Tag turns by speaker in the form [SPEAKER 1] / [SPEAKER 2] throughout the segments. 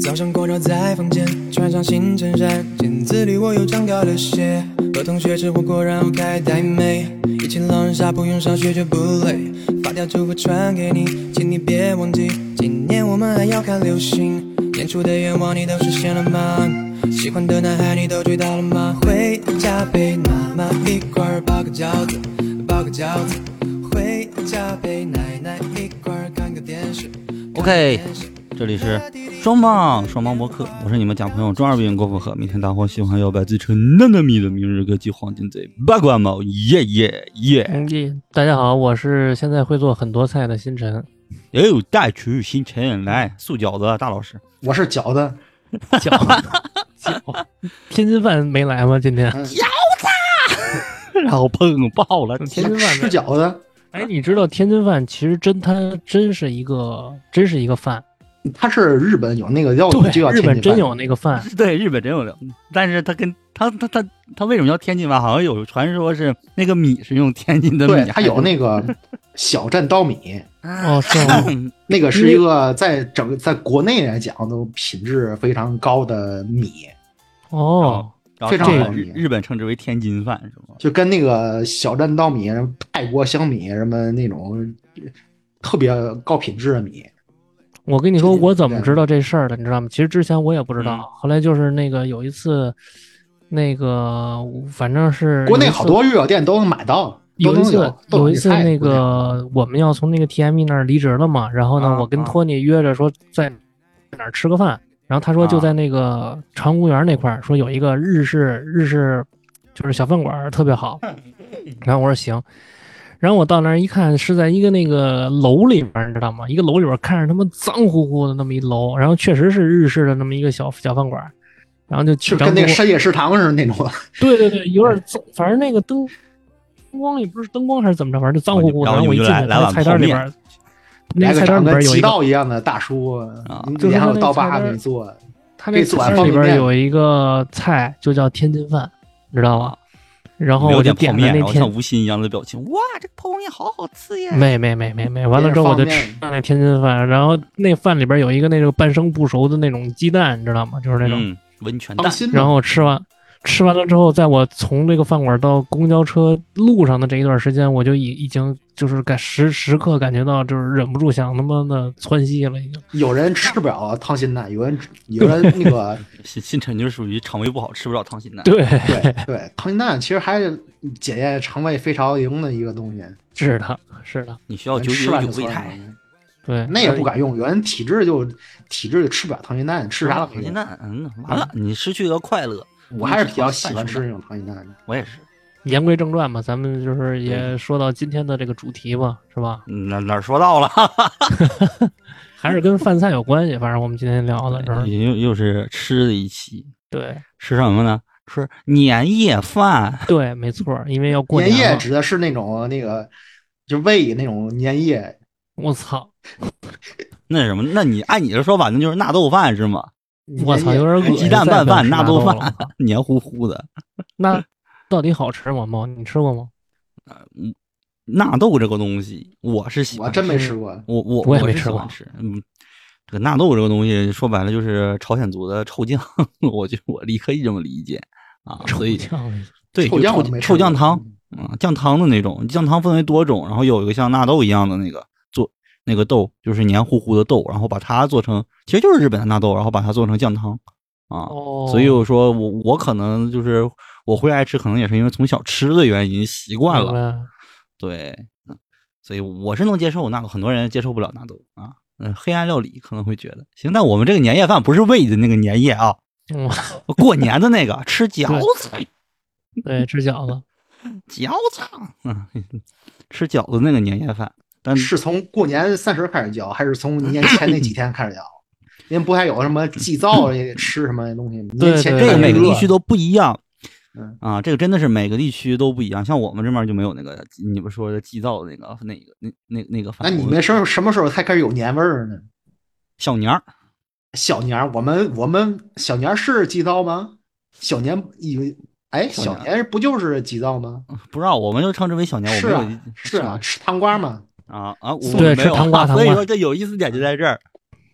[SPEAKER 1] 早上光照在房间，穿上新衬衫，镜子里我又长高了些。和同学吃火锅，然后开台妹，一起狼人杀不用上学就不累。发条祝福传给你，请你别忘记，今年我们还要看流星。年初的愿望你都实现了吗？喜欢的男孩你都追到了吗？回家陪妈妈一块儿包个饺子，包个饺子。回家陪奶奶一块儿看个电视。看个
[SPEAKER 2] OK
[SPEAKER 1] 电视
[SPEAKER 2] 这里是双棒双帮博客，我是你们假朋友中二病郭富和。每天大伙喜欢摇摆最纯嫩的米的明日歌姬黄金贼八卦猫，耶耶耶！
[SPEAKER 3] 嗯，耶大家好，我是现在会做很多菜的星辰。
[SPEAKER 2] 有大厨星辰来素饺子大老师，
[SPEAKER 4] 我是饺子，
[SPEAKER 3] 饺 饺，天津饭没来吗？今天
[SPEAKER 4] 嗯
[SPEAKER 2] 然后砰爆了，
[SPEAKER 3] 天津饭
[SPEAKER 4] 吃
[SPEAKER 3] 没。
[SPEAKER 4] 饺子，
[SPEAKER 3] 哎，你知道天津饭其实真它真是一个真是一个饭，
[SPEAKER 4] 它是日本有那个叫就叫
[SPEAKER 3] 对，日
[SPEAKER 4] 天
[SPEAKER 3] 本
[SPEAKER 4] 津
[SPEAKER 3] 真
[SPEAKER 4] 饭，
[SPEAKER 3] 有那个饭，
[SPEAKER 2] 对，日本真有料，但是他跟他他他他为什么叫天津饭？好像有传说是那个米是用天津的
[SPEAKER 4] 对，
[SPEAKER 2] 米，
[SPEAKER 4] 它有那个小镇刀米，
[SPEAKER 3] 哦，是 吗？
[SPEAKER 4] 那个是一个在整在国内来讲都品质非常高的米，
[SPEAKER 3] 哦，
[SPEAKER 2] 然后
[SPEAKER 4] 非常
[SPEAKER 2] 这
[SPEAKER 4] 好
[SPEAKER 2] 日日本称之为天津饭是吗？
[SPEAKER 4] 就跟那个小镇刀米、泰国香米什么那种特别高品质的米，
[SPEAKER 3] 我跟你说，
[SPEAKER 4] 这个
[SPEAKER 3] 我怎么知道这事儿的，你知道吗？其实之前我也不知道，
[SPEAKER 2] 嗯
[SPEAKER 3] 后来就是那个有一次，那个反正是
[SPEAKER 4] 国内
[SPEAKER 3] 有一次
[SPEAKER 4] 好多日料店都能买到，都
[SPEAKER 3] 有一
[SPEAKER 4] 能
[SPEAKER 3] 次
[SPEAKER 4] 都
[SPEAKER 3] 有
[SPEAKER 4] 有
[SPEAKER 3] 一次
[SPEAKER 4] 这菜
[SPEAKER 3] 那个我们要从那个 TME 那儿离职了嘛，然后呢
[SPEAKER 2] 啊，
[SPEAKER 3] 我跟
[SPEAKER 2] 啊
[SPEAKER 3] 托尼约着说在哪儿吃个饭，然后他
[SPEAKER 4] 啊
[SPEAKER 3] 说就在那个长公园那块儿，说有一个日式日式就是小饭馆儿特别 好，然后我说行。然后我到那儿一看，是在一个那个楼里边儿，你知道吗？一个楼里边儿看着他妈脏乎乎的那么一楼，然后确实是日式的那么一个小小饭馆儿，然后就去
[SPEAKER 4] 就跟那个深夜食堂似的那种，
[SPEAKER 3] 对对对，有点
[SPEAKER 4] 哎
[SPEAKER 3] 脏，反正那个灯灯光也不是灯光还是怎么着，反正就脏乎乎的。
[SPEAKER 2] 然后你
[SPEAKER 3] 我一进去，
[SPEAKER 2] 然后你们就来来碗
[SPEAKER 3] 那菜单里边儿，那
[SPEAKER 4] 来
[SPEAKER 3] 菜单
[SPEAKER 4] 个长
[SPEAKER 3] 里边
[SPEAKER 4] 跟
[SPEAKER 3] 儿有
[SPEAKER 4] 极
[SPEAKER 3] 一个，啊
[SPEAKER 4] 道一样的大叔，
[SPEAKER 3] 就是
[SPEAKER 4] 然
[SPEAKER 3] 他
[SPEAKER 4] 后
[SPEAKER 3] 那
[SPEAKER 4] 刀
[SPEAKER 3] 菜
[SPEAKER 4] 疤
[SPEAKER 3] 单
[SPEAKER 4] 给
[SPEAKER 3] 儿
[SPEAKER 4] 你做，
[SPEAKER 3] 他那
[SPEAKER 4] 这
[SPEAKER 3] 菜
[SPEAKER 4] 次晚
[SPEAKER 3] 单
[SPEAKER 4] 方
[SPEAKER 3] 里
[SPEAKER 4] 便
[SPEAKER 3] 边儿
[SPEAKER 4] 面
[SPEAKER 3] 有一个菜就叫天津饭，你知道吧？然后
[SPEAKER 2] 有
[SPEAKER 3] 我就
[SPEAKER 2] 点泡
[SPEAKER 3] 点
[SPEAKER 2] 面，
[SPEAKER 3] 了那
[SPEAKER 2] 然后像
[SPEAKER 3] 天，
[SPEAKER 2] 吴昕一样的表情，哇，这个泡面好好吃呀！
[SPEAKER 3] 没没没没没，完了之后我就
[SPEAKER 4] 有点
[SPEAKER 3] 吃
[SPEAKER 4] 方
[SPEAKER 3] 那天津饭，然后那饭里边有一个那种半生不熟的那种鸡蛋，你知道吗？就是那种。
[SPEAKER 2] 嗯，温泉
[SPEAKER 4] 放
[SPEAKER 2] 蛋，
[SPEAKER 4] 心吧。
[SPEAKER 3] 然后吃完吃完了之后，在我从这个饭馆到公交车路上的这一段时间，我就已已经就是感时时刻感觉到就是忍不住想他妈的窜稀了，已经。
[SPEAKER 4] 有人吃不了溏心蛋，有人有人那个
[SPEAKER 2] 新新陈就属于肠胃不好，吃不了溏心蛋。
[SPEAKER 3] 对，
[SPEAKER 4] 对对，溏心蛋其实还是检验肠胃非常灵的一个东西，
[SPEAKER 3] 是的，是的，
[SPEAKER 2] 你需要
[SPEAKER 4] 人
[SPEAKER 2] 九
[SPEAKER 4] 吃
[SPEAKER 2] 九
[SPEAKER 4] 完
[SPEAKER 2] 九胃
[SPEAKER 4] 就算了
[SPEAKER 2] 泰，。
[SPEAKER 3] 对。
[SPEAKER 4] 那也不敢用，有人体质就体质就吃不了溏心蛋，吃啥都
[SPEAKER 2] 溏心
[SPEAKER 4] 没用。
[SPEAKER 2] 蛋，嗯，完了，你失去了快乐。
[SPEAKER 4] 我还是比较喜欢吃那种溏心蛋的。
[SPEAKER 2] 我也是，
[SPEAKER 3] 言归正传吧，咱们就是也说到今天的这个主题吧，是吧？
[SPEAKER 2] 嗯哪哪儿说到了？
[SPEAKER 3] 还是跟饭菜有关系，反正我们今天聊的是，
[SPEAKER 2] 又又是吃的一期，
[SPEAKER 3] 对
[SPEAKER 2] 吃什么呢？吃年夜饭。
[SPEAKER 3] 对，没错，因为要过
[SPEAKER 4] 年
[SPEAKER 3] 年
[SPEAKER 4] 夜
[SPEAKER 3] 了，
[SPEAKER 4] 指的是那种那个，就胃那种粘液，
[SPEAKER 3] 我操，
[SPEAKER 2] 那什么？那你按你的说法，那就是纳豆饭是吗？
[SPEAKER 3] 我操，有点恶心，
[SPEAKER 2] 鸡蛋
[SPEAKER 3] 再也
[SPEAKER 2] 拌
[SPEAKER 3] 不想
[SPEAKER 2] 饭、
[SPEAKER 3] 吃
[SPEAKER 2] 纳
[SPEAKER 3] 豆
[SPEAKER 2] 豆
[SPEAKER 3] 了
[SPEAKER 2] 饭，黏糊糊的。
[SPEAKER 3] 那到底好吃吗？猫，你吃过吗？
[SPEAKER 2] 纳豆这个东西，我是喜
[SPEAKER 4] 我
[SPEAKER 2] 欢
[SPEAKER 4] 真没
[SPEAKER 2] 吃
[SPEAKER 4] 吃过。
[SPEAKER 2] 我我
[SPEAKER 3] 我也没
[SPEAKER 2] 是
[SPEAKER 3] 吃
[SPEAKER 2] 喜
[SPEAKER 3] 过
[SPEAKER 2] 欢吃，嗯，这个纳豆这个东西说白了就是朝鲜族的 臭酱，我就我理可以这么理解啊，所以
[SPEAKER 3] 呛一下
[SPEAKER 2] 对
[SPEAKER 4] 臭
[SPEAKER 2] 就
[SPEAKER 4] 酱
[SPEAKER 2] 臭
[SPEAKER 4] 我就没吃
[SPEAKER 2] 臭
[SPEAKER 4] 过嗯
[SPEAKER 2] 酱汤啊、酱汤的那种，酱汤分为多种，然后有一个像纳豆一样的那个做那个豆，就是黏糊糊的豆，然后把它做成，其实就是日本的纳豆，然后把它做成酱汤啊，
[SPEAKER 3] 哦，
[SPEAKER 2] 所以我说我我可能就是我会爱吃，可能也是因为从小吃的原因习惯了，
[SPEAKER 3] 了。
[SPEAKER 2] 对，嗯，所以我是能接受纳豆，很多人接受不了纳豆啊。嗯，黑暗料理可能会觉得行，但我们这个年夜饭不是胃的那个年夜啊，
[SPEAKER 3] 嗯，
[SPEAKER 2] 过年的那个吃饺子，
[SPEAKER 3] 嗯 对，吃饺子，
[SPEAKER 2] 饺子，嗯，吃饺子那个年夜饭。但
[SPEAKER 4] 是从过年三十开始嚼，还是从年前那几天开始嚼？ 因为不还有什么祭灶也吃什么东西？年前
[SPEAKER 3] 对
[SPEAKER 2] 这
[SPEAKER 3] 对
[SPEAKER 2] 个
[SPEAKER 3] 对
[SPEAKER 2] 每个地区都不一样
[SPEAKER 4] 嗯，
[SPEAKER 2] 啊，这个真的是每个地区都不一样。像我们这边就没有那个你们说的祭灶的那个那个那那那个
[SPEAKER 4] 那
[SPEAKER 2] 饭。
[SPEAKER 4] 你
[SPEAKER 2] 我
[SPEAKER 4] 们什什么时候才开始有年味儿呢？
[SPEAKER 2] 小年儿
[SPEAKER 4] 小年儿，我们我们小年儿是祭灶吗？小年以哎，
[SPEAKER 2] 小
[SPEAKER 4] 小
[SPEAKER 2] 年儿
[SPEAKER 4] 年儿不就是祭灶吗？
[SPEAKER 2] 不知道，我们就称之为小年，我
[SPEAKER 4] 是
[SPEAKER 2] 们
[SPEAKER 4] 啊
[SPEAKER 2] 有一，
[SPEAKER 4] 是啊，吃糖瓜嘛。
[SPEAKER 2] 啊啊，我
[SPEAKER 3] 对
[SPEAKER 2] 没
[SPEAKER 3] 吃
[SPEAKER 2] 有
[SPEAKER 3] 糖瓜
[SPEAKER 2] 啊
[SPEAKER 3] 糖
[SPEAKER 2] 所以
[SPEAKER 3] 瓜
[SPEAKER 2] 说这有意思点就在这儿，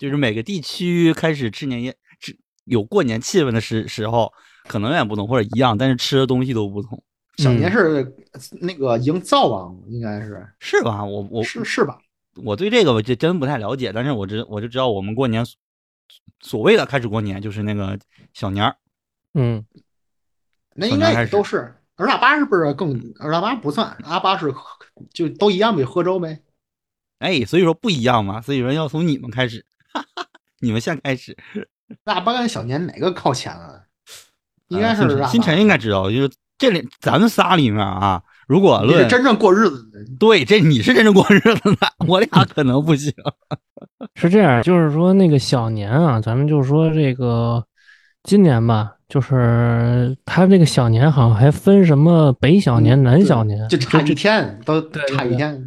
[SPEAKER 2] 就是每个地区开始吃年夜有过年气氛的时时候，可能也不同或者一样，但是吃的东西都不同，
[SPEAKER 4] 小年是那个营造王，应该是
[SPEAKER 2] 是吧？我我
[SPEAKER 4] 是是吧？
[SPEAKER 2] 我对这个我就真不太了解，但是我知我就知道我们过年所所谓的开始过年就是那个小年儿，
[SPEAKER 3] 嗯，
[SPEAKER 4] 那应该也都是。尔大巴是不是更尔大巴不算？阿巴是喝就都一样呗，喝粥呗。
[SPEAKER 2] 哎，所以说不一样嘛，所以说要从你们开始， 你们先开始。
[SPEAKER 4] 腊八跟小年哪个靠前啊？应该是
[SPEAKER 2] 呃
[SPEAKER 4] 腊八。
[SPEAKER 2] 星辰应该知道，就是这里咱们仨里面啊，如果
[SPEAKER 4] 你是
[SPEAKER 2] 论嗯
[SPEAKER 4] 真正过日子的人，
[SPEAKER 2] 对这你是真正过日子的，我俩可能不行。
[SPEAKER 3] 是这样，就是说那个小年啊，咱们就说这个今年吧，就是他这个小年好像还分什么北小年、
[SPEAKER 4] 嗯
[SPEAKER 3] 南
[SPEAKER 4] 对
[SPEAKER 3] 小年，
[SPEAKER 4] 就差一天，都
[SPEAKER 3] 对对
[SPEAKER 4] 差一天。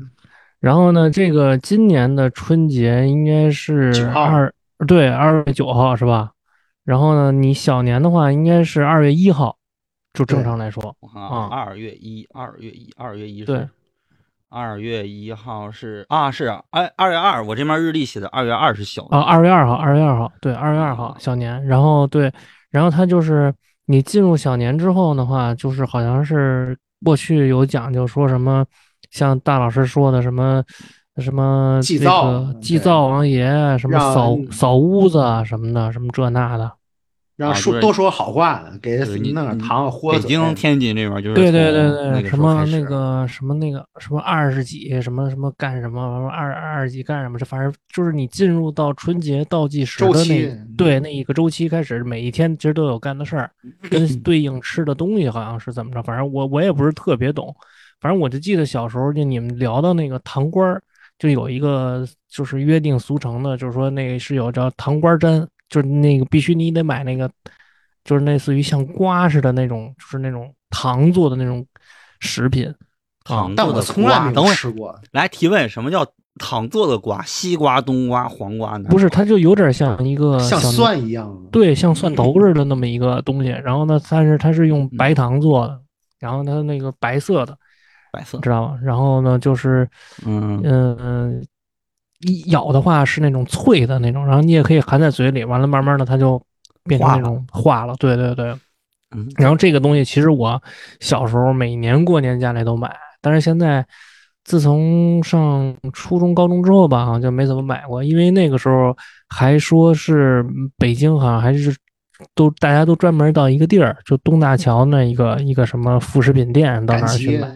[SPEAKER 3] 然后呢，这个今年的春节应该是
[SPEAKER 4] 9号
[SPEAKER 3] 二对二月九号是吧？然后呢，你小年的话应该是二月一号，就正
[SPEAKER 4] 对
[SPEAKER 3] 常来说，
[SPEAKER 2] 我看啊，
[SPEAKER 3] 啊
[SPEAKER 2] 二月一，二月一，二月一是
[SPEAKER 3] 对，
[SPEAKER 2] 二月一号是啊是啊哎二月二，我这边日历写的二月二是小
[SPEAKER 3] 啊，
[SPEAKER 2] 年
[SPEAKER 3] 二月二号，二月二号，对，二月二号小年。然后对，然后他就是你进入小年之后的话，就是好像是过去有讲究说什么，像大老师说的什么什么
[SPEAKER 4] 祭
[SPEAKER 3] 这
[SPEAKER 4] 灶
[SPEAKER 3] 个祭
[SPEAKER 4] 对
[SPEAKER 3] 灶王爷，什么
[SPEAKER 4] 让
[SPEAKER 3] 扫扫屋子啊什么的，什么这那的。
[SPEAKER 4] 让
[SPEAKER 2] 啊
[SPEAKER 4] 说
[SPEAKER 2] 对
[SPEAKER 4] 多说好话，给
[SPEAKER 2] 就是你
[SPEAKER 4] 弄点糖豁
[SPEAKER 2] 北
[SPEAKER 4] 嘴
[SPEAKER 2] 京、天津这边就是
[SPEAKER 3] 对对
[SPEAKER 2] 从那
[SPEAKER 3] 对对，
[SPEAKER 2] 个
[SPEAKER 3] 什
[SPEAKER 2] 时候
[SPEAKER 3] 么
[SPEAKER 2] 开始
[SPEAKER 3] 那个什么那个什么二十几什么什么干什么完了二二十几干什么，这反正就是你进入到春节倒计时
[SPEAKER 4] 周
[SPEAKER 3] 的
[SPEAKER 4] 期嗯
[SPEAKER 3] 那对那一个周期开始，每一天其实都有干的事 儿，跟对应吃的东西好像是怎么着，反正我我也不是特别懂，反正我就记得小时候就你们聊到那个糖官儿，就有一个就是约定俗成的，就是说那个是有叫糖瓜粘，就是那个必须你得买那个，就是类似于像瓜似的那种，就是那种糖做的那种食品。
[SPEAKER 2] 糖
[SPEAKER 4] 但
[SPEAKER 2] 做
[SPEAKER 4] 我
[SPEAKER 2] 的
[SPEAKER 4] 从来
[SPEAKER 2] 瓜，
[SPEAKER 4] 没
[SPEAKER 2] 等
[SPEAKER 4] 有
[SPEAKER 2] 会儿
[SPEAKER 4] 吃过。
[SPEAKER 2] 来提问，什么叫糖做的瓜？西瓜、冬瓜、黄瓜呢？
[SPEAKER 3] 不是，它就有点像一
[SPEAKER 2] 呃
[SPEAKER 3] 个
[SPEAKER 4] 像
[SPEAKER 3] 小泥
[SPEAKER 4] 蒜一样，
[SPEAKER 3] 对，像蒜头似的那么一个东西。然后呢，但是它是用白糖做的，然后它那个白色的，
[SPEAKER 2] 白色
[SPEAKER 3] 你，知道吗？然后呢，就是
[SPEAKER 2] 嗯，
[SPEAKER 3] 嗯、呃一咬的话是那种脆的那种，然后你也可以含在嘴里，完了慢慢的它就变成
[SPEAKER 2] 化
[SPEAKER 3] 那种化了。对对对。
[SPEAKER 2] 嗯
[SPEAKER 3] 然后这个东西其实我小时候每年过年家里都买，但是现在自从上初中、高中之后吧，好像就没怎么买过，因为那个时候还说是嗯北京好像还是都大家都专门到一个地儿，就东大桥那一个一个什么副食品店到那
[SPEAKER 4] 赶
[SPEAKER 3] 儿去
[SPEAKER 4] 集
[SPEAKER 3] 买。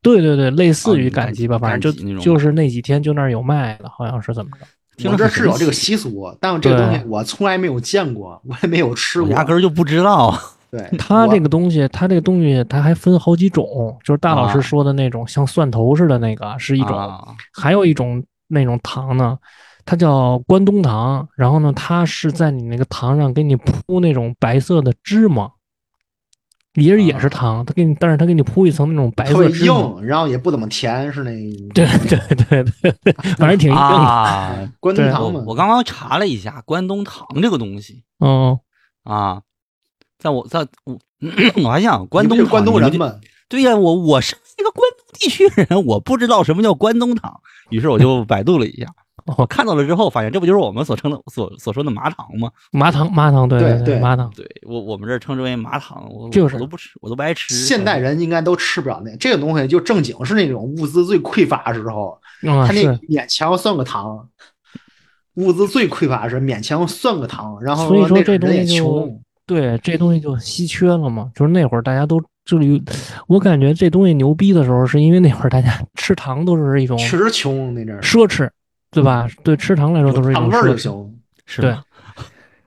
[SPEAKER 3] 对对对，类似于赶集吧，
[SPEAKER 2] 赶
[SPEAKER 3] 反正
[SPEAKER 2] 哦赶集那
[SPEAKER 3] 就
[SPEAKER 2] 种
[SPEAKER 3] 就是那几天就那儿有卖的，好像是怎么 着？
[SPEAKER 2] 听
[SPEAKER 4] 我
[SPEAKER 2] 着
[SPEAKER 4] 这
[SPEAKER 2] 很
[SPEAKER 4] 是有
[SPEAKER 2] 神
[SPEAKER 4] 这个
[SPEAKER 2] 奇
[SPEAKER 4] 习俗，但这个
[SPEAKER 3] 对
[SPEAKER 4] 东西我从来没有见过，我也没有吃
[SPEAKER 2] 我
[SPEAKER 4] 过。
[SPEAKER 2] 压根儿就不知道。啊
[SPEAKER 4] 对
[SPEAKER 3] 它
[SPEAKER 4] 我
[SPEAKER 3] 这个东西，它这个东西，它还分好几种，就是大老
[SPEAKER 2] 啊
[SPEAKER 3] 师说的那种，像蒜头似的那个是一种，
[SPEAKER 2] 啊
[SPEAKER 3] 还有一种那种糖呢，它叫关东糖，然后呢，它是在你那个糖上给你铺那种白色的芝麻，也是也是
[SPEAKER 2] 啊
[SPEAKER 3] 糖，它给你，但是它给你铺一层那种白
[SPEAKER 4] 特
[SPEAKER 3] 色
[SPEAKER 4] 别
[SPEAKER 3] 芝麻，
[SPEAKER 4] 硬，然后也不怎么甜，是那
[SPEAKER 3] 对对对对对，反正挺硬的，
[SPEAKER 2] 啊！
[SPEAKER 4] 哎关东
[SPEAKER 3] 对
[SPEAKER 2] 我
[SPEAKER 4] 糖
[SPEAKER 2] 我
[SPEAKER 4] 嘛。
[SPEAKER 2] 刚刚查了一下关东糖这个东西
[SPEAKER 3] 嗯，
[SPEAKER 2] 啊，在我在我我还想关
[SPEAKER 4] 你不
[SPEAKER 2] 东
[SPEAKER 4] 是
[SPEAKER 2] 糖
[SPEAKER 4] 关东
[SPEAKER 2] 你们
[SPEAKER 4] 人
[SPEAKER 2] 就
[SPEAKER 4] 嘛，
[SPEAKER 2] 对呀、我我是一个关东地区人，我不知道什么叫关东糖，于是我 就百度了一下，
[SPEAKER 3] 哦
[SPEAKER 2] 我看到了之后发现这不就是我们所称的所所说的麻糖吗？
[SPEAKER 3] 麻糖麻糖，对
[SPEAKER 4] 对
[SPEAKER 3] 对
[SPEAKER 4] 对
[SPEAKER 3] 麻糖，
[SPEAKER 2] 对我我们这儿称之为麻糖，我
[SPEAKER 3] 就是
[SPEAKER 2] 我都不吃，我都不爱吃。
[SPEAKER 4] 现代人应该都吃不了那这个东西，就正经是那种物资最匮乏的时候，
[SPEAKER 3] 嗯
[SPEAKER 4] 他那
[SPEAKER 3] 是。
[SPEAKER 4] 勉强算个糖。物资最匮乏的时，候，勉强算个糖，然后
[SPEAKER 3] 所以说
[SPEAKER 4] 那
[SPEAKER 3] 这东
[SPEAKER 4] 种人也
[SPEAKER 3] 西就哦
[SPEAKER 4] 穷，
[SPEAKER 3] 对这东西就稀缺了嘛，就是那会儿大家都就是有，我感觉这东西牛逼的时候，是因为那会儿大家吃糖都是一种
[SPEAKER 4] 确
[SPEAKER 3] 奢
[SPEAKER 4] 实穷那阵儿，
[SPEAKER 3] 侈，对吧？对吃糖来说都是一
[SPEAKER 4] 糖
[SPEAKER 3] 种
[SPEAKER 4] 味
[SPEAKER 3] 奢
[SPEAKER 4] 儿就
[SPEAKER 3] 侈。
[SPEAKER 4] 行。
[SPEAKER 2] 是吧？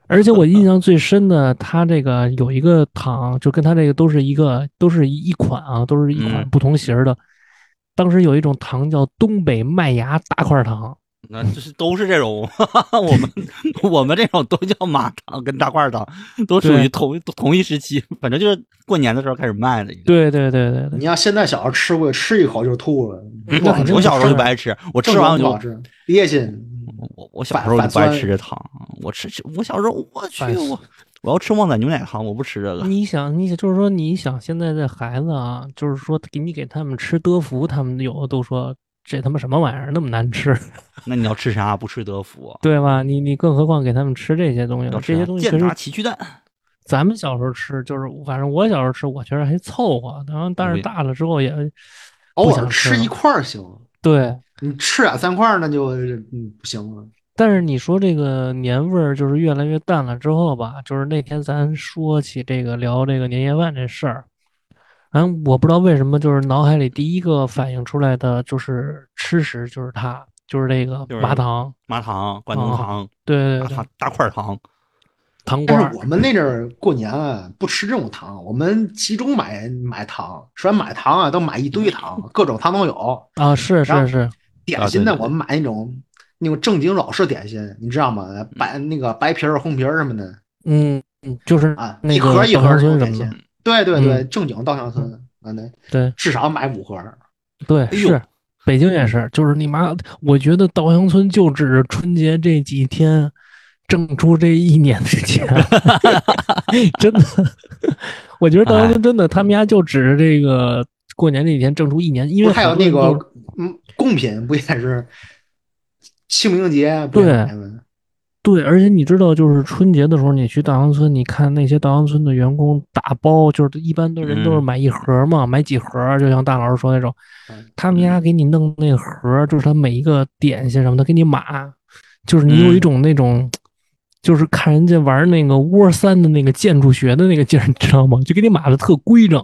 [SPEAKER 3] 而且我印象最深的，它这个有一个糖，就跟它这个都是一个都是一一款啊，都是一款
[SPEAKER 2] 嗯
[SPEAKER 3] 不同型儿的。当时有一种糖叫东北麦芽大块糖，
[SPEAKER 2] 那就是都是这种，我 们我们这种都叫麻糖跟大块糖，都属于
[SPEAKER 3] 对
[SPEAKER 2] 同同一时期，反正就是过年的时候开始卖的。，
[SPEAKER 3] 对对对对对
[SPEAKER 4] 你要现在小时候吃过，吃一口就吐了。
[SPEAKER 3] 那肯定
[SPEAKER 2] 我
[SPEAKER 3] 不
[SPEAKER 2] 小时候
[SPEAKER 3] 吃
[SPEAKER 2] 就不爱吃，我
[SPEAKER 4] 正
[SPEAKER 2] 吃完我
[SPEAKER 4] 常
[SPEAKER 2] 就
[SPEAKER 4] 不好吃，憋心。
[SPEAKER 3] 嗯
[SPEAKER 2] 我我小
[SPEAKER 4] 反
[SPEAKER 2] 时候就
[SPEAKER 4] 反
[SPEAKER 2] 不爱
[SPEAKER 4] 酸
[SPEAKER 2] 吃这糖，我吃吃我小时候我去
[SPEAKER 3] 反酸
[SPEAKER 2] 我我要吃旺仔牛奶糖，我不吃这个。
[SPEAKER 3] 你想，你想，就是说，你想现在这孩子啊，就是说，给你给他们吃德芙，他们有的都说这他妈什么玩意儿那么难吃，
[SPEAKER 2] 那你要吃啥？不吃德芙啊，
[SPEAKER 3] 对吧？你你更何况给他们吃这些东西
[SPEAKER 2] 要
[SPEAKER 3] 了，
[SPEAKER 2] 吃
[SPEAKER 3] 这
[SPEAKER 2] 啥
[SPEAKER 3] 些东西确
[SPEAKER 2] 健
[SPEAKER 3] 实
[SPEAKER 2] 达奇趣蛋。
[SPEAKER 3] 咱们小时候吃就是，反正我小时候吃，我觉得还凑合。然后但
[SPEAKER 2] 我
[SPEAKER 3] 是
[SPEAKER 2] 也
[SPEAKER 3] 大了之后也
[SPEAKER 4] 偶
[SPEAKER 3] 不
[SPEAKER 4] 尔
[SPEAKER 3] 想吃了
[SPEAKER 4] 吃一块儿行，
[SPEAKER 3] 对。
[SPEAKER 4] 你吃俩三块儿那就嗯不行了。
[SPEAKER 3] 但是你说这个年味儿就是越来越淡了之后吧，就是那天咱说起这个聊这个年夜饭这事儿，嗯，我不知道为什么，就是脑海里第一个反映出来的就是吃食，就是它，就是这个
[SPEAKER 2] 就是
[SPEAKER 3] 麻糖，
[SPEAKER 2] 麻糖、灌浓
[SPEAKER 3] 哦
[SPEAKER 2] 糖、
[SPEAKER 3] 对
[SPEAKER 2] 大
[SPEAKER 3] 对对，
[SPEAKER 2] 糖、大块糖，
[SPEAKER 3] 糖
[SPEAKER 4] 但
[SPEAKER 3] 瓜
[SPEAKER 4] 是
[SPEAKER 3] 儿
[SPEAKER 4] 我，们那阵儿过年啊，不吃这种糖，我们集中买买糖，说买糖啊，都买一堆糖，各种糖都有。
[SPEAKER 3] 啊，是
[SPEAKER 4] 然
[SPEAKER 3] 是
[SPEAKER 4] 后
[SPEAKER 3] 是，
[SPEAKER 4] 点心呢，
[SPEAKER 2] 啊对对对
[SPEAKER 4] 我们买那种那种正经老式点心，你知道吗？
[SPEAKER 2] 嗯
[SPEAKER 4] 白那个白皮儿、红皮儿什么的
[SPEAKER 3] 嗯，嗯就是
[SPEAKER 4] 啊，
[SPEAKER 3] 那
[SPEAKER 4] 一
[SPEAKER 3] 个
[SPEAKER 4] 盒一
[SPEAKER 3] 稻
[SPEAKER 4] 盒
[SPEAKER 3] 香
[SPEAKER 4] 那种
[SPEAKER 3] 村什
[SPEAKER 4] 点
[SPEAKER 3] 么
[SPEAKER 4] 心
[SPEAKER 3] 的，。
[SPEAKER 4] 对对对，
[SPEAKER 3] 嗯
[SPEAKER 4] 正经稻香村啊，那
[SPEAKER 3] 对
[SPEAKER 4] 至少买五盒。
[SPEAKER 3] 对
[SPEAKER 4] 哎
[SPEAKER 2] 呦
[SPEAKER 3] 是。北京也是，就是你妈，我觉得稻香村就指着春节这几天挣出这一年的钱， 真的，我觉得稻香
[SPEAKER 4] 哎
[SPEAKER 3] 村真的，他们家就指着这个过年这几天挣出一年，因
[SPEAKER 4] 不
[SPEAKER 3] 为
[SPEAKER 4] 是还有
[SPEAKER 3] 很多
[SPEAKER 4] 那
[SPEAKER 3] 人
[SPEAKER 4] 个
[SPEAKER 3] 都
[SPEAKER 4] 嗯，贡品不也是清明节不也
[SPEAKER 3] 对
[SPEAKER 4] 买吗？
[SPEAKER 3] 对，而且你知道，就是春节的时候，你去稻香村，你看那些稻香村的员工打包，就是一般都人都是
[SPEAKER 2] 嗯
[SPEAKER 3] 买一盒嘛，买几盒儿，就像大老师说那种
[SPEAKER 4] 嗯，
[SPEAKER 3] 他们家给你弄那盒儿，就是他每一个点心什么的给你码，就是你有一
[SPEAKER 2] 嗯
[SPEAKER 3] 种那种，就是看人家玩那个窝三的那个建筑学的那个劲儿，你知道吗？就给你码的特规整，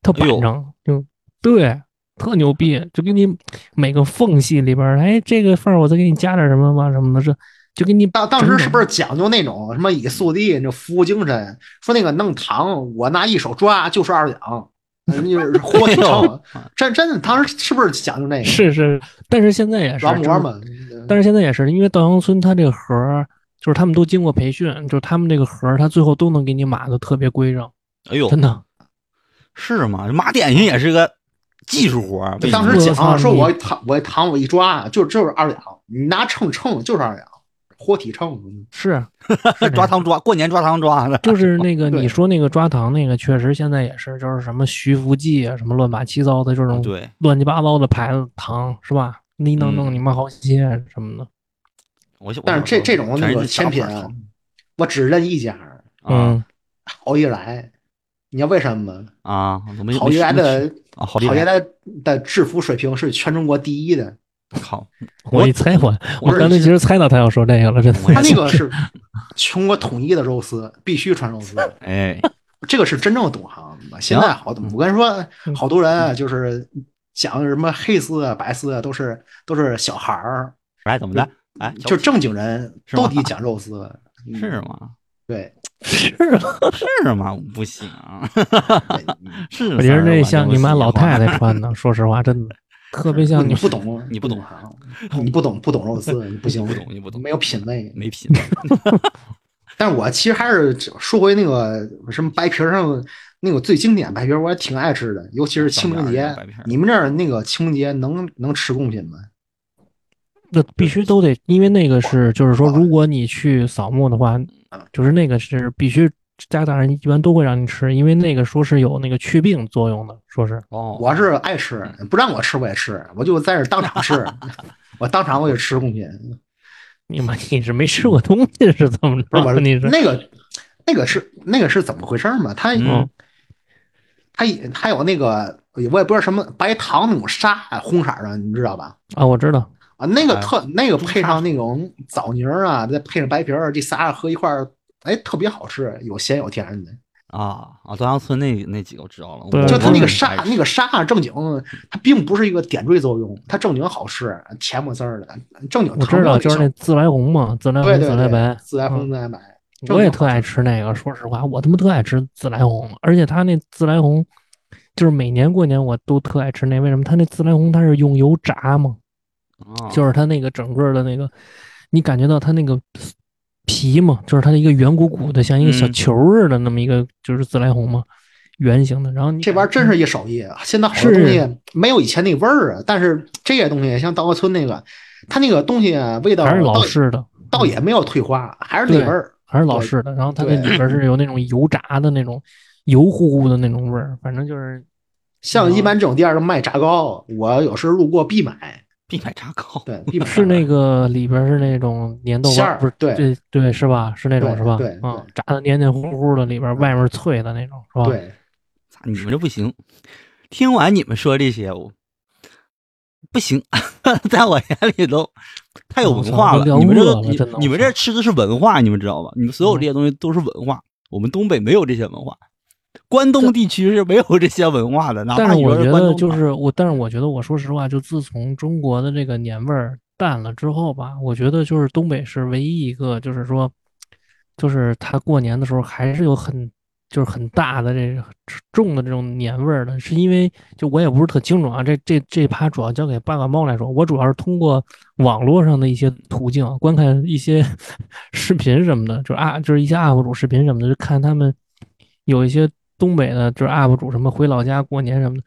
[SPEAKER 3] 特
[SPEAKER 2] 哎
[SPEAKER 3] 板
[SPEAKER 2] 呦
[SPEAKER 3] 正，就对。特牛逼，就给你每个缝隙里边儿，哎，这个缝儿我再给你加点什么吧，什么的，这就给你
[SPEAKER 4] 当当时
[SPEAKER 3] 整
[SPEAKER 4] 是
[SPEAKER 3] 整
[SPEAKER 4] 不是讲究那种什么以速递，那服务精神？说那个弄糖，我拿一手抓就是二两，嗯就是豁
[SPEAKER 2] 哎
[SPEAKER 4] 成
[SPEAKER 2] 呦。
[SPEAKER 4] 真真的，当时是不是讲究那个
[SPEAKER 3] 是是，但是现在也是
[SPEAKER 4] 劳模
[SPEAKER 3] 就是
[SPEAKER 4] 嘛？
[SPEAKER 3] 但是现在也是，因为稻香村它这个盒儿，就是他们都经过培训，就是他们这个盒儿，它最后都能给你码的特别规整，
[SPEAKER 2] 哎呦，
[SPEAKER 3] 真的。
[SPEAKER 2] 是吗？码点心也是个技术活儿。
[SPEAKER 4] 就
[SPEAKER 2] 为
[SPEAKER 4] 当
[SPEAKER 2] 什
[SPEAKER 4] 时
[SPEAKER 2] 么
[SPEAKER 3] 我操
[SPEAKER 4] 讲说
[SPEAKER 3] 你
[SPEAKER 4] 我糖我糖我一抓啊就就是二两，你拿秤称就是二两，活体秤。
[SPEAKER 3] 是
[SPEAKER 2] 抓糖抓，过年抓糖抓的。
[SPEAKER 3] 就是那个
[SPEAKER 4] 对
[SPEAKER 3] 你说那个抓糖那个，确实现在也是，就是什么徐福记啊，什么乱八七糟的这种
[SPEAKER 2] 对，
[SPEAKER 3] 乱七八糟的牌子糖是吧？你弄弄
[SPEAKER 2] 嗯
[SPEAKER 3] 你妈好些什么的，
[SPEAKER 2] 我小
[SPEAKER 4] 但是这这种那
[SPEAKER 2] 全
[SPEAKER 4] 个
[SPEAKER 2] 是
[SPEAKER 4] 甜品
[SPEAKER 2] 大块
[SPEAKER 4] 啊
[SPEAKER 2] 糖，
[SPEAKER 4] 我只认一家，
[SPEAKER 2] 啊
[SPEAKER 3] 嗯，
[SPEAKER 4] 好一来。你知道为什么吗？
[SPEAKER 2] 啊，我没
[SPEAKER 4] 好一来的
[SPEAKER 2] 啊，好
[SPEAKER 4] 好
[SPEAKER 2] 厉
[SPEAKER 4] 一来
[SPEAKER 2] 害！
[SPEAKER 4] 的的制服水平是全中国第一的。
[SPEAKER 2] 好，
[SPEAKER 3] 我一猜我
[SPEAKER 2] 我
[SPEAKER 3] 我刚才其实猜到他要说这个了，真的。
[SPEAKER 2] 我也
[SPEAKER 4] 他那个是全国统一的肉丝，必须穿肉丝，
[SPEAKER 2] 哎，
[SPEAKER 4] 这个是真正懂行的。现在好懂，我跟你说，
[SPEAKER 2] 嗯
[SPEAKER 4] 好多人啊，就是讲什么黑丝啊、白丝啊，都是都是小孩儿，
[SPEAKER 2] 哎，怎么的？哎，小
[SPEAKER 4] 就正经人
[SPEAKER 2] 是吗
[SPEAKER 4] 都得讲肉丝。 嗯
[SPEAKER 2] 是啊吗？
[SPEAKER 4] 对，
[SPEAKER 3] 是
[SPEAKER 4] 啊
[SPEAKER 2] 是吗？不行，
[SPEAKER 4] 哎
[SPEAKER 2] 是。
[SPEAKER 3] 我觉得
[SPEAKER 2] 32
[SPEAKER 3] 那
[SPEAKER 2] 吧
[SPEAKER 3] 像你妈老太。
[SPEAKER 2] 这
[SPEAKER 3] 太
[SPEAKER 2] 个
[SPEAKER 3] 穿的，说实话， 真的特别
[SPEAKER 4] 不
[SPEAKER 3] 像
[SPEAKER 4] 你
[SPEAKER 3] 你
[SPEAKER 4] 不 懂，
[SPEAKER 2] 你不懂
[SPEAKER 4] 行，你不懂不 懂肉丝，你不行，
[SPEAKER 2] 不懂你不懂
[SPEAKER 4] 没有品味。
[SPEAKER 2] 没品味，
[SPEAKER 4] 但是我其实还是说回那个什么白皮儿上那个最经典白皮儿，我也挺爱吃的，尤其是清明
[SPEAKER 2] 上面
[SPEAKER 4] 节
[SPEAKER 2] 白皮儿。
[SPEAKER 4] 你们这儿那个清明节能能吃贡品吗？
[SPEAKER 3] 那必须都得，因为那个是，就是说，如果你去扫墓的
[SPEAKER 4] 嗯
[SPEAKER 3] 话，就是那个是必须，家大人一般都会让你吃，因为那个说是有那个去病作用的，说是
[SPEAKER 2] 哦，
[SPEAKER 4] 我是爱吃，不让我吃我也吃，我就在这儿当场吃， 我当场我就吃贡品。
[SPEAKER 3] 你妈你是没吃过东西是怎么
[SPEAKER 2] 啊
[SPEAKER 4] 不是我
[SPEAKER 3] 着？啊你是
[SPEAKER 4] 那个那个是那个是怎么回事儿嘛？它
[SPEAKER 3] 嗯
[SPEAKER 4] 它也还有那个我也不知道什么白糖那种沙哎红色儿的，你知道吧？
[SPEAKER 3] 啊，我知道，
[SPEAKER 4] 啊，那个
[SPEAKER 2] 哎
[SPEAKER 4] 特那个配上那种枣泥儿啊，再配上白皮儿，这仨合一块儿，哎，特别好吃，有咸有甜
[SPEAKER 3] 嗯
[SPEAKER 4] 的。
[SPEAKER 2] 啊啊，稻香村那那几个我知道了，
[SPEAKER 3] 对
[SPEAKER 2] 我
[SPEAKER 4] 就它那个
[SPEAKER 2] 我
[SPEAKER 4] 沙
[SPEAKER 2] 也，是
[SPEAKER 4] 那个沙啊正经，它并不是一个点缀作用，它正经好吃，甜不滋儿的，正经
[SPEAKER 3] 我
[SPEAKER 4] 糖
[SPEAKER 3] 知道，
[SPEAKER 4] 料
[SPEAKER 3] 就是那自来红嘛，自来
[SPEAKER 4] 对
[SPEAKER 3] 红、
[SPEAKER 4] 对
[SPEAKER 3] 自来
[SPEAKER 4] 对
[SPEAKER 3] 白，，
[SPEAKER 4] 自来红
[SPEAKER 3] 嗯
[SPEAKER 4] 自来白，
[SPEAKER 3] 我也特爱吃那个，说实话，我他妈特爱吃自来红，而且它那自来红，就是每年过年我都特爱吃那，为什么？它那自来红它是用油炸嘛，
[SPEAKER 2] 啊
[SPEAKER 3] 就是它那个整个的那个，你感觉到它那个皮嘛，就是它的一个圆鼓鼓的，像一个小
[SPEAKER 2] 嗯
[SPEAKER 3] 球儿似的那么一个，就是自来红嘛，圆形的。然后你
[SPEAKER 4] 这玩意儿真是一手艺。啊现在好多
[SPEAKER 3] 是
[SPEAKER 4] 东西没有以前那味儿啊，但是这些东西像稻花村那个，它那个东西啊，味道
[SPEAKER 3] 还是老
[SPEAKER 4] 倒也
[SPEAKER 3] 式的，
[SPEAKER 4] 倒也没有退化，还是那
[SPEAKER 3] 对
[SPEAKER 4] 味儿。
[SPEAKER 3] 还是老式的。然后它那
[SPEAKER 4] 对
[SPEAKER 3] 里边儿是有那种油炸的那种油乎乎的那种味儿，反正就是
[SPEAKER 4] 像一般这种店儿都卖炸糕，我有时候路过必买。
[SPEAKER 2] 必买炸糕，
[SPEAKER 4] 对，必买
[SPEAKER 3] 是那个里边是那种粘豆
[SPEAKER 4] 馅
[SPEAKER 3] 包，
[SPEAKER 4] 儿
[SPEAKER 3] 不是
[SPEAKER 4] 对
[SPEAKER 3] 对对是吧？是那种
[SPEAKER 4] 对
[SPEAKER 3] 是吧？
[SPEAKER 4] 对
[SPEAKER 3] 嗯
[SPEAKER 4] 对，
[SPEAKER 3] 炸的黏黏糊糊的，里边外面脆的那种是吧？，
[SPEAKER 4] 对，
[SPEAKER 2] 咋你们这不行？听完你们说这些，我不行， 在我眼里都太有文化
[SPEAKER 3] 我操我啊都
[SPEAKER 2] 了。你们
[SPEAKER 3] 饿
[SPEAKER 2] 这
[SPEAKER 3] 了
[SPEAKER 2] 个你
[SPEAKER 3] 真的
[SPEAKER 2] 你们
[SPEAKER 3] 我
[SPEAKER 2] 这
[SPEAKER 3] 操嗯
[SPEAKER 2] 吃的是文化，你们知道吧？你们所有这些东西都是文化，我们东北没有这些文化，关东地区是没有这些文化的。哪
[SPEAKER 3] 但
[SPEAKER 2] 怕
[SPEAKER 3] 是
[SPEAKER 2] 你
[SPEAKER 3] 我
[SPEAKER 2] 说
[SPEAKER 3] 觉
[SPEAKER 2] 关
[SPEAKER 3] 得
[SPEAKER 2] 东
[SPEAKER 3] 就
[SPEAKER 2] 吧
[SPEAKER 3] 是我，但是我觉得我说实话，就自从中国的这个年味儿淡了之后吧，我觉得就是东北是唯一一个，就是说，就是他过年的时候还是有很就是很大的这个重的这种年味儿的，是因为就我也不是特清楚啊，这这这趴主要交给爸爸猫来说，我主要是通过网络上的一些途径观看一些 视频什么的，就是啊就是一些 UP 主视频什么的，就看他们有一些东北的，就是 UP 主什么回老家过年什么的，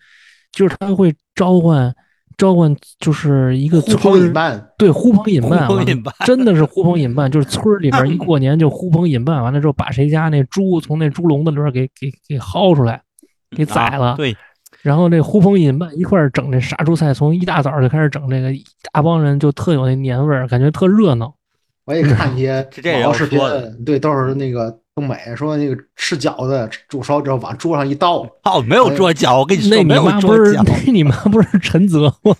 [SPEAKER 3] 就是他会召唤召唤，就是一个
[SPEAKER 4] 呼
[SPEAKER 3] 村儿
[SPEAKER 4] 朋引伴，
[SPEAKER 3] 对，呼朋引
[SPEAKER 2] 呼
[SPEAKER 3] 伴，
[SPEAKER 2] 朋
[SPEAKER 3] 完了
[SPEAKER 2] 引伴
[SPEAKER 3] 真的是呼朋引伴，就是村儿 里边儿一过年就呼朋引伴，完了之后把谁家那猪从那猪笼子里边儿给给给薅出来，给宰了，
[SPEAKER 2] 啊对，
[SPEAKER 3] 然后这呼朋引伴一块儿整这杀猪菜，从一大早就开始整这个，一大帮人就特有那年味儿，感觉特热闹。
[SPEAKER 4] 我也看一些
[SPEAKER 2] 是这人
[SPEAKER 4] 老
[SPEAKER 2] 我
[SPEAKER 4] 视频
[SPEAKER 2] 说的，
[SPEAKER 4] 对，都是那个东北说那个吃饺子煮烧之后往桌上一倒，
[SPEAKER 2] 哦，没有桌角，我跟你
[SPEAKER 3] 呃那
[SPEAKER 2] 说，
[SPEAKER 3] 你
[SPEAKER 2] 没有
[SPEAKER 3] 妈不
[SPEAKER 2] 桌
[SPEAKER 3] 是
[SPEAKER 2] 角，
[SPEAKER 3] 那你妈不是陈泽 吗？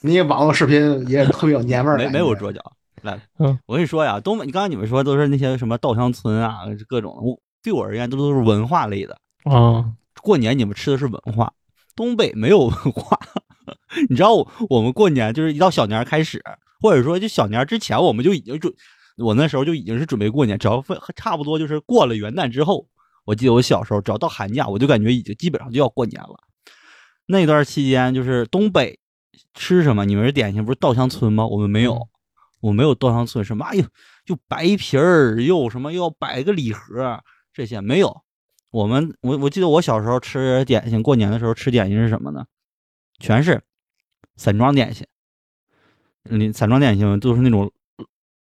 [SPEAKER 4] 那些网络视频也特别有年味儿
[SPEAKER 2] 没
[SPEAKER 4] 感觉，
[SPEAKER 2] 没有桌角。来，
[SPEAKER 3] 嗯
[SPEAKER 2] 我跟你说呀，东北，你刚才你们说都是那些什么稻香村啊，各种，我对我而言，这都是文化类的。
[SPEAKER 3] 啊，
[SPEAKER 2] 过年你们吃的是文化，东北没有文化。 你知道我我们过年就是一到小年儿开始，或者说就小年儿之前，我们就已经准，我那时候就已经是准备过年，只要分差不多就是过了元旦之后，我记得我小时候只要到寒假，我就感觉已经基本上就要过年了。那段期间就是东北吃什么，你们是典型不是稻香村吗？我们没有，
[SPEAKER 3] 嗯
[SPEAKER 2] 我没有稻香村什么，哎呦，就白皮儿，又什么又要摆个礼盒，这些没有。我们我我记得我小时候吃点心，过年的时候吃点心是什么呢？全是散装点心。你散装点心都是那种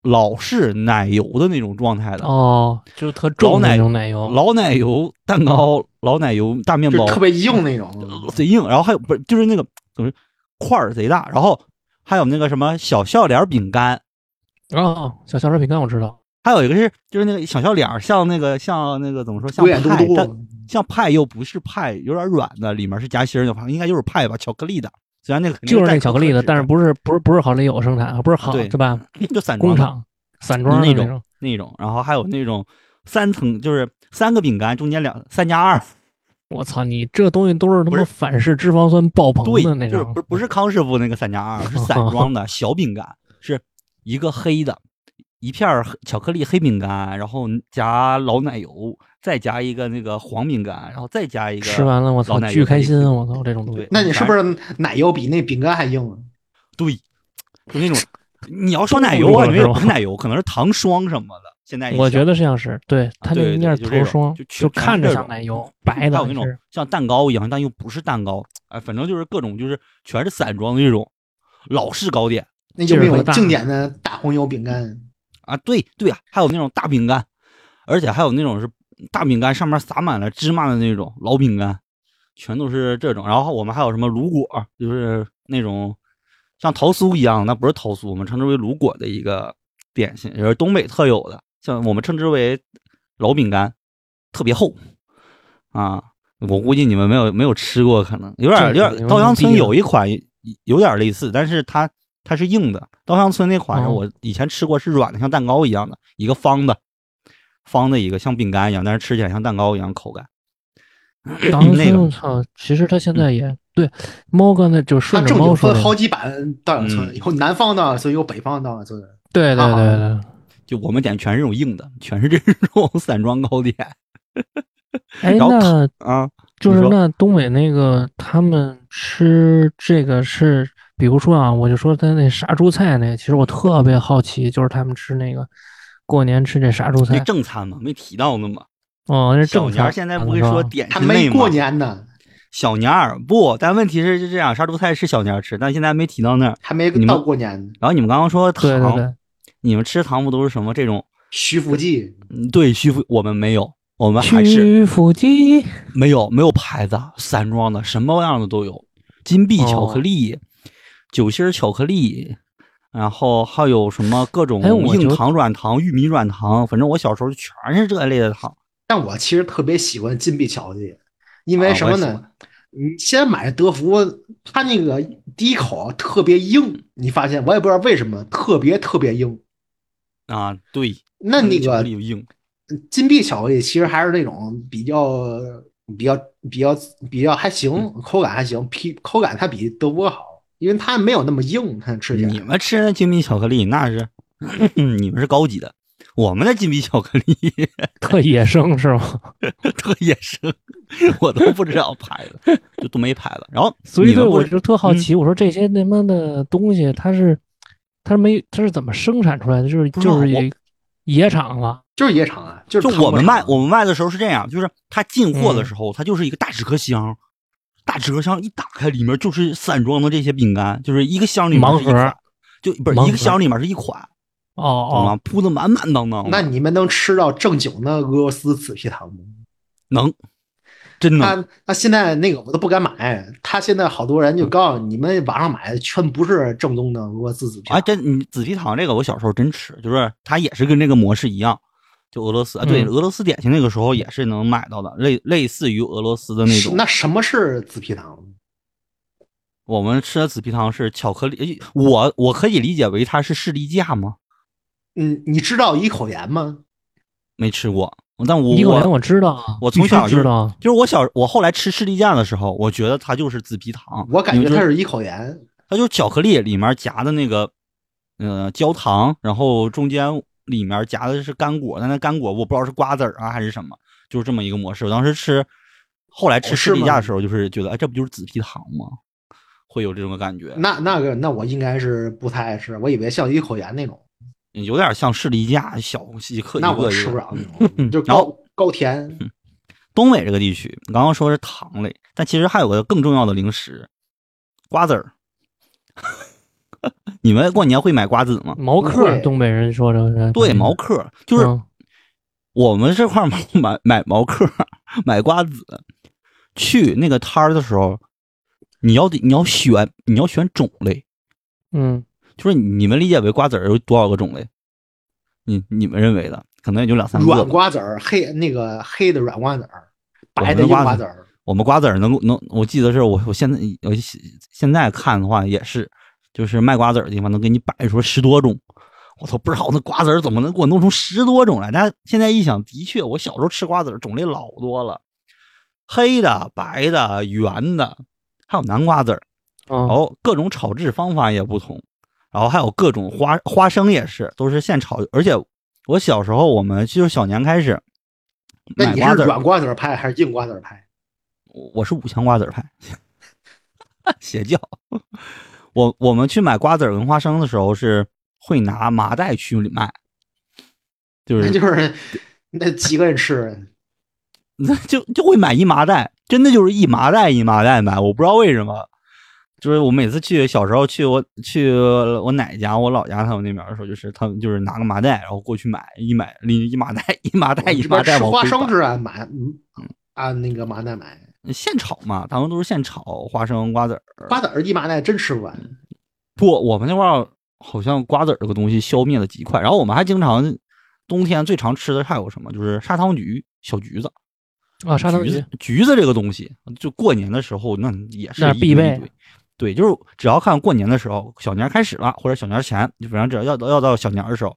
[SPEAKER 2] 老式奶油的那种状态的，
[SPEAKER 3] 哦，就是特
[SPEAKER 2] 老
[SPEAKER 3] 重的
[SPEAKER 2] 奶
[SPEAKER 3] 那种奶油，
[SPEAKER 2] 老奶油蛋糕、老奶油大面
[SPEAKER 4] 就
[SPEAKER 2] 包，
[SPEAKER 4] 特别硬那种，
[SPEAKER 2] 贼硬。然后还有不是就是那个怎么块儿贼大，然后还有那个什么小笑脸饼干，
[SPEAKER 3] 哦，小小烧饼干我知道，
[SPEAKER 2] 还有一个是就是那个小笑脸儿，像那个像那个怎么说像
[SPEAKER 4] 龟眼嘟
[SPEAKER 2] 派，但
[SPEAKER 4] 嘟，
[SPEAKER 2] 像派又不是派，有点软的，里面是夹心儿的，反正应该就是派吧，巧克力的。虽然那个肯定
[SPEAKER 3] 就是那
[SPEAKER 2] 代
[SPEAKER 3] 巧
[SPEAKER 2] 工
[SPEAKER 3] 克力
[SPEAKER 2] 特
[SPEAKER 3] 的，
[SPEAKER 2] 制
[SPEAKER 3] 但是不是不是不是好丽友生产，不是好
[SPEAKER 2] 对
[SPEAKER 3] 是吧？
[SPEAKER 2] 就散装
[SPEAKER 3] 工
[SPEAKER 2] 的
[SPEAKER 3] 厂散装的
[SPEAKER 2] 那
[SPEAKER 3] 种
[SPEAKER 2] 种那种，然后还有那种三层，就是三个饼干中间两三加二，
[SPEAKER 3] 我操，你这东西都是他
[SPEAKER 2] 不是
[SPEAKER 3] 妈反式脂肪酸爆棚
[SPEAKER 2] 对，
[SPEAKER 3] 的那
[SPEAKER 2] 就是
[SPEAKER 3] 种，
[SPEAKER 2] 不是不是康师傅那个三加二，是 散装的小饼干，是一个黑的，一片儿黑巧克力黑饼干，然后夹老奶油，再加一个那个黄饼干，然后再加一个
[SPEAKER 3] 吃完了我操
[SPEAKER 2] 老奶油
[SPEAKER 3] 巨开
[SPEAKER 2] 黑
[SPEAKER 3] 心，啊
[SPEAKER 2] 饼
[SPEAKER 3] 我操这种东西
[SPEAKER 2] 对，
[SPEAKER 4] 那你是不是奶油比那饼干还硬啊？
[SPEAKER 2] 对，就那种你要说
[SPEAKER 3] 中
[SPEAKER 2] 奶
[SPEAKER 3] 毒
[SPEAKER 2] 油，我
[SPEAKER 3] 了
[SPEAKER 2] 感觉也
[SPEAKER 3] 是
[SPEAKER 2] 不
[SPEAKER 3] 吧
[SPEAKER 2] 是奶油，可能是糖霜什么的。现在一
[SPEAKER 3] 我
[SPEAKER 2] 想啊
[SPEAKER 3] 觉得像是，对他那
[SPEAKER 2] 对
[SPEAKER 3] 应该
[SPEAKER 2] 对
[SPEAKER 3] 是
[SPEAKER 2] 就这
[SPEAKER 3] 头
[SPEAKER 2] 种
[SPEAKER 3] 霜
[SPEAKER 2] 就，全
[SPEAKER 3] 就看
[SPEAKER 2] 全
[SPEAKER 3] 着
[SPEAKER 2] 是
[SPEAKER 3] 像
[SPEAKER 2] 这
[SPEAKER 3] 奶
[SPEAKER 2] 种
[SPEAKER 3] 油白
[SPEAKER 2] 还
[SPEAKER 3] 的
[SPEAKER 2] 有那种
[SPEAKER 3] 是，
[SPEAKER 2] 像蛋糕一样，但又不是蛋糕，哎，反正就是各种就是全是散装的那种老式糕点
[SPEAKER 4] 那就没
[SPEAKER 3] 劲儿
[SPEAKER 4] 有
[SPEAKER 3] 会大
[SPEAKER 4] 经典的大红油饼干，
[SPEAKER 2] 啊，对对啊，还有那种大饼干，而且还有那种是大饼干上面撒满了芝麻的那种老饼干，全都是这种。然后我们还有什么卤果，就是那种像桃酥一样，那不是桃酥，我们称之为卤果的一个点心，也是东北特有的，像我们称之为老饼干，特别厚啊。我估计你们没有没有吃过，可能有点有
[SPEAKER 3] 这个
[SPEAKER 2] 点。
[SPEAKER 3] 牛
[SPEAKER 2] 稻香
[SPEAKER 3] 逼
[SPEAKER 2] 村
[SPEAKER 3] 啊
[SPEAKER 2] 有一款有点类似，但是它它是硬的。稻香村那款是
[SPEAKER 3] 哦
[SPEAKER 2] 我以前吃过，是软的，像蛋糕一样的，一个方的，方的一个像饼干一样，但是吃起来像蛋糕一样口感。
[SPEAKER 3] 当时
[SPEAKER 2] 那个
[SPEAKER 3] 我操，其实他现在也对猫刚才就
[SPEAKER 4] 它
[SPEAKER 3] 顺着
[SPEAKER 4] 正
[SPEAKER 3] 猫
[SPEAKER 4] 经
[SPEAKER 3] 说的
[SPEAKER 4] 分，好几版稻香
[SPEAKER 2] 嗯
[SPEAKER 4] 村，有南方稻香村，有北方稻香村。
[SPEAKER 3] 对对
[SPEAKER 4] 啊
[SPEAKER 3] 对对，
[SPEAKER 2] 就我们点全是这种硬的，全是这种 散装糕点
[SPEAKER 3] 哎
[SPEAKER 2] 然后
[SPEAKER 3] 那
[SPEAKER 2] 啊。
[SPEAKER 3] 就
[SPEAKER 2] 你
[SPEAKER 3] 是
[SPEAKER 2] 说
[SPEAKER 3] 那东北那个他们吃这个是，比如说啊，我就说他那杀猪菜那，其实我特别好奇，就是他们吃那个过年吃这杀猪
[SPEAKER 2] 那
[SPEAKER 3] 菜，
[SPEAKER 2] 正餐嘛，没提到呢嘛。
[SPEAKER 3] 哦，那是
[SPEAKER 2] 小
[SPEAKER 3] 正
[SPEAKER 2] 年儿
[SPEAKER 3] 餐。
[SPEAKER 2] 现在
[SPEAKER 3] 啊
[SPEAKER 2] 不会
[SPEAKER 3] 是吧
[SPEAKER 2] 说点
[SPEAKER 4] 还
[SPEAKER 2] 心类
[SPEAKER 4] 没
[SPEAKER 2] 吗
[SPEAKER 4] 过？年呢，
[SPEAKER 2] 小年儿不，但问题是是这样，杀猪菜是小年儿吃，但现在没提到那儿。
[SPEAKER 4] 还没
[SPEAKER 2] 你们
[SPEAKER 4] 到过年呢。
[SPEAKER 2] 然后你们刚刚说糖，
[SPEAKER 3] 对对对，
[SPEAKER 2] 你们吃糖不都是什么这种？
[SPEAKER 4] 徐福记
[SPEAKER 2] 嗯，对，徐福我们没有，我们还是
[SPEAKER 3] 曲阜鸡，
[SPEAKER 2] 没有没有牌子，啊散装的，什么样的都有，金
[SPEAKER 3] 哦
[SPEAKER 2] 币巧克力、酒心儿巧克力，然后还有什么各种
[SPEAKER 3] 哎我
[SPEAKER 2] 硬
[SPEAKER 3] 觉得
[SPEAKER 2] 糖、软糖、玉米软糖，反正我小时候全是这类的糖。
[SPEAKER 4] 但我其实特别喜欢金币巧克力，因为
[SPEAKER 2] 啊
[SPEAKER 4] 什么
[SPEAKER 2] 我也喜
[SPEAKER 4] 呢？你先买德芙，它那个第一口特别硬，你发现我也不知道为什么特别特别硬。
[SPEAKER 2] 啊，对，
[SPEAKER 4] 那那
[SPEAKER 2] 巧克
[SPEAKER 4] 个嗯
[SPEAKER 2] 力又硬，
[SPEAKER 4] 金币巧克力其实还是那种比较比较比较比较还行，
[SPEAKER 2] 嗯
[SPEAKER 4] 口感还行，皮口感它比德芙好，因为它没有那么硬，它吃起
[SPEAKER 2] 你
[SPEAKER 4] 来。
[SPEAKER 2] 们吃的金币巧克力那 是，你们是高级的，我们的金币巧克力
[SPEAKER 3] 特野生是吗？
[SPEAKER 2] 特野生，我都不知道牌子，就都没牌子。然后
[SPEAKER 3] 所以
[SPEAKER 2] 你
[SPEAKER 3] 对
[SPEAKER 2] 们
[SPEAKER 3] 我
[SPEAKER 2] 不是嗯
[SPEAKER 3] 就特好奇，我说这些他妈的东西，它是它是没它是怎么生产出来的？就是
[SPEAKER 2] 不知道
[SPEAKER 3] 就是
[SPEAKER 2] 我
[SPEAKER 3] 野野场嘛，
[SPEAKER 4] 就是野场啊，就是
[SPEAKER 2] 就
[SPEAKER 4] 糖
[SPEAKER 2] 我
[SPEAKER 4] 果
[SPEAKER 2] 们卖
[SPEAKER 4] 厂
[SPEAKER 2] 我们卖的时候是这样，就是它进货的
[SPEAKER 3] 嗯
[SPEAKER 2] 时候，它就是一个大纸壳箱，大纸壳箱一打开，里面就是散装的这些饼干，就是一个箱里面
[SPEAKER 3] 盲
[SPEAKER 2] 是一
[SPEAKER 3] 盒
[SPEAKER 2] 款，就不是
[SPEAKER 3] 盲
[SPEAKER 2] 一个
[SPEAKER 3] 盒
[SPEAKER 2] 箱里面是一款，
[SPEAKER 3] 哦
[SPEAKER 2] 懂
[SPEAKER 3] 哦
[SPEAKER 2] 吗？铺的满满当当的，
[SPEAKER 4] 那你们能吃到正经的俄罗斯紫皮糖吗？
[SPEAKER 2] 能真能
[SPEAKER 4] 他他现在那个我都不敢买，他现在好多人就告诉你们网上买的全不是正宗的俄罗斯紫皮
[SPEAKER 2] 啊，
[SPEAKER 4] 糖。
[SPEAKER 2] 真你紫皮糖这个，我小时候真吃，就是它也是跟这个模式一样，就俄罗斯啊，对，
[SPEAKER 3] 嗯
[SPEAKER 2] 俄罗斯点心那个时候也是能买到的，类类似于俄罗斯的那
[SPEAKER 4] 是
[SPEAKER 2] 种。
[SPEAKER 4] 那什么是紫皮糖？
[SPEAKER 2] 我们吃的紫皮糖是巧克力，诶我我可以理解为它是士力架吗？
[SPEAKER 4] 嗯，你知道一口盐吗？
[SPEAKER 2] 没吃过，但我
[SPEAKER 3] 一口盐
[SPEAKER 2] 我
[SPEAKER 3] 我知道啊，
[SPEAKER 2] 我
[SPEAKER 3] 必
[SPEAKER 2] 从
[SPEAKER 3] 须
[SPEAKER 2] 小就
[SPEAKER 3] 知
[SPEAKER 2] 是
[SPEAKER 3] 道啊，
[SPEAKER 2] 就是我小我后来吃士力架的时候，我觉得它就是紫皮糖，
[SPEAKER 4] 我感
[SPEAKER 2] 因
[SPEAKER 4] 觉
[SPEAKER 2] 为
[SPEAKER 4] 它
[SPEAKER 2] 就是
[SPEAKER 4] 一口盐。
[SPEAKER 2] 它就是巧克力里面夹的那个呃焦糖，然后中间里面夹的是干果，但那干果我不知道是瓜子儿啊还是什么，就是这么一个模式。我当时吃，后来吃
[SPEAKER 4] 哦是
[SPEAKER 2] 士
[SPEAKER 4] 吗
[SPEAKER 2] 力架的时候，就是觉得哎，这不就是紫皮糖吗？会有这种感觉，
[SPEAKER 4] 那那个那我应该是不太爱吃，我以为像一口盐那种，
[SPEAKER 2] 有点像士力架小一克一
[SPEAKER 4] 那我
[SPEAKER 2] 个一
[SPEAKER 4] 吃不
[SPEAKER 2] 个。
[SPEAKER 4] 了那种， 就
[SPEAKER 2] 然
[SPEAKER 4] 高
[SPEAKER 2] 后嗯
[SPEAKER 4] 高甜。
[SPEAKER 2] 东北这个地区，你刚刚说是糖类，但其实还有个更重要的零食，瓜子儿。 你们过年会买瓜子吗？
[SPEAKER 3] 毛
[SPEAKER 4] 不
[SPEAKER 3] 克
[SPEAKER 4] 会，
[SPEAKER 3] 东北人说这是
[SPEAKER 2] 对，毛克就是
[SPEAKER 3] 嗯
[SPEAKER 2] 我们这块儿买买买毛嗑儿、 买瓜子，去那个摊儿的时候，你要得你要选你要选种类，
[SPEAKER 3] 嗯，
[SPEAKER 2] 就是你们理解为瓜子儿有多少个种类？你你们认为的可能也就两三个
[SPEAKER 4] 软
[SPEAKER 2] 吧。
[SPEAKER 4] 瓜子儿，黑那个黑的软瓜子儿，白
[SPEAKER 2] 我们的
[SPEAKER 4] 硬
[SPEAKER 2] 瓜
[SPEAKER 4] 瓜
[SPEAKER 2] 子
[SPEAKER 4] 子儿，
[SPEAKER 2] 我们瓜子儿能能，我记得是我我现在我现在看的话也是，就是卖瓜子儿的地方能给你摆出十多种。我都不知道那瓜子儿怎么能给我弄出十多种来。但现在一想，的确，我小时候吃瓜子儿种类老多了，黑的、白的、圆的，还有南瓜子儿，
[SPEAKER 4] 嗯
[SPEAKER 2] 然
[SPEAKER 3] 哦，
[SPEAKER 2] 后各种炒制方法也不同，然后还有各种花花生也是，都是现炒。而且我小时候，我们就是小年开始
[SPEAKER 4] 那
[SPEAKER 2] 买
[SPEAKER 4] 你
[SPEAKER 2] 瓜
[SPEAKER 4] 是
[SPEAKER 2] 子儿，
[SPEAKER 4] 软瓜子儿派还是硬瓜子儿派？
[SPEAKER 2] 我我是五香瓜子儿派， 邪教。我我们去买瓜子儿跟花生的时候是会拿麻袋去卖，就
[SPEAKER 4] 那
[SPEAKER 2] 是
[SPEAKER 4] 就是那几个 人吃，
[SPEAKER 2] 那就就会买一麻袋，真的就是一麻袋一麻袋买，我不知道为什么。就是我每次去小时候去我去我奶家我老家他们那边的时候，就是他们就是拿个麻袋，然后过去买一买拎一麻袋 一麻袋
[SPEAKER 4] 我
[SPEAKER 2] 哎一
[SPEAKER 4] 哦这
[SPEAKER 2] 麻
[SPEAKER 4] 边
[SPEAKER 2] 袋
[SPEAKER 4] 吃
[SPEAKER 2] 往
[SPEAKER 4] 花
[SPEAKER 2] 回
[SPEAKER 4] 生
[SPEAKER 2] 倒
[SPEAKER 4] 是按买，嗯，按那个麻袋买。
[SPEAKER 2] 现炒嘛，他们都是现炒花生瓜子儿。
[SPEAKER 4] 瓜子儿一麻袋真吃不完，
[SPEAKER 2] 嗯不，我们那块儿好像瓜子儿这个东西消灭的极快，然后我们还经常冬天最常吃的还有什么，就是砂糖橘、小橘子。
[SPEAKER 3] 啊，砂糖
[SPEAKER 2] 橘
[SPEAKER 3] 橘
[SPEAKER 2] 子，橘子这个东西，就过年的时候那也是
[SPEAKER 3] 那
[SPEAKER 2] 一
[SPEAKER 3] 必
[SPEAKER 2] 堆
[SPEAKER 3] 备
[SPEAKER 2] 一堆对，就是只要看过年的时候，小年开始了，或者小年前，就反正只要要到要到小年的时候，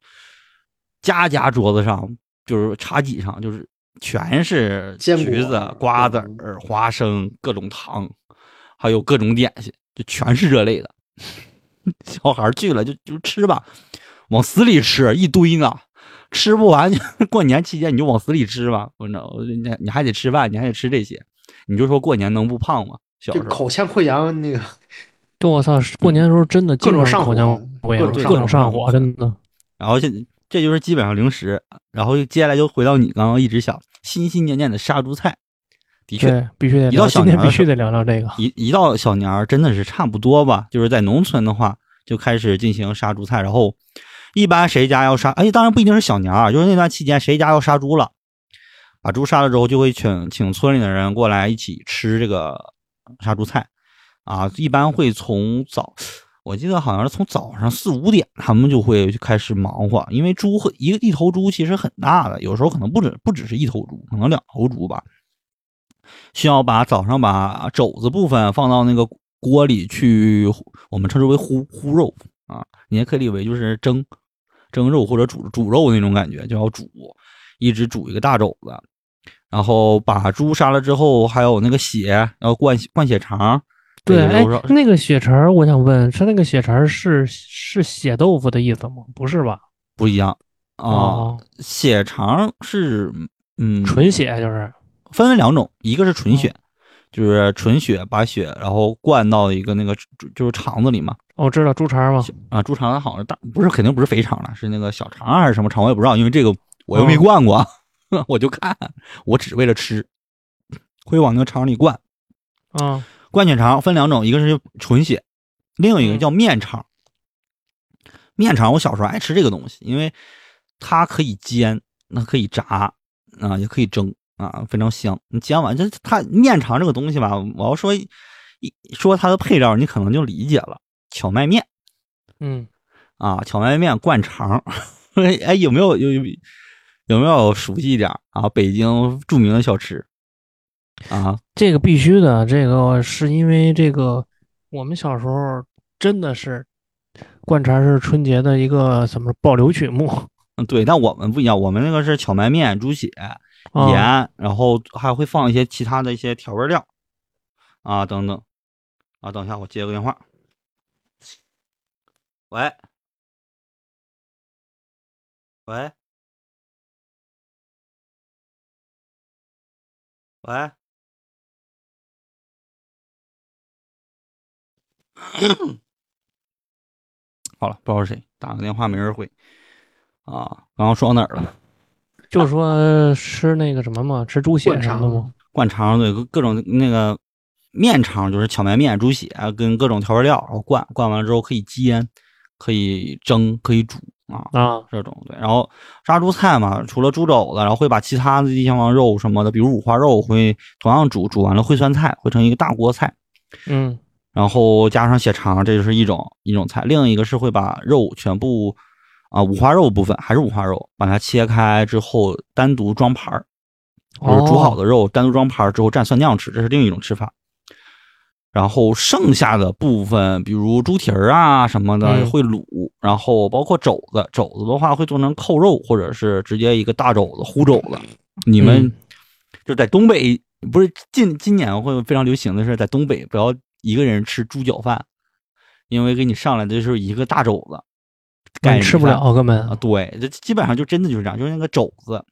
[SPEAKER 2] 家家桌子上就是茶几上就是全是
[SPEAKER 4] 坚
[SPEAKER 2] 橘
[SPEAKER 4] 果
[SPEAKER 2] 子、瓜子
[SPEAKER 4] 嗯
[SPEAKER 2] 儿、花生、各种糖，还有各种点心，就全是这类的。小孩儿去了就就吃吧，往死里吃一堆呢，吃不完就 过年期间你就往死里吃吧，反正你你还得吃饭，你还得吃这些，你就说过年能不胖吗？小
[SPEAKER 4] 就
[SPEAKER 2] 时候
[SPEAKER 4] 口腔溃疡那个
[SPEAKER 3] 对，我操，过年的时候真的
[SPEAKER 4] 各
[SPEAKER 3] 经
[SPEAKER 4] 种
[SPEAKER 3] 常
[SPEAKER 4] 上火
[SPEAKER 3] 口腔溃疡，
[SPEAKER 4] 各种
[SPEAKER 3] 各
[SPEAKER 2] 上火嗯
[SPEAKER 3] 种上火，真的。
[SPEAKER 2] 然后现这就是基本上零食，然后接下来就回到你刚刚一直想心心念念的杀猪菜，的确，
[SPEAKER 3] 对，必须得
[SPEAKER 2] 一到
[SPEAKER 3] 聊，
[SPEAKER 2] 小
[SPEAKER 3] 今天
[SPEAKER 2] 年
[SPEAKER 3] 必
[SPEAKER 2] 的时
[SPEAKER 3] 须得聊聊 这个。
[SPEAKER 2] 一一到小年儿真的是差不多吧，就是在农村的话就开始进行杀猪菜，然后啊一般谁家要杀，哎，当然不一定是小年儿，就是那段期间谁家要杀猪了，把猪杀了之后，就会请请村里的人过来一起吃这个杀猪菜，啊，一般会从早，我记得好像是从早上四五点，他们就会就开始忙活，因为猪和一个一头猪其实很大的，有时候可能不止不只是一头猪，可能两头猪吧，需要把早上把肘子部分放到那个锅里去，我们称之为烀烀肉啊，你也可以理为就是蒸蒸肉或者煮煮肉那种感觉，就要煮，一直煮一个大肘子，然后把猪杀了之后，还有那个血要灌灌血肠，
[SPEAKER 3] 对，
[SPEAKER 2] 这个
[SPEAKER 3] 哎
[SPEAKER 2] 都是，
[SPEAKER 3] 那个血肠儿，我想问，是那个血肠儿是是血豆腐的意思吗？不是吧？
[SPEAKER 2] 不一样啊。
[SPEAKER 3] 哦，
[SPEAKER 2] 血肠是嗯，
[SPEAKER 3] 纯哦血就是
[SPEAKER 2] 分为两种，一个是纯血，就是纯血把血然后灌到一个那个就是肠子里嘛，
[SPEAKER 3] 哦我知道猪肠儿吗？
[SPEAKER 2] 啊，猪肠好像是大，不是肯定不是肥肠了，是那个小肠啊还是什么肠，我也不知道，因为这个我又没灌过，啊 我就看，我只为了吃，会往那个肠里灌。
[SPEAKER 3] 啊，
[SPEAKER 2] 灌血肠分两种，一个是纯血，另一个叫面肠。面肠我小时候爱吃这个东西，因为它可以煎，那可以炸啊、也可以蒸啊，非常香。你煎完就是它面肠这个东西吧，我要说一说它的配料，你可能就理解了，荞麦面。
[SPEAKER 3] 嗯，
[SPEAKER 2] 啊，荞麦面灌肠。 哎，有没有有有有没有熟悉一点儿啊？北京著名的小吃啊，
[SPEAKER 3] 这个必须的，这个是因为这个我们小时候真的是灌肠儿是春节的一个怎么保留曲目
[SPEAKER 2] 嗯，对，但我们不一样，我们那个是荞麦面、猪血、
[SPEAKER 3] 啊，
[SPEAKER 2] 盐，然后还会放一些其他的一些调味料啊等等啊。等一下，我接个电话。喂，喂，喂，好了，不知道是谁打个电话没人回啊。刚刚说到哪儿了？
[SPEAKER 3] 就说吃那个什么嘛，吃猪血
[SPEAKER 4] 灌
[SPEAKER 3] 什
[SPEAKER 4] 肠
[SPEAKER 3] 么的吗？
[SPEAKER 2] 灌肠，对各各种那个面肠，就是荞麦面、猪血啊跟各种调味料，然后灌灌完之后可以煎，可以蒸，可以煮啊，
[SPEAKER 3] 啊，
[SPEAKER 2] 这种对。然后杀猪菜嘛，除了猪肘子，然后会把其他的地方肉什么的，比如五花肉会同样煮，煮完了烩酸菜，烩成一个大锅菜，
[SPEAKER 3] 嗯，
[SPEAKER 2] 然后加上血肠，这就是一种一种菜。另一个是会把肉全部啊、五花肉部分还是五花肉，把它切开之后单独装盘儿。就是煮好
[SPEAKER 3] 哦
[SPEAKER 2] 的肉单独装盘儿之后蘸蒜酱吃，这是另一种吃法。然后剩下的部分，比如猪蹄儿啊什么的，
[SPEAKER 3] 嗯
[SPEAKER 2] 会卤，然后包括肘子，肘子的话会做成扣肉，或者是直接一个大肘子烀肘子。你们
[SPEAKER 3] 嗯
[SPEAKER 2] 就在东北，不是近今年会非常流行的是在东北不要一个人吃猪脚饭，因为给你上来的就是一个大肘子，
[SPEAKER 3] 那
[SPEAKER 2] 盖
[SPEAKER 3] 你
[SPEAKER 2] 着
[SPEAKER 3] 吃不
[SPEAKER 2] 饭
[SPEAKER 3] 了根本
[SPEAKER 2] 啊，对，这基本上就真的就是这样，就是那个肘子，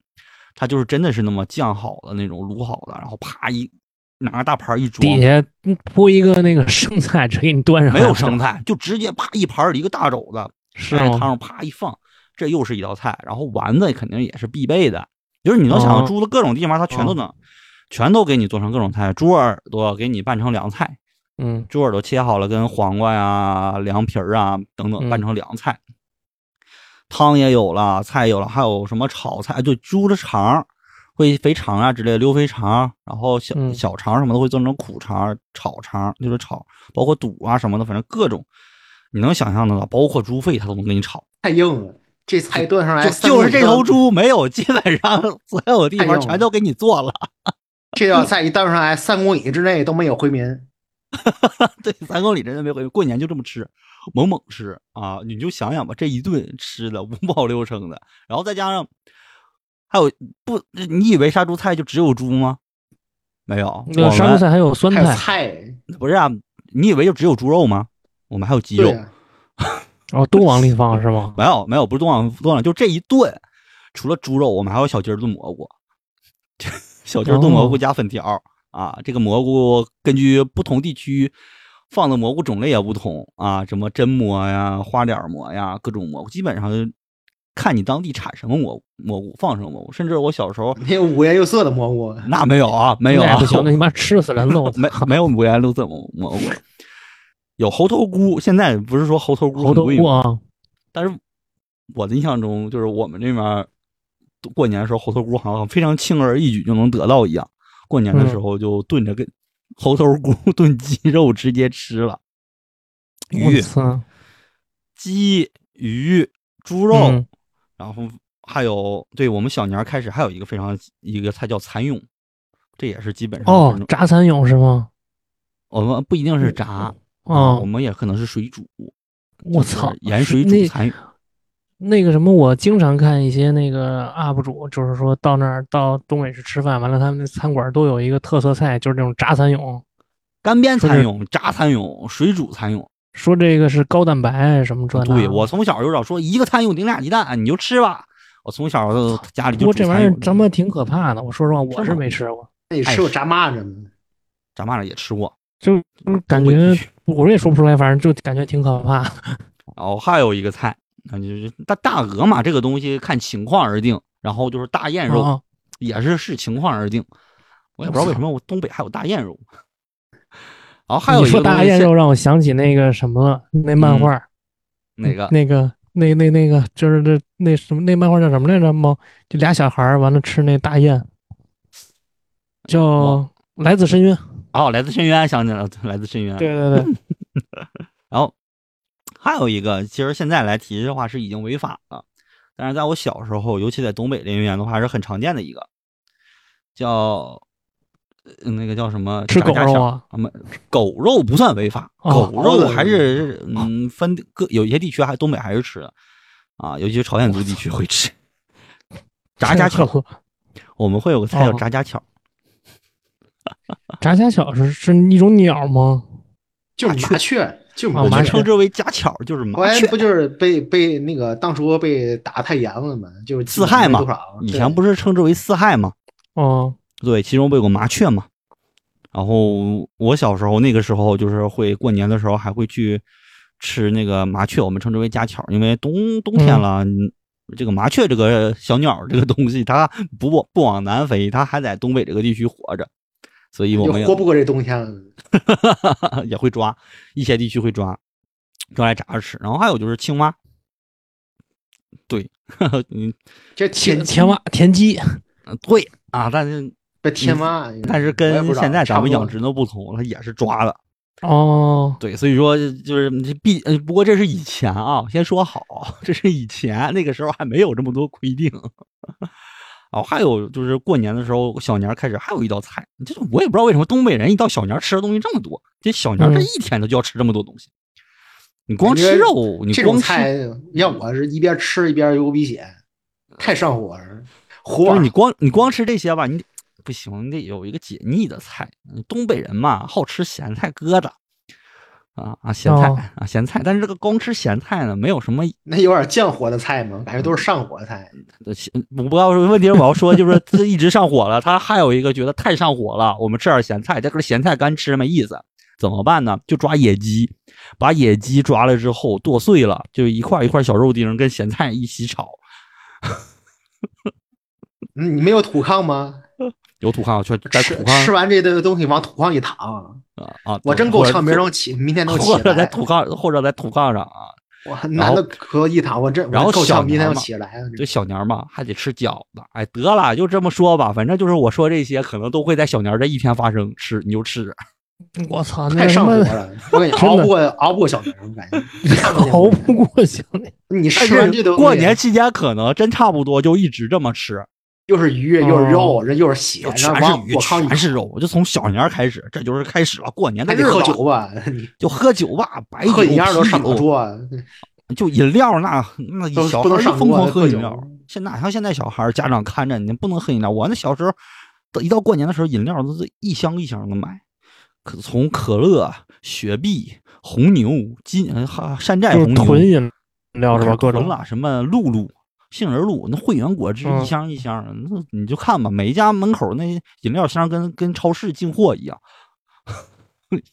[SPEAKER 2] 它就是真的是那么酱好的那种卤好的，然后啪一拿个大盘儿一装，
[SPEAKER 3] 底下铺一个那个生菜，直接给你端上来，
[SPEAKER 2] 没有生菜，就直接啪一盘儿一个大肘子，
[SPEAKER 3] 是
[SPEAKER 2] 在汤
[SPEAKER 3] 吗？
[SPEAKER 2] 上啪一放，这又是一道菜。然后丸子肯定也是必备的，就是你能想到
[SPEAKER 3] 哦
[SPEAKER 2] 猪的各种地方，它全都能，全都给你做成各种菜，猪耳朵给你拌成凉菜，
[SPEAKER 3] 嗯
[SPEAKER 2] 猪耳朵切好了，跟黄瓜呀、凉皮儿啊等等
[SPEAKER 3] 嗯
[SPEAKER 2] 拌成凉菜。汤也有了，菜有了，还有什么炒菜？对，猪的肠儿会肥肠啊之类的，溜肥肠，然后小、
[SPEAKER 3] 嗯
[SPEAKER 2] 小肠什么的会做成苦肠、炒肠，就是炒，包括肚啊什么的，反正各种你能想象得到，包括猪肺它都能给你炒。
[SPEAKER 4] 太硬了，这菜端上来
[SPEAKER 2] 就
[SPEAKER 4] 哎三
[SPEAKER 2] 就是
[SPEAKER 4] 个
[SPEAKER 2] 这头猪没有，基本上所有地
[SPEAKER 4] 哎
[SPEAKER 2] 方
[SPEAKER 4] 呦
[SPEAKER 2] 全都给你做了。
[SPEAKER 4] 这道菜一端上来三公里之内都没有回民。
[SPEAKER 2] 对，三公里真的没回过年就这么吃，猛猛吃啊！你就想想吧，这一顿吃的五饱六撑的，然后再加上还有不，你以为杀猪菜就只有猪吗？没有，
[SPEAKER 3] 那个
[SPEAKER 2] 我
[SPEAKER 3] 杀猪
[SPEAKER 2] 们
[SPEAKER 3] 菜还有酸
[SPEAKER 4] 还
[SPEAKER 2] 嗯
[SPEAKER 4] 有
[SPEAKER 3] 菜
[SPEAKER 4] 菜，
[SPEAKER 2] 不是啊？你以为就只有猪肉吗？我们还有鸡肉
[SPEAKER 4] 对，啊呀
[SPEAKER 3] 哦，都往里放是吗？
[SPEAKER 2] 没有没有，不是多少多少，就这一顿，除了猪肉，我们还有小鸡儿炖蘑菇， 小鸡儿炖蘑菇
[SPEAKER 3] 哦
[SPEAKER 2] 加粉条儿、啊。这个蘑菇根据不同地区放的蘑菇种类也不同啊，什么榛蘑呀、花脸儿蘑呀，各种蘑菇，基本上就看你当地产什么蘑菇，蘑菇放什么蘑菇。甚至我小时候
[SPEAKER 4] 那五颜六色的蘑菇，
[SPEAKER 2] 那没有啊， 没有
[SPEAKER 3] 嗯那也
[SPEAKER 2] 啊，
[SPEAKER 3] 不行，那你妈吃死人了！我操
[SPEAKER 2] 没没有五颜六色蘑蘑菇，有猴头菇。现在不是说猴头菇
[SPEAKER 3] 猴
[SPEAKER 2] 很
[SPEAKER 3] 头
[SPEAKER 2] 贵
[SPEAKER 3] 菇
[SPEAKER 2] 吗？
[SPEAKER 3] 啊，
[SPEAKER 2] 但是我的印象中，就是我们这边儿过年的时候猴头菇好像非常轻而易举就能得到一样。过年
[SPEAKER 3] 嗯
[SPEAKER 2] 的时候就炖着跟猴头菇炖鸡肉直接吃了，
[SPEAKER 3] 我
[SPEAKER 2] 鱼、
[SPEAKER 3] 操，
[SPEAKER 2] 鸡、鱼、猪肉，
[SPEAKER 3] 嗯
[SPEAKER 2] 然后还有对我们小年儿开始还有一个非常一个菜叫蚕蛹，这也是基本上
[SPEAKER 3] 哦
[SPEAKER 2] 反正，
[SPEAKER 3] 炸蚕蛹是吗？
[SPEAKER 2] 我们不一定是炸。啊，我
[SPEAKER 3] 哦，
[SPEAKER 2] 们也可能是水煮，
[SPEAKER 3] 我操，
[SPEAKER 2] 盐水煮
[SPEAKER 3] 那
[SPEAKER 2] 蚕蛹，
[SPEAKER 3] 那个什么，我经常看一些那个 UP 主，就是说到那儿到东北去吃饭，完了他们那餐馆都有一个特色菜，就是这种炸蚕蛹，
[SPEAKER 2] 干煸
[SPEAKER 3] 说
[SPEAKER 2] 蚕
[SPEAKER 3] 是
[SPEAKER 2] 蛹、炸蚕蛹、水煮蚕蛹。
[SPEAKER 3] 说这个是高蛋白什么这那。
[SPEAKER 2] 对，我从小就知道说一个蚕蛹顶俩鸡蛋，你就吃吧。我从小就家里
[SPEAKER 3] 不
[SPEAKER 2] 就
[SPEAKER 3] 过
[SPEAKER 2] 煮
[SPEAKER 3] 这玩
[SPEAKER 2] 蚕
[SPEAKER 3] 意儿
[SPEAKER 2] 蛹
[SPEAKER 3] 他妈挺可怕的，我说实话，
[SPEAKER 2] 是
[SPEAKER 3] 我
[SPEAKER 2] 吗
[SPEAKER 3] 是没吃过，
[SPEAKER 4] 那你吃过炸蚂蚱吗？
[SPEAKER 2] 炸蚂蚱也吃过。
[SPEAKER 3] 就就是感
[SPEAKER 2] 我
[SPEAKER 3] 觉
[SPEAKER 2] 也去
[SPEAKER 3] 我也说不出来，反正就感觉挺可怕。
[SPEAKER 2] 然后还有一个菜，那就是大大鹅嘛，这个东西看情况而定。然后就是大雁哎肉，
[SPEAKER 3] 啊，
[SPEAKER 2] 也是视情况而定。我也不知道为什么我东北还有大雁肉。 然后还有
[SPEAKER 3] 你
[SPEAKER 2] 一个
[SPEAKER 3] 说
[SPEAKER 2] 东
[SPEAKER 3] 大
[SPEAKER 2] 西嗯
[SPEAKER 3] 雁
[SPEAKER 2] 现
[SPEAKER 3] 肉让我想起那个什么了，那漫画，
[SPEAKER 2] 哪个？
[SPEAKER 3] 那个那那那个就是这那什么那漫画叫什么来着？猫就俩小孩儿完了吃那大雁，叫《
[SPEAKER 2] 我
[SPEAKER 3] 来自深渊》。
[SPEAKER 2] 哦，来自深渊，想起来了，来自深渊。
[SPEAKER 3] 对对对，
[SPEAKER 2] 然后还有一个，其实现在来提的话是已经违法了，但是在我小时候，尤其在东北这边的话是很常见的一个，叫呃那个叫什么
[SPEAKER 3] 吃
[SPEAKER 2] 炸
[SPEAKER 3] 狗
[SPEAKER 2] 家
[SPEAKER 3] 肉
[SPEAKER 2] 小
[SPEAKER 3] 啊？
[SPEAKER 2] 啊没狗肉不算违法，
[SPEAKER 3] 哦
[SPEAKER 2] 狗肉还是嗯分各有一些地区还东北还是吃的啊，尤其是朝鲜族地区会吃。炸家巧，
[SPEAKER 3] 巧，
[SPEAKER 2] 我们会有个菜叫
[SPEAKER 3] 哦
[SPEAKER 2] 炸家巧，
[SPEAKER 3] 炸家巧是是一种鸟吗？
[SPEAKER 4] 就是麻雀，就是
[SPEAKER 3] 哦
[SPEAKER 2] 我
[SPEAKER 3] 麻
[SPEAKER 2] 们
[SPEAKER 4] 麻
[SPEAKER 3] 雀
[SPEAKER 2] 称
[SPEAKER 4] 雀。
[SPEAKER 2] 之为家巧，就是
[SPEAKER 4] 后
[SPEAKER 2] 啊麻
[SPEAKER 4] 来
[SPEAKER 2] 雀
[SPEAKER 4] 不。就是被被那个当初被打太严了嘛，就是
[SPEAKER 2] 四害嘛
[SPEAKER 4] 多少？
[SPEAKER 2] 以前
[SPEAKER 4] 是
[SPEAKER 2] 不是称之为四害吗？
[SPEAKER 3] 哦，
[SPEAKER 2] 对，其中不有个麻雀嘛。然后我小时候那个时候就是会过年的时候还会去吃那个麻雀，我们称之为家巧，因为冬冬天了，嗯这个麻雀这个小鸟儿这个东西，它不不不往南飞，它还在东北这个地区活着，所以我
[SPEAKER 4] 就
[SPEAKER 2] 们也
[SPEAKER 4] 活不过这冬天了。
[SPEAKER 2] 也会抓，一些地区会抓，抓来炸着吃。然后还有就是青蛙，对， 嗯，
[SPEAKER 4] 这天
[SPEAKER 3] 田田蛙田 鸡，
[SPEAKER 2] 对啊，但是
[SPEAKER 4] 不天蛙，
[SPEAKER 2] 但是
[SPEAKER 4] 我也
[SPEAKER 2] 跟
[SPEAKER 4] 不知道
[SPEAKER 2] 现在
[SPEAKER 4] 差
[SPEAKER 2] 咱
[SPEAKER 4] 不
[SPEAKER 2] 们
[SPEAKER 4] 多
[SPEAKER 2] 养殖的不同，它也是抓的。
[SPEAKER 3] 哦，
[SPEAKER 2] 对，所以说就是你必呃，不过这是以前啊，先说好，这是以前那个时候还没有这么多规定。 哦，还有就是过年的时候，小年儿开始还有一道菜，就是我也不知道为什么东北人一到小年儿吃的东西这么多，这小年儿这
[SPEAKER 3] 嗯
[SPEAKER 2] 一天他就要吃这么多东西。你光
[SPEAKER 4] 感觉
[SPEAKER 2] 吃肉，你
[SPEAKER 4] 这
[SPEAKER 2] 光
[SPEAKER 4] 种
[SPEAKER 2] 吃嗯
[SPEAKER 4] 菜要我是一边吃一边流鼻血，太上火了。火
[SPEAKER 2] 就是你光你光吃这些吧，你得不行，你得有一个解腻的菜。嗯东北人嘛，好吃咸菜疙瘩啊啊，咸菜、
[SPEAKER 3] 哦
[SPEAKER 2] 啊咸菜，但是这个光吃咸菜呢，没有什么。
[SPEAKER 4] 那有点降火的菜吗？感觉都是上火的菜。
[SPEAKER 2] 呃咸我不要说问题，我要说就是这一直上火了，他还有一个觉得太上火了，我们吃点咸菜，这个咸菜干吃没意思。怎么办呢？就抓野鸡，把野鸡抓了之后剁碎了，就一块一块小肉丁跟咸菜一起炒。
[SPEAKER 4] 嗯，你没有土炕吗？
[SPEAKER 2] 有土炕，去在
[SPEAKER 4] 吃
[SPEAKER 2] 土
[SPEAKER 4] 吃
[SPEAKER 2] 炕
[SPEAKER 4] 完这个东西往土炕一躺，
[SPEAKER 2] 啊啊！
[SPEAKER 4] 我真够呛，明儿能起，明天能起
[SPEAKER 2] 或者在
[SPEAKER 4] 来。
[SPEAKER 2] 土炕，或者在土炕上啊，
[SPEAKER 4] 我男的可一躺，我真
[SPEAKER 2] 然后
[SPEAKER 4] 我够
[SPEAKER 2] 小
[SPEAKER 4] 呛，明天
[SPEAKER 2] 娘
[SPEAKER 4] 能
[SPEAKER 2] 嘛
[SPEAKER 4] 起来。
[SPEAKER 2] 这小年儿嘛，还得吃饺子。哎，得了，就这么说吧，反正就是我说这些，可能都会在小年儿这一天发生。吃你就吃，
[SPEAKER 3] 嗯我操，那
[SPEAKER 4] 太
[SPEAKER 3] 个什
[SPEAKER 4] 上火
[SPEAKER 3] 么
[SPEAKER 4] 了， 我感觉
[SPEAKER 3] 真的
[SPEAKER 4] 熬不过熬不过小明，我感觉看不见
[SPEAKER 3] 逃不过小年，
[SPEAKER 4] 你
[SPEAKER 2] 但
[SPEAKER 4] 吃完这
[SPEAKER 2] 是
[SPEAKER 4] 东西
[SPEAKER 2] 哎过年期间可能真差不多就一直这么吃，
[SPEAKER 4] 又是鱼又是肉，这又是血，
[SPEAKER 2] 就
[SPEAKER 4] 然
[SPEAKER 2] 哦全
[SPEAKER 4] 后
[SPEAKER 2] 是
[SPEAKER 4] 哎往
[SPEAKER 2] 鱼，
[SPEAKER 4] 我靠你
[SPEAKER 2] 全是肉，就从小年儿开始，这就是开始了。过年的
[SPEAKER 4] 那
[SPEAKER 2] 日
[SPEAKER 4] 你
[SPEAKER 2] 子
[SPEAKER 4] 喝
[SPEAKER 2] 了
[SPEAKER 4] 酒吧，你
[SPEAKER 2] 就喝酒吧，白酒、
[SPEAKER 4] 喝一样都
[SPEAKER 2] 啤
[SPEAKER 4] 上不了
[SPEAKER 2] 酒，
[SPEAKER 4] 桌，
[SPEAKER 2] 就饮料那那
[SPEAKER 4] 都
[SPEAKER 2] 小
[SPEAKER 4] 不
[SPEAKER 2] 孩
[SPEAKER 4] 能
[SPEAKER 2] 儿
[SPEAKER 4] 上
[SPEAKER 2] 疯
[SPEAKER 4] 桌
[SPEAKER 2] 狂喝
[SPEAKER 4] 喝
[SPEAKER 2] 饮
[SPEAKER 4] 酒
[SPEAKER 2] 料。现在像现在小孩儿家长看着你不能喝饮料，我那小时候，到一到过年的时候，饮料都是一箱一箱的买，可从可乐、雪碧、红牛、金呃哈山寨
[SPEAKER 3] 就
[SPEAKER 2] 红
[SPEAKER 3] 是
[SPEAKER 2] 牛，
[SPEAKER 3] 囤饮料是吧？各
[SPEAKER 2] 囤
[SPEAKER 3] 种
[SPEAKER 2] 了什么露露、杏仁露，那汇源果汁
[SPEAKER 3] 嗯
[SPEAKER 2] 一箱一箱的，那、你就看吧，每一家门口那饮料箱跟跟超市进货一样，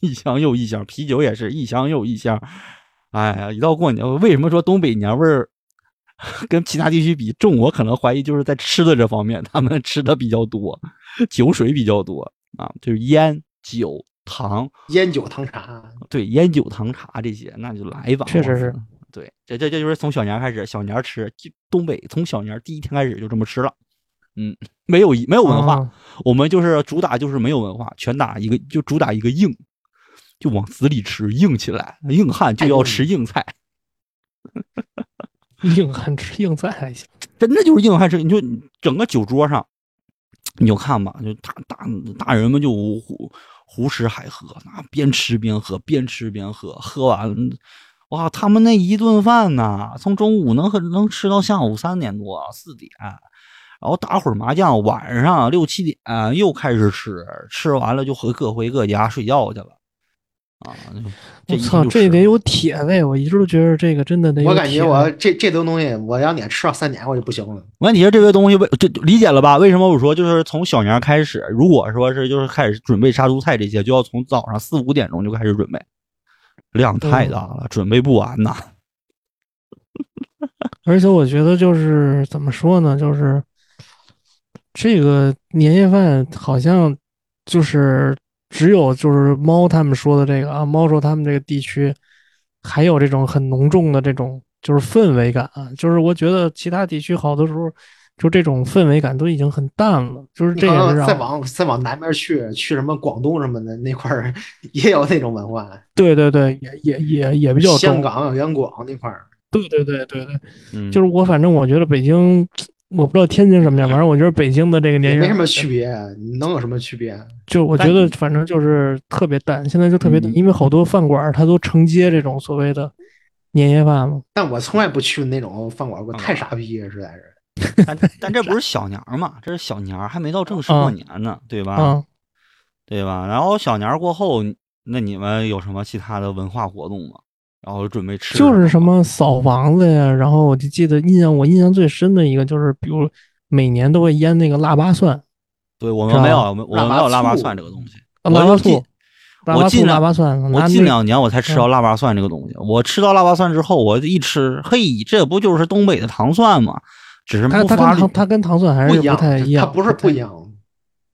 [SPEAKER 2] 一箱又一箱，啤酒也是一箱又一箱。哎呀，一到过年，为什么说东北娘味儿 跟其他地区比重？我可能怀疑就是在吃的这方面，他们吃的比较多，酒水比较多啊，就是烟、酒、糖，
[SPEAKER 4] 烟酒糖茶，
[SPEAKER 2] 对，烟酒糖茶这些，那就来吧。
[SPEAKER 3] 确实是
[SPEAKER 2] 我操，对，这这这就是从小年开始，小年吃，就东北从小年第一天开始就这么吃了。嗯，没有没有文化，
[SPEAKER 3] 啊
[SPEAKER 2] 我们就是主打就是没有文化，全打一个就主打一个硬，就往死里吃，硬起来，硬汉
[SPEAKER 3] 哎
[SPEAKER 2] 就要吃硬菜，
[SPEAKER 3] 硬汉吃硬菜还行。
[SPEAKER 2] 真的就是硬汉吃。你就整个酒桌上，你就看吧，就大大大人们就胡胡吃海喝，那边吃边喝，边吃边喝，喝完，哇，他们那一顿饭呐，从中午能喝能吃到下午三点多四点。然后打会儿麻将，晚上六七点、又开始吃，吃完了就回各回各家睡觉去了，啊！就
[SPEAKER 3] 我
[SPEAKER 2] 一天
[SPEAKER 3] 操，
[SPEAKER 2] 就
[SPEAKER 3] 这
[SPEAKER 2] 吃
[SPEAKER 3] 得有铁胃，我一直都觉得这个真的得有
[SPEAKER 4] 我
[SPEAKER 3] 铁
[SPEAKER 4] 感
[SPEAKER 3] 胃。
[SPEAKER 4] 觉我这这堆东西，我要你吃到三年我就不行了。
[SPEAKER 2] 问题是这个东西为这就理解了吧？为什么我说就是从小年开始，如果说是就是开始准备杀猪菜这些，就要从早上四五点钟就开始准备，量
[SPEAKER 3] 嗯
[SPEAKER 2] 太大了，准备不完呐。
[SPEAKER 3] 而且我觉得就是怎么说呢，就是这个年夜饭好像就是只有就是猫他们说的这个啊，猫说他们这个地区还有这种很浓重的这种就是氛围感啊，就是我觉得其他地区好多时候就这种氛围感都已经很淡了，就是
[SPEAKER 4] 你
[SPEAKER 3] 这
[SPEAKER 4] 可
[SPEAKER 3] 也是啊
[SPEAKER 4] 能再
[SPEAKER 3] 让我
[SPEAKER 4] 往再往南边去，去什么广东什么的那块儿也有那种文化，
[SPEAKER 3] 对对对，也也也也比较
[SPEAKER 4] 香
[SPEAKER 3] 重
[SPEAKER 4] 港、杨广那块儿。
[SPEAKER 3] 对对对对对，
[SPEAKER 2] 嗯，
[SPEAKER 3] 就是我反正我觉得北京。我不知道天津什么样，反正我觉得北京的这个年
[SPEAKER 4] 也
[SPEAKER 3] 夜
[SPEAKER 4] 没什
[SPEAKER 3] 饭
[SPEAKER 4] 么区别，能有什么区别？
[SPEAKER 3] 就我觉
[SPEAKER 4] 但
[SPEAKER 3] 得，反正就是特别淡，现在就特别淡，
[SPEAKER 2] 嗯
[SPEAKER 3] 因为好多饭馆儿它都承接这种所谓的年夜饭嘛。
[SPEAKER 4] 但我从来不去那种饭馆，我
[SPEAKER 2] 嗯
[SPEAKER 4] 太傻逼了，实在是。
[SPEAKER 3] 嗯
[SPEAKER 2] 但但这不是小年儿嘛？这是小年儿，还没到正式过年呢，对吧？
[SPEAKER 3] 啊，
[SPEAKER 2] 对吧？然后小年儿过后，那你们有什么其他的文化活动吗？然后准备吃
[SPEAKER 3] 就是什么扫房子呀，然后我就记得印象我印象最深的一个就是，比如每年都会腌那个腊八蒜、
[SPEAKER 2] 对我
[SPEAKER 3] 是
[SPEAKER 2] 们
[SPEAKER 3] 吧
[SPEAKER 2] 没有，我们我们没有腊
[SPEAKER 4] 腊八
[SPEAKER 2] 八
[SPEAKER 4] 醋
[SPEAKER 2] 蒜这个东西。
[SPEAKER 3] 啊
[SPEAKER 2] 我
[SPEAKER 3] 腊八
[SPEAKER 2] 就记
[SPEAKER 3] 醋、腊
[SPEAKER 2] 我
[SPEAKER 3] 八
[SPEAKER 2] 尽
[SPEAKER 3] 醋、
[SPEAKER 2] 量
[SPEAKER 3] 腊八蒜。
[SPEAKER 2] 我
[SPEAKER 3] 拿
[SPEAKER 2] 近
[SPEAKER 3] 那嗯
[SPEAKER 2] 两年我才吃到腊八蒜这个东西。我吃到腊八蒜之后，我一吃，嘿，这不就是东北的糖蒜吗？只是
[SPEAKER 3] 它
[SPEAKER 2] 不
[SPEAKER 3] 它
[SPEAKER 2] 发
[SPEAKER 3] 跟
[SPEAKER 2] 绿
[SPEAKER 3] 糖。它跟糖蒜还
[SPEAKER 4] 不
[SPEAKER 3] 是
[SPEAKER 4] 一样
[SPEAKER 3] 太一，
[SPEAKER 4] 它
[SPEAKER 3] 样，
[SPEAKER 4] 不是不一样。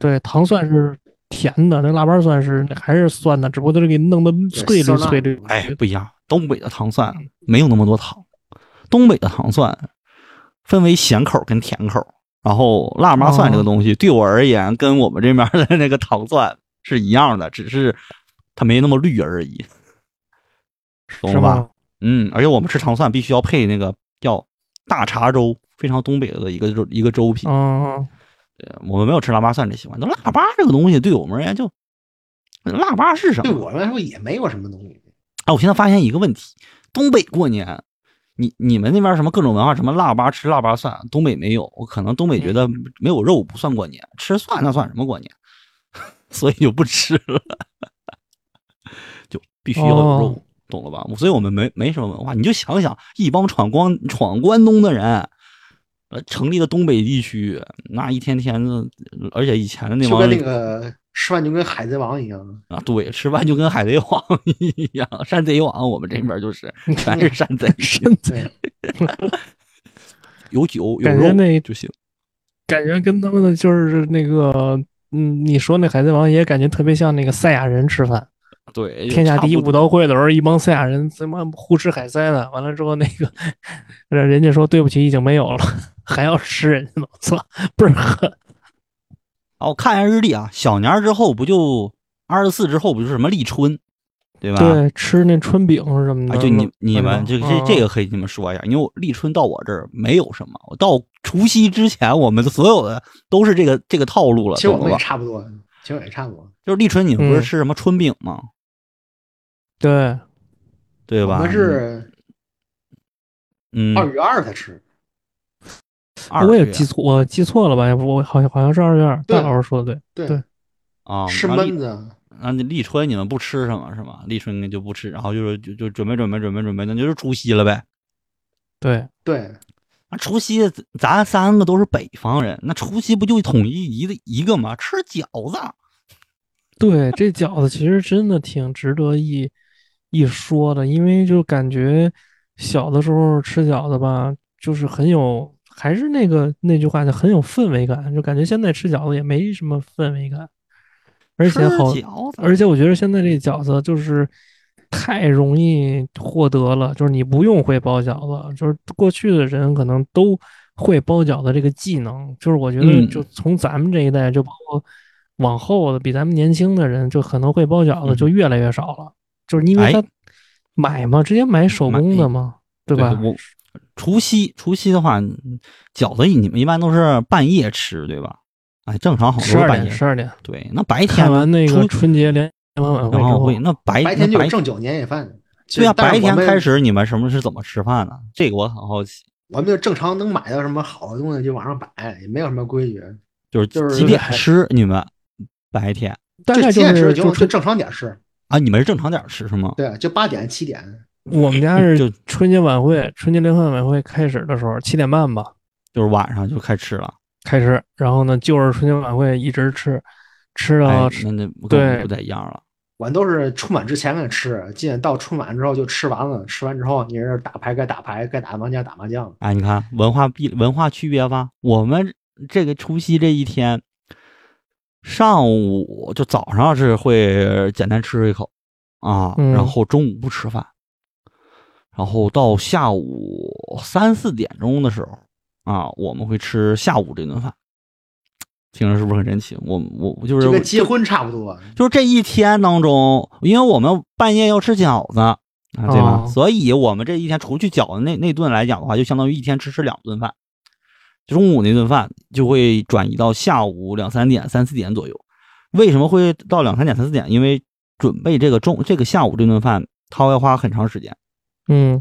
[SPEAKER 3] 对，糖蒜是甜的，那腊八蒜是还是酸的，只不过都是给弄得脆
[SPEAKER 4] 酸
[SPEAKER 3] 溜
[SPEAKER 4] 辣
[SPEAKER 3] 脆溜。
[SPEAKER 2] 哎，不一样。东北的糖蒜没有那么多糖，东北的糖蒜分为咸口跟甜口。然后腊八蒜这
[SPEAKER 3] 哦
[SPEAKER 2] 个东西、对我而言，跟我们这边的那个糖蒜是一样的，只是它没那么绿而已，懂
[SPEAKER 3] 是
[SPEAKER 2] 了吧？
[SPEAKER 3] 吗？
[SPEAKER 2] 嗯，而且我们吃糖蒜必须要配那个叫大碴粥，非常东北的一个粥一个粥品。
[SPEAKER 3] 嗯，
[SPEAKER 2] 对我们没有吃腊八蒜这习惯。那腊八这个东西对我们而言就，腊八是什
[SPEAKER 4] 对
[SPEAKER 2] 么？
[SPEAKER 4] 我来说也没有什么东西。
[SPEAKER 2] 啊，我现在发现一个问题：东北过年，你你们那边什么各种文化，什么腊八吃腊八蒜，东北没有。我可能东北
[SPEAKER 4] 嗯
[SPEAKER 2] 觉得没有肉不算过年，吃蒜那算什么过年？ 所以就不吃了，就必须要有肉。
[SPEAKER 3] 哦
[SPEAKER 2] 懂了吧？所以我们没没什么文化，你就想想，一帮闯关闯关东的人，呃，成立了东北地区，那一天天的，呃而且以前的那
[SPEAKER 4] 就
[SPEAKER 2] 帮
[SPEAKER 4] 跟
[SPEAKER 2] 人
[SPEAKER 4] 那个吃饭就跟海贼王一样，
[SPEAKER 2] 啊，对，吃饭就跟海贼王一样，山贼王，我们这边就是
[SPEAKER 3] 嗯
[SPEAKER 2] 全是山贼，
[SPEAKER 3] 身子
[SPEAKER 4] 对，
[SPEAKER 2] 有酒有
[SPEAKER 3] 感觉
[SPEAKER 2] 肉
[SPEAKER 3] 那
[SPEAKER 2] 就行。
[SPEAKER 3] 感觉跟他们的就是那个，嗯，你说那海贼王也感觉特别像那个赛亚人吃饭，
[SPEAKER 2] 对，
[SPEAKER 3] 天下第一武
[SPEAKER 2] 的，
[SPEAKER 3] 道会的时候，一帮赛亚人他妈胡吃海塞的，完了之后那个人家说对不起，已经没有了， 还要吃人家呢，我操，倍儿狠！
[SPEAKER 2] 哦，我看一下日历啊，小年儿之后不就二十四之后不就是什么立春，对吧？
[SPEAKER 3] 对，吃那春饼什么
[SPEAKER 2] 啊，
[SPEAKER 3] 的，
[SPEAKER 2] 就你你们
[SPEAKER 3] 嗯
[SPEAKER 2] 这这这个可以你们说一下，因为我立春到我这儿没有什么，我到除夕之前，我们所有的都是这个这个套路了，
[SPEAKER 4] 其实我
[SPEAKER 2] 懂
[SPEAKER 4] 们
[SPEAKER 2] 了
[SPEAKER 4] 也
[SPEAKER 2] 吧？
[SPEAKER 4] 差不多，其实我也差不多。
[SPEAKER 2] 就是立春，你们不是
[SPEAKER 3] 嗯
[SPEAKER 2] 吃什么春饼吗？
[SPEAKER 3] 对，
[SPEAKER 2] 对
[SPEAKER 4] 我
[SPEAKER 2] 吧？
[SPEAKER 4] 们是
[SPEAKER 2] 嗯，
[SPEAKER 4] 二月二才吃，
[SPEAKER 2] 二
[SPEAKER 3] 我也
[SPEAKER 2] 月啊
[SPEAKER 3] 记错，我记错了吧？要不我好像好像是二月二，
[SPEAKER 4] 对
[SPEAKER 3] 大老师说的对，
[SPEAKER 4] 对
[SPEAKER 3] 对，
[SPEAKER 2] 啊，
[SPEAKER 4] 吃
[SPEAKER 2] 那立
[SPEAKER 4] 焖子。
[SPEAKER 2] 那立春你们不吃什么是吗？立春就不吃，然后就是就就准备准备准备准备，那就是除夕了呗。
[SPEAKER 3] 对，
[SPEAKER 4] 对，
[SPEAKER 2] 那除夕咱咱三个都是北方人，那除夕不就统一一个一个吗？吃饺子。
[SPEAKER 3] 对，这饺子其实真的挺值得一一说的，因为就感觉小的时候吃饺子吧，就是很有，还是那个那句话，就很有氛围感，就感觉现在吃饺子也没什么氛围感，而且
[SPEAKER 2] 吃
[SPEAKER 3] 好，
[SPEAKER 2] 饺子，
[SPEAKER 3] 而且我觉得现在这饺子就是太容易获得了，就是你不用会包饺子，就是过去的人可能都会包饺子这个技能，就是我觉得
[SPEAKER 2] 嗯
[SPEAKER 3] 就从咱们这一代，就包括往后的比咱们年轻的人，就可能会包饺子
[SPEAKER 2] 嗯
[SPEAKER 3] 就越来越少了，就是因为
[SPEAKER 2] 哎
[SPEAKER 3] 他买嘛，直接买手工的嘛，对吧？
[SPEAKER 2] 我除夕除夕的话，嗯饺子你们一般都是半夜吃对吧？哎，正常好多
[SPEAKER 3] 十
[SPEAKER 2] 是
[SPEAKER 3] 二
[SPEAKER 2] 半
[SPEAKER 3] 点，
[SPEAKER 2] 夜。
[SPEAKER 3] 十二点
[SPEAKER 2] 对，那白天
[SPEAKER 3] 看
[SPEAKER 2] 呢
[SPEAKER 3] 完那
[SPEAKER 2] 初
[SPEAKER 3] 个春节联欢晚会
[SPEAKER 2] 然
[SPEAKER 3] 之
[SPEAKER 2] 后
[SPEAKER 3] 后
[SPEAKER 2] 会，那白
[SPEAKER 4] 白天
[SPEAKER 2] 哎那
[SPEAKER 4] 就
[SPEAKER 2] 白
[SPEAKER 4] 有正九年夜饭。
[SPEAKER 2] 对呀、
[SPEAKER 4] 但是
[SPEAKER 2] 白天
[SPEAKER 4] 我们
[SPEAKER 2] 开，始你们什么是怎么吃饭呢？这个我很好奇。
[SPEAKER 4] 我们就正常能买到什么好的东西就往上摆，也没有什么规矩。
[SPEAKER 2] 就是
[SPEAKER 4] 就是
[SPEAKER 2] 几点吃？你们白天
[SPEAKER 3] 大概就
[SPEAKER 4] 几点
[SPEAKER 3] 是
[SPEAKER 4] 吃就
[SPEAKER 3] 春
[SPEAKER 4] 就正常点吃，
[SPEAKER 2] 啊？你们是正常点吃是吗？
[SPEAKER 4] 对，就八点七点。
[SPEAKER 3] 我们家是
[SPEAKER 2] 就
[SPEAKER 3] 春节晚会，春节联欢晚会开始的时候七点半吧
[SPEAKER 2] 就是晚上就开吃了。
[SPEAKER 3] 开始，然后呢就是春节晚会一直吃，吃
[SPEAKER 2] 哎
[SPEAKER 3] 到吃、，
[SPEAKER 2] 那那跟我们
[SPEAKER 3] 啊对
[SPEAKER 2] 不太一样了。
[SPEAKER 4] 我都是春晚之前给吃，进到春晚之后就吃完了。吃完之后，你是打牌该打牌，该打麻将打麻将。
[SPEAKER 2] 哎，你看文化壁文化区别吧。我们这个除夕这一天，上午就早上是会简单吃一口啊，
[SPEAKER 3] 嗯
[SPEAKER 2] 然后中午不吃饭，然后到下午三四点钟的时候啊，我们会吃下午这顿饭。听着是不是很神奇？我我我就是
[SPEAKER 4] 就跟结婚差不多。
[SPEAKER 2] 就是这一天当中，因为我们半夜要吃饺子啊，对吧？
[SPEAKER 3] 哦
[SPEAKER 2] 所以我们这一天除去饺子那那顿来讲的话，就相当于一天只吃两顿饭。中午那顿饭就会转移到下午两三点、三四点左右。为什么会到两三点、三四点？因为准备这个中这个下午这顿饭，他会花很长时间。
[SPEAKER 3] 嗯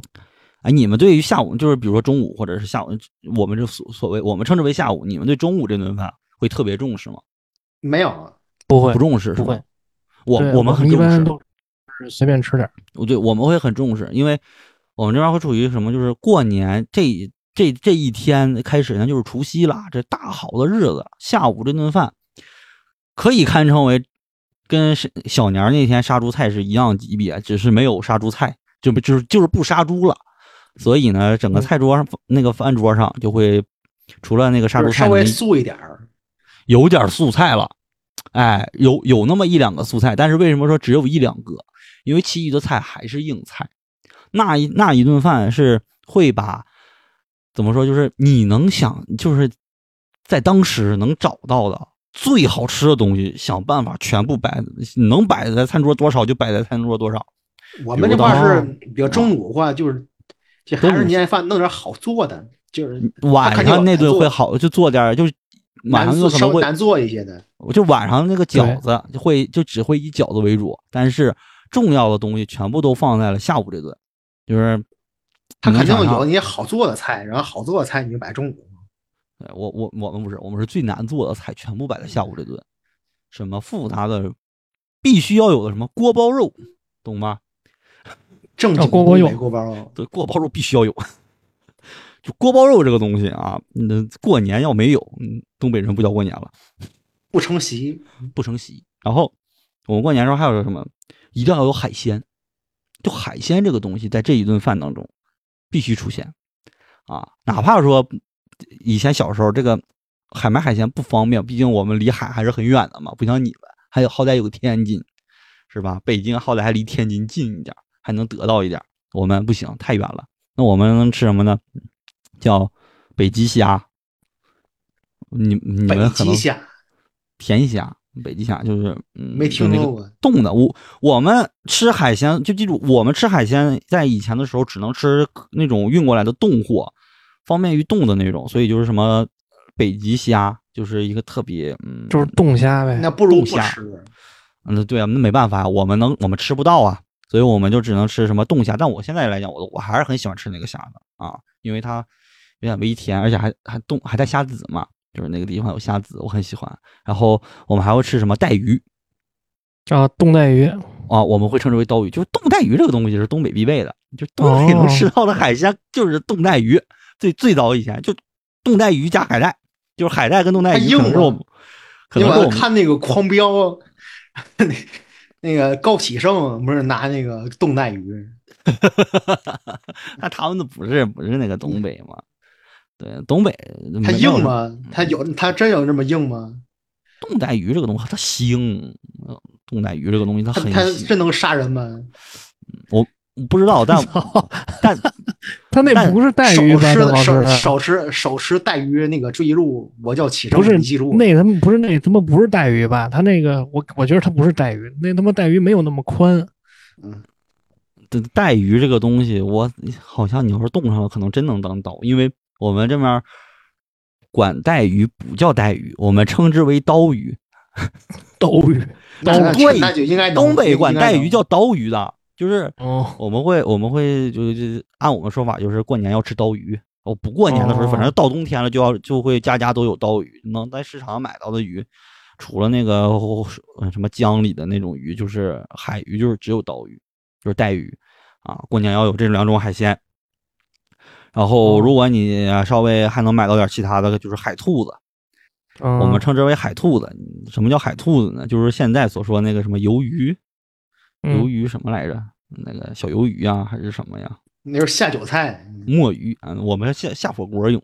[SPEAKER 2] 哎，你们对于下午，就是比如说中午或者是下午，我们这所所谓我们称之为下午，你们对中午这顿饭会特别重视吗？
[SPEAKER 4] 没有，
[SPEAKER 3] 不会
[SPEAKER 2] 不重视是
[SPEAKER 3] 不
[SPEAKER 2] 吧
[SPEAKER 3] 会？
[SPEAKER 2] 我
[SPEAKER 3] 对
[SPEAKER 2] 我
[SPEAKER 3] 我
[SPEAKER 2] 们很
[SPEAKER 3] 一
[SPEAKER 2] 重视
[SPEAKER 3] 般。都是随便吃点儿，
[SPEAKER 2] 我对我们会很重视，因为我们这边会处于什么，就是过年这一这这一天开始呢，就是除夕了，这大好的日子，下午这顿饭可以堪称为跟是小年儿那天杀猪菜是一样级别，只是没有杀猪菜，就不就是就是不杀猪了。所以呢，整个
[SPEAKER 3] 嗯
[SPEAKER 2] 菜桌上、那个饭桌上就会除了那个杀
[SPEAKER 4] 就
[SPEAKER 2] 猪
[SPEAKER 4] 是
[SPEAKER 2] 菜
[SPEAKER 4] 稍微
[SPEAKER 2] 里
[SPEAKER 4] 素一点儿。
[SPEAKER 2] 有点素菜了，哎，有有那么一两个素菜，但是为什么说只有一两个？因为其余的菜还是硬菜。那一那一顿饭是会把怎么说，就是你能想，就是在当时能找到的最好吃的东西，想办法全部摆，能摆在餐桌多少就摆在餐桌多少。
[SPEAKER 4] 我们这块
[SPEAKER 2] 有啊
[SPEAKER 4] 儿
[SPEAKER 2] 的
[SPEAKER 4] 是，比如中午的话，就是就还是年夜饭弄点好做的，就是
[SPEAKER 2] 嗯晚
[SPEAKER 4] 肯定有
[SPEAKER 2] 上那
[SPEAKER 4] 难
[SPEAKER 2] 顿
[SPEAKER 4] 做
[SPEAKER 2] 会好，就做点儿，就是晚
[SPEAKER 4] 难
[SPEAKER 2] 上
[SPEAKER 4] 做
[SPEAKER 2] 就可
[SPEAKER 4] 稍
[SPEAKER 2] 能
[SPEAKER 4] 微
[SPEAKER 2] 会嗯
[SPEAKER 4] 难做一些的。
[SPEAKER 2] 我就晚上那个
[SPEAKER 3] 对
[SPEAKER 2] 饺子就会就只会以饺子为主，但是重要的东西全部都放在了下午这顿，就是
[SPEAKER 4] 它肯定
[SPEAKER 2] 你能想
[SPEAKER 4] 有
[SPEAKER 2] 象
[SPEAKER 4] 那些好做的菜，然后好做的菜你就摆中午。
[SPEAKER 2] 对我我我们不是，我们是最难做的菜全部摆在下午这顿，什么复杂的必须要有的什么锅包肉，懂吗？
[SPEAKER 4] 正
[SPEAKER 3] 啊
[SPEAKER 4] 经
[SPEAKER 3] 锅包
[SPEAKER 4] 东
[SPEAKER 3] 肉
[SPEAKER 4] 北锅包肉，
[SPEAKER 2] 对，锅包肉必须要有。 就锅包肉这个东西啊，那过年要没有，嗯，东北人不叫过年了。
[SPEAKER 4] 不成席。
[SPEAKER 2] 不成席。然后我们过年的时候还有什么，一定要有海鲜，就海鲜这个东西在这一顿饭当中必须出现啊，哪怕说以前小时候这个海买海鲜不方便，毕竟我们离海还是很远的嘛，不像你们，还有好歹有个天津，是吧？北京好歹还离天津近一点，还能得到一点，我们不行，太远了。那我们能吃什么呢？叫北极虾。你你
[SPEAKER 4] 北
[SPEAKER 2] 们可
[SPEAKER 4] 极
[SPEAKER 2] 能嗯
[SPEAKER 4] 虾
[SPEAKER 2] 甜虾、北极虾，就是嗯，
[SPEAKER 4] 没听
[SPEAKER 2] 就那
[SPEAKER 4] 说
[SPEAKER 2] 个
[SPEAKER 4] 过，
[SPEAKER 2] 冻的。我我们吃海鲜，就记住，我们吃海鲜在以前的时候只能吃那种运过来的冻货，方便于冻的那种，所以就是什么北极虾，就是一个特别嗯，
[SPEAKER 3] 就是冻虾呗。
[SPEAKER 4] 那不如
[SPEAKER 2] 冻
[SPEAKER 4] 不
[SPEAKER 2] 虾
[SPEAKER 4] 吃。
[SPEAKER 2] 嗯，对啊，那没办法，我们能我们吃不到啊，所以我们就只能吃什么冻虾。但我现在来讲，我我还是很喜欢吃那个虾的啊，因为它有点微甜，而且还还冻还带虾籽嘛，就是那个地方有虾籽，我很喜欢。然后我们还会吃什么带鱼。
[SPEAKER 3] 啊，冻带鱼，
[SPEAKER 2] 啊，我们会称之为刀鱼，就是冻带鱼这个东西是东北必备的，就是东北能
[SPEAKER 3] 哦
[SPEAKER 2] 吃到的海鲜就是冻带鱼。最最早以前就冻带鱼加海带，就是海带跟冻带
[SPEAKER 4] 它
[SPEAKER 2] 鱼
[SPEAKER 4] 硬
[SPEAKER 2] 可能是我
[SPEAKER 4] 吗
[SPEAKER 2] 们，可
[SPEAKER 4] 因为
[SPEAKER 2] 能是我
[SPEAKER 4] 我
[SPEAKER 2] 们
[SPEAKER 4] 看那个《狂飙》 那，那个高启盛不是拿那个冻带鱼，
[SPEAKER 2] 那他们的不是不是那个东北嘛？对，东北
[SPEAKER 4] 它
[SPEAKER 2] 没有
[SPEAKER 4] 硬
[SPEAKER 2] 什么
[SPEAKER 4] 吗？它有它真有这么硬吗？
[SPEAKER 2] 冻带鱼这个东西它腥，呃冻带鱼这个东西它
[SPEAKER 4] 它
[SPEAKER 2] 很
[SPEAKER 4] 它
[SPEAKER 2] 腥
[SPEAKER 4] 真能杀人吗？
[SPEAKER 2] 不知道，但
[SPEAKER 3] 操，
[SPEAKER 2] 但
[SPEAKER 3] 他那不是带
[SPEAKER 4] 手
[SPEAKER 3] 鱼吧？
[SPEAKER 4] 持
[SPEAKER 3] 这老师
[SPEAKER 4] 手，
[SPEAKER 2] 嗯
[SPEAKER 4] 手持手持带鱼那个追录，我叫启程
[SPEAKER 3] 不是
[SPEAKER 4] 你记录。
[SPEAKER 3] 那他妈不是那他妈不是带鱼吧？他那个我我觉得他不是带鱼，那他妈带鱼没有那么宽。
[SPEAKER 2] 这带鱼这个东西，我好像你要是冻上了，可能真能当刀，因为我们这边儿管带鱼不叫带鱼，我们称之为刀鱼。
[SPEAKER 3] 刀鱼
[SPEAKER 4] 那那
[SPEAKER 2] 对
[SPEAKER 4] 那就应该能
[SPEAKER 2] 东北管带鱼。
[SPEAKER 4] 应
[SPEAKER 2] 叫刀鱼的，就是
[SPEAKER 3] 哦，
[SPEAKER 2] 我们会我们会就就按我们说法，就是过年要吃刀鱼。哦，不过年的时候，
[SPEAKER 3] 哦
[SPEAKER 2] 反正到冬天了，就要就会家家都有刀鱼，能在市场买到的鱼，除了那个呃什么江里的那种鱼，就是海鱼，就是只有刀鱼，就是带鱼啊。过年要有这两种海鲜。然后，
[SPEAKER 3] 哦
[SPEAKER 2] 如果你呃稍微还能买到点其他的，就是海兔子，
[SPEAKER 3] 我
[SPEAKER 2] 我
[SPEAKER 3] 嗯
[SPEAKER 2] 们称之为海兔子。什么叫海兔子呢？就是现在所说那个什么鱿鱼，鱿鱼什么来着？那个小鱿鱼啊，还是什么呀？
[SPEAKER 4] 该能那是下酒菜，嗯
[SPEAKER 2] 墨鱼啊，我们下下火锅用，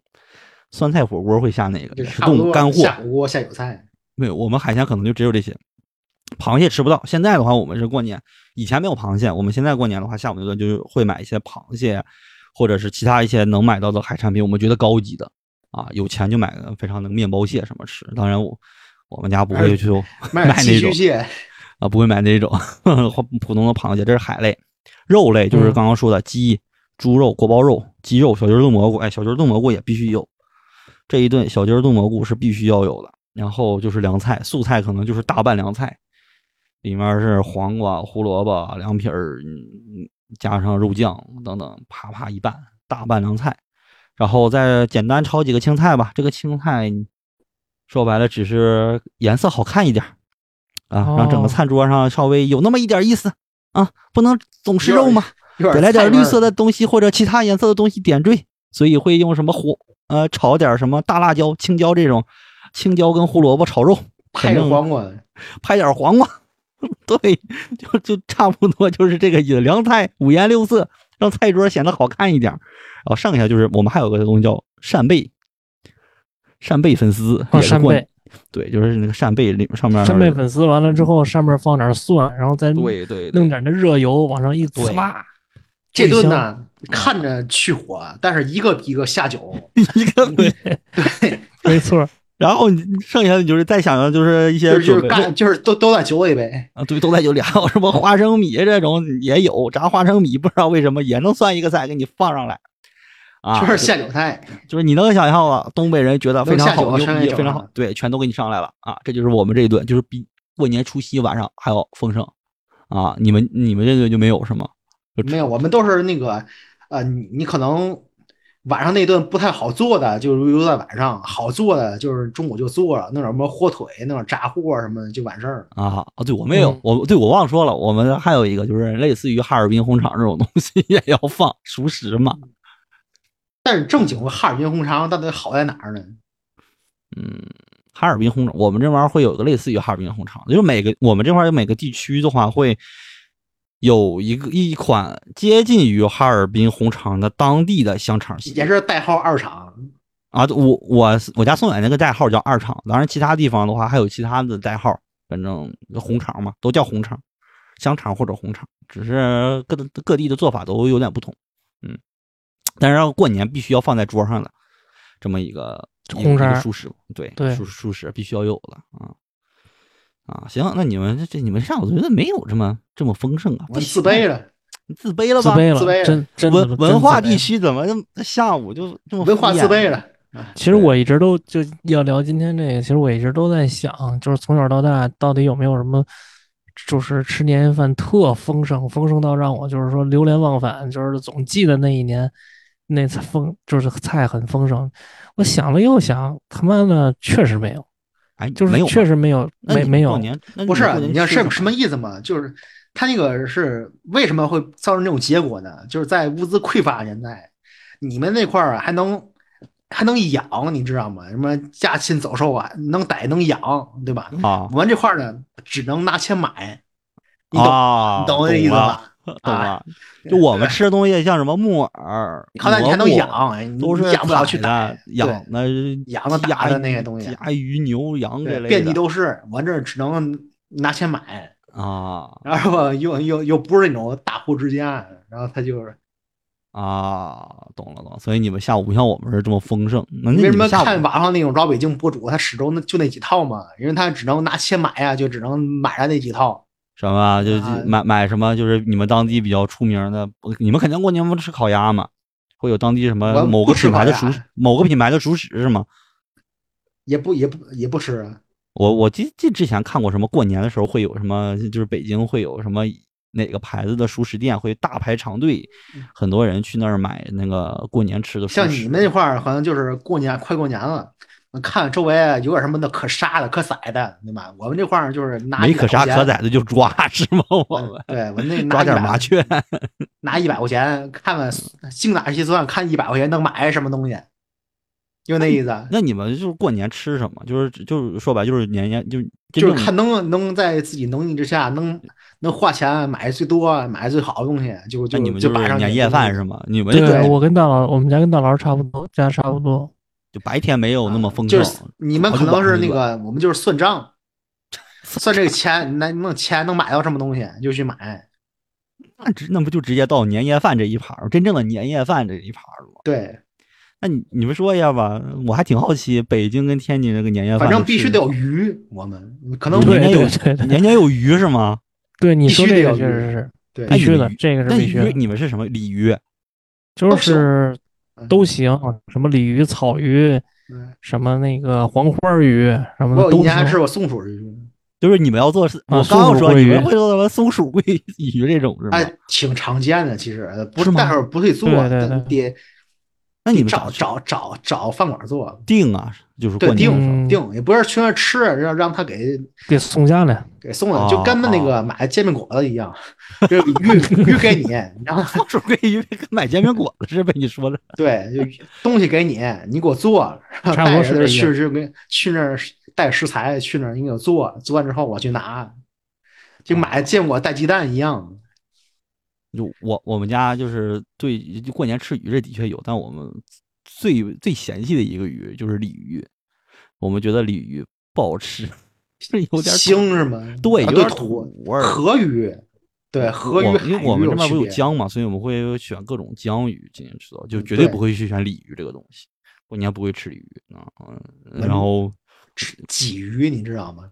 [SPEAKER 2] 酸菜火锅会下那
[SPEAKER 4] 就
[SPEAKER 2] 个，是
[SPEAKER 4] 差不
[SPEAKER 2] 冻
[SPEAKER 4] 多
[SPEAKER 2] 干货。
[SPEAKER 4] 下火锅下酒菜。
[SPEAKER 2] 没有，我们海鲜可能就只有这些，螃蟹吃不到。现在的话，我们是过年，以前没有螃蟹，我们现在过年的话，下午就就会买一些螃蟹，或者是其他一些能买到的海产品，我们觉得高级的啊，有钱就买个非常那个面包蟹什么吃。当然我我们家不会去
[SPEAKER 4] 卖
[SPEAKER 2] 买
[SPEAKER 4] 寄
[SPEAKER 2] 那种
[SPEAKER 4] 居蟹，
[SPEAKER 2] 啊，不会买那种普通的螃蟹，这是海类。肉类就是
[SPEAKER 3] 嗯
[SPEAKER 2] 刚刚说的鸡、猪肉、锅包肉、鸡肉、小鸡儿炖蘑菇，哎，小鸡儿炖蘑菇也必须有。这一顿小鸡儿炖蘑菇是必须要有的。然后就是凉菜，素菜可能就是大拌凉菜，里面是黄瓜、胡萝卜、凉皮儿，嗯加上肉酱等等，啪啪一拌，大拌凉菜。然后再简单炒几个青菜吧。这个青菜说白了只是颜色好看一点儿啊，让整个
[SPEAKER 3] 哦
[SPEAKER 2] 餐桌上稍微有那么一点意思啊，不能总吃
[SPEAKER 4] 有
[SPEAKER 2] 肉嘛，
[SPEAKER 4] 有
[SPEAKER 2] 得来
[SPEAKER 4] 菜
[SPEAKER 2] 点绿
[SPEAKER 4] 味儿
[SPEAKER 2] 色的东西或者其他颜色的东西点缀，所以会用什么火呃炒点什么大辣椒、青椒这种，青椒跟胡萝卜炒肉，
[SPEAKER 4] 太
[SPEAKER 2] 反正
[SPEAKER 4] 黄瓜，
[SPEAKER 2] 拍点黄瓜， 对，就就差不多就是这个意思。凉菜五颜六色，让菜桌显得好看一点儿。然后剩下就是我们还有个东西叫扇贝，扇贝粉丝
[SPEAKER 3] 哦
[SPEAKER 2] 也是
[SPEAKER 3] 扇
[SPEAKER 2] 过
[SPEAKER 3] 贝，
[SPEAKER 2] 对，就是那个扇贝里上面
[SPEAKER 3] 扇贝粉丝完了之后，上面放点蒜，然后再弄
[SPEAKER 2] 对对
[SPEAKER 3] 点那热油往上一
[SPEAKER 2] 对
[SPEAKER 3] 呲啦，
[SPEAKER 4] 这顿呢
[SPEAKER 2] 嗯
[SPEAKER 4] 看着去火，但是一个比一个下酒。
[SPEAKER 2] 一个
[SPEAKER 3] 嗯
[SPEAKER 2] 对。
[SPEAKER 3] 没错，
[SPEAKER 2] 然后你剩下的你就是再想的就是一些
[SPEAKER 4] 就是就
[SPEAKER 2] 准
[SPEAKER 4] 是
[SPEAKER 2] 备
[SPEAKER 4] 干就是都都在酒里呗。
[SPEAKER 2] 啊，对，都在酒里，还有什么花生米这种也有炸花生米，不知道为什么也能算一个菜，给你放上来啊，
[SPEAKER 4] 就是下酒菜，
[SPEAKER 2] 就是你能想象啊，东北人觉得非常好，
[SPEAKER 4] 能下酒
[SPEAKER 2] 牛
[SPEAKER 4] 上一
[SPEAKER 2] 逼，
[SPEAKER 4] 整
[SPEAKER 2] 非常好
[SPEAKER 4] 啊，
[SPEAKER 2] 对，全都给你上来了啊！这就是我们这一顿，就是比过年除夕晚上还要丰盛啊！你们你们这顿就没有是吗？
[SPEAKER 4] 没有，我们都是那个，呃，你你可能晚上那顿不太好做的，就留在晚上；好做的就是中午就做了，弄点什么火腿，弄点炸货什么的就完事儿了。
[SPEAKER 2] 啊，哦对我没有，
[SPEAKER 3] 嗯
[SPEAKER 2] 我对我忘说了，我们还有一个就是类似于哈尔滨红肠这种东西也要放熟食嘛，
[SPEAKER 4] 但是正经的哈尔滨红肠到底好在哪儿呢？
[SPEAKER 2] 嗯，哈尔滨红肠，我们这边儿会有一个类似于哈尔滨红肠，就是每个我们这块儿有每个地区的话会有一个一款接近于哈尔滨红肠的当地的香肠系列
[SPEAKER 4] 也是代号二厂，
[SPEAKER 2] 啊，我我我家宋远那个代号叫二厂，当然其他地方的话还有其他的代号，反正红肠嘛，都叫红肠、香肠或者红肠，只是各各地的做法都有点不同。嗯，但是要过年必须要放在桌上的这么一个一个
[SPEAKER 3] 红肠
[SPEAKER 2] 一个熟食，对
[SPEAKER 3] 对
[SPEAKER 2] 熟熟食必须要有的啊啊，行，那你们这这你们上，我觉得没有这么这么丰盛啊，
[SPEAKER 4] 我
[SPEAKER 2] 不
[SPEAKER 4] 自
[SPEAKER 2] 行
[SPEAKER 4] 卑，了，
[SPEAKER 2] 你自卑了
[SPEAKER 3] 自
[SPEAKER 2] 吧？
[SPEAKER 3] 卑了，
[SPEAKER 4] 自卑了
[SPEAKER 3] 真真的
[SPEAKER 2] 文
[SPEAKER 3] 真
[SPEAKER 2] 文化
[SPEAKER 3] 自卑
[SPEAKER 2] 地区怎么这么下午就这么
[SPEAKER 4] 文化
[SPEAKER 2] 敷
[SPEAKER 4] 自
[SPEAKER 2] 衍
[SPEAKER 4] 卑
[SPEAKER 2] 呢
[SPEAKER 4] 了。
[SPEAKER 3] 其实我一直都就要聊今天这个，其实我一直都在想，就是从小到大到底有没有什么，就是吃年夜饭特丰盛，丰盛到让我就是说流连忘返，就是总记得那一年那次丰，就是菜很丰盛。我想了又想，他妈的确实没有，
[SPEAKER 2] 哎，
[SPEAKER 3] 就
[SPEAKER 2] 没
[SPEAKER 3] 是
[SPEAKER 2] 有
[SPEAKER 3] 确
[SPEAKER 2] 吗
[SPEAKER 3] 实没有，
[SPEAKER 2] 那
[SPEAKER 3] 没
[SPEAKER 2] 你
[SPEAKER 3] 没
[SPEAKER 2] 过
[SPEAKER 3] 有，
[SPEAKER 2] 年那
[SPEAKER 4] 不是
[SPEAKER 2] 你过，年
[SPEAKER 4] 你看
[SPEAKER 2] 吃
[SPEAKER 4] 是
[SPEAKER 2] 什
[SPEAKER 4] 什么意思嘛？就是他那个是为什么会造成这种结果呢？就是在物资匮乏的年代，你们那块儿还能还能养，你知道吗？什么家禽走兽啊，能逮能养，对吧？
[SPEAKER 2] 么啊
[SPEAKER 4] 我们这块儿呢，只能拿钱买，你懂、
[SPEAKER 2] 啊，
[SPEAKER 4] 你懂我这意思
[SPEAKER 2] 了？
[SPEAKER 4] 吧？
[SPEAKER 2] 懂
[SPEAKER 4] 啊
[SPEAKER 2] 了。就我们吃的东西，像什么木耳、
[SPEAKER 4] 好歹你还
[SPEAKER 2] 蘑
[SPEAKER 4] 能
[SPEAKER 2] 菇
[SPEAKER 4] 养，，哎你
[SPEAKER 2] 都是
[SPEAKER 4] 你养不了去
[SPEAKER 2] 的
[SPEAKER 4] 逮，
[SPEAKER 2] 养
[SPEAKER 4] 对
[SPEAKER 2] 的
[SPEAKER 4] 养的
[SPEAKER 2] 鸡
[SPEAKER 4] 打的
[SPEAKER 2] 鸭
[SPEAKER 4] 那
[SPEAKER 2] 鱼
[SPEAKER 4] 个东西
[SPEAKER 2] 鸡鸭鱼、牛羊这
[SPEAKER 4] 对
[SPEAKER 2] 类的，
[SPEAKER 4] 遍地都是，我这只能拿钱买。
[SPEAKER 2] 啊
[SPEAKER 4] 然后吧又又又不是那种大户之家，然后他就是
[SPEAKER 2] 啊，懂了懂了。所以你们下午不像我们是这么丰盛，那你
[SPEAKER 4] 为什么
[SPEAKER 2] 们下
[SPEAKER 4] 看
[SPEAKER 2] 午
[SPEAKER 4] 网上那种老北京博主，他始终那就那几套嘛，因为他只能拿钱买呀，就只能买了那几套。
[SPEAKER 2] 什么啊就就
[SPEAKER 4] 啊
[SPEAKER 2] 买买什么？就是你们当地比较出名的，不你们肯定过年不吃烤鸭嘛？会有当地什
[SPEAKER 4] 我
[SPEAKER 2] 么
[SPEAKER 4] 们
[SPEAKER 2] 某个
[SPEAKER 4] 不吃
[SPEAKER 2] 品牌的
[SPEAKER 4] 烤
[SPEAKER 2] 熟
[SPEAKER 4] 鸭
[SPEAKER 2] 某个品牌的熟食是吗？
[SPEAKER 4] 也不也不也不吃啊，
[SPEAKER 2] 我我记记之前看过什么过年的时候会有什么，就是北京会有什么哪个牌子的熟食店会大排长队，很多人去那儿买那个过年吃的啊熟食。
[SPEAKER 4] 嗯像你们那块儿，好像就是过年快过年了，看周围啊有点什么的可杀的、可宰的，对吧？我们这块儿就是拿
[SPEAKER 2] 没
[SPEAKER 4] 100
[SPEAKER 2] 可杀
[SPEAKER 4] 块钱
[SPEAKER 2] 可宰的就抓 是吗？
[SPEAKER 4] 嗯
[SPEAKER 2] 我们
[SPEAKER 4] 对我那拿
[SPEAKER 2] 抓点
[SPEAKER 4] 100
[SPEAKER 2] 麻雀，嗯
[SPEAKER 4] 拿一百块钱看看精打细算，看一百块钱能买什么东西，就那意思，啊
[SPEAKER 2] 那你们就是过年吃什么？就是就是说白了就是年年就
[SPEAKER 4] 就是
[SPEAKER 2] 真正
[SPEAKER 4] 看能能在自己能力之下能能花钱买最多、买最好的东西，就
[SPEAKER 2] 那
[SPEAKER 4] 就
[SPEAKER 2] 你们
[SPEAKER 4] 就是把上
[SPEAKER 2] 年夜饭是吗？你们
[SPEAKER 3] 对，
[SPEAKER 2] 就
[SPEAKER 3] 我跟大老我们家跟大老师差不多，家差不多。
[SPEAKER 2] 就白天没有那么丰盛，
[SPEAKER 4] 啊就是你们可能是那个，我们就是 算账，算这个钱，那那钱能买到什么东西就去买。
[SPEAKER 2] 那直那不就直接到年夜饭这一盘儿，真正的年夜饭这一盘儿了吗？
[SPEAKER 4] 对，
[SPEAKER 2] 那你你们说一下吧，我还挺好奇北京跟天津这个年夜饭，
[SPEAKER 4] 反正必须得有鱼，我们可能
[SPEAKER 2] 你
[SPEAKER 3] 对
[SPEAKER 2] 们年
[SPEAKER 3] 对
[SPEAKER 2] 有
[SPEAKER 3] 对对
[SPEAKER 2] 年年有鱼是吗？
[SPEAKER 3] 对，你
[SPEAKER 4] 必须
[SPEAKER 3] 说
[SPEAKER 4] 得
[SPEAKER 3] 这个
[SPEAKER 4] 有
[SPEAKER 3] 确
[SPEAKER 4] 鱼
[SPEAKER 3] 实是
[SPEAKER 4] 对
[SPEAKER 2] 哎
[SPEAKER 3] 必须的
[SPEAKER 2] 你，
[SPEAKER 3] 这个
[SPEAKER 2] 那
[SPEAKER 3] 是必须
[SPEAKER 2] 鱼
[SPEAKER 3] 的，
[SPEAKER 2] 你们是什么鲤鱼？
[SPEAKER 3] 就
[SPEAKER 4] 都行
[SPEAKER 3] 是
[SPEAKER 4] 嗯
[SPEAKER 3] 都行，什么鲤鱼、草鱼，
[SPEAKER 4] 嗯
[SPEAKER 3] 什么那个黄花鱼什么
[SPEAKER 4] 我
[SPEAKER 3] 的
[SPEAKER 4] 有一
[SPEAKER 3] 都
[SPEAKER 4] 年还
[SPEAKER 3] 行。
[SPEAKER 4] 吃过松鼠鱼，
[SPEAKER 2] 就是你们要做是，
[SPEAKER 3] 啊
[SPEAKER 2] 我刚要
[SPEAKER 3] 松
[SPEAKER 2] 说
[SPEAKER 3] 鼠桂
[SPEAKER 2] 你
[SPEAKER 3] 鱼
[SPEAKER 2] 们会做什么松鼠桂 鱼这种是吗？
[SPEAKER 4] 哎，挺常见的，其实不
[SPEAKER 2] 是吗
[SPEAKER 4] 但是不会做，
[SPEAKER 3] 对对
[SPEAKER 4] 但得
[SPEAKER 2] 那你们咋
[SPEAKER 4] 找
[SPEAKER 2] 去
[SPEAKER 4] 找找找饭馆做，
[SPEAKER 2] 定啊，就是
[SPEAKER 4] 对
[SPEAKER 2] 过，年的时候
[SPEAKER 4] 定
[SPEAKER 3] 嗯
[SPEAKER 4] 定，也不是去那儿吃，让让他给
[SPEAKER 3] 给送家来，
[SPEAKER 4] 给送了，
[SPEAKER 2] 哦
[SPEAKER 4] 就跟那个买煎饼果子一样，就鱼 鱼给你，然后
[SPEAKER 2] 松鼠桂鱼跟买煎饼果子是被你说的。
[SPEAKER 4] 对，就东西给你，你给我做，然后
[SPEAKER 3] 差不多
[SPEAKER 4] 带
[SPEAKER 3] 是
[SPEAKER 4] 着
[SPEAKER 3] 这意思
[SPEAKER 4] 去去跟去那儿带食材去那儿你给我做，做完之后我去拿，
[SPEAKER 2] 哦
[SPEAKER 4] 就买煎饼果子带鸡蛋一样，
[SPEAKER 2] 就我我们家就是对就过年吃鱼这的确有，但我们最最嫌弃的一个鱼就是鲤鱼，我们觉得鲤鱼不好吃， 是有点土
[SPEAKER 4] 腥是吗？
[SPEAKER 2] 对，
[SPEAKER 4] 啊
[SPEAKER 2] 有
[SPEAKER 4] 对
[SPEAKER 2] 点
[SPEAKER 4] 土
[SPEAKER 2] 土味儿。
[SPEAKER 4] 河鱼，对河鱼
[SPEAKER 2] 我
[SPEAKER 4] 海
[SPEAKER 2] 因为
[SPEAKER 4] 鱼
[SPEAKER 2] 我们这边不是有
[SPEAKER 4] 区别
[SPEAKER 2] 江嘛，所以我们会选各种江鱼进行吃到，就绝对
[SPEAKER 4] 对
[SPEAKER 2] 不会去选鲤鱼这个东西。过年不会吃鲤鱼啊，嗯
[SPEAKER 4] 那
[SPEAKER 2] 然后
[SPEAKER 4] 吃鲫鱼，你知道吗？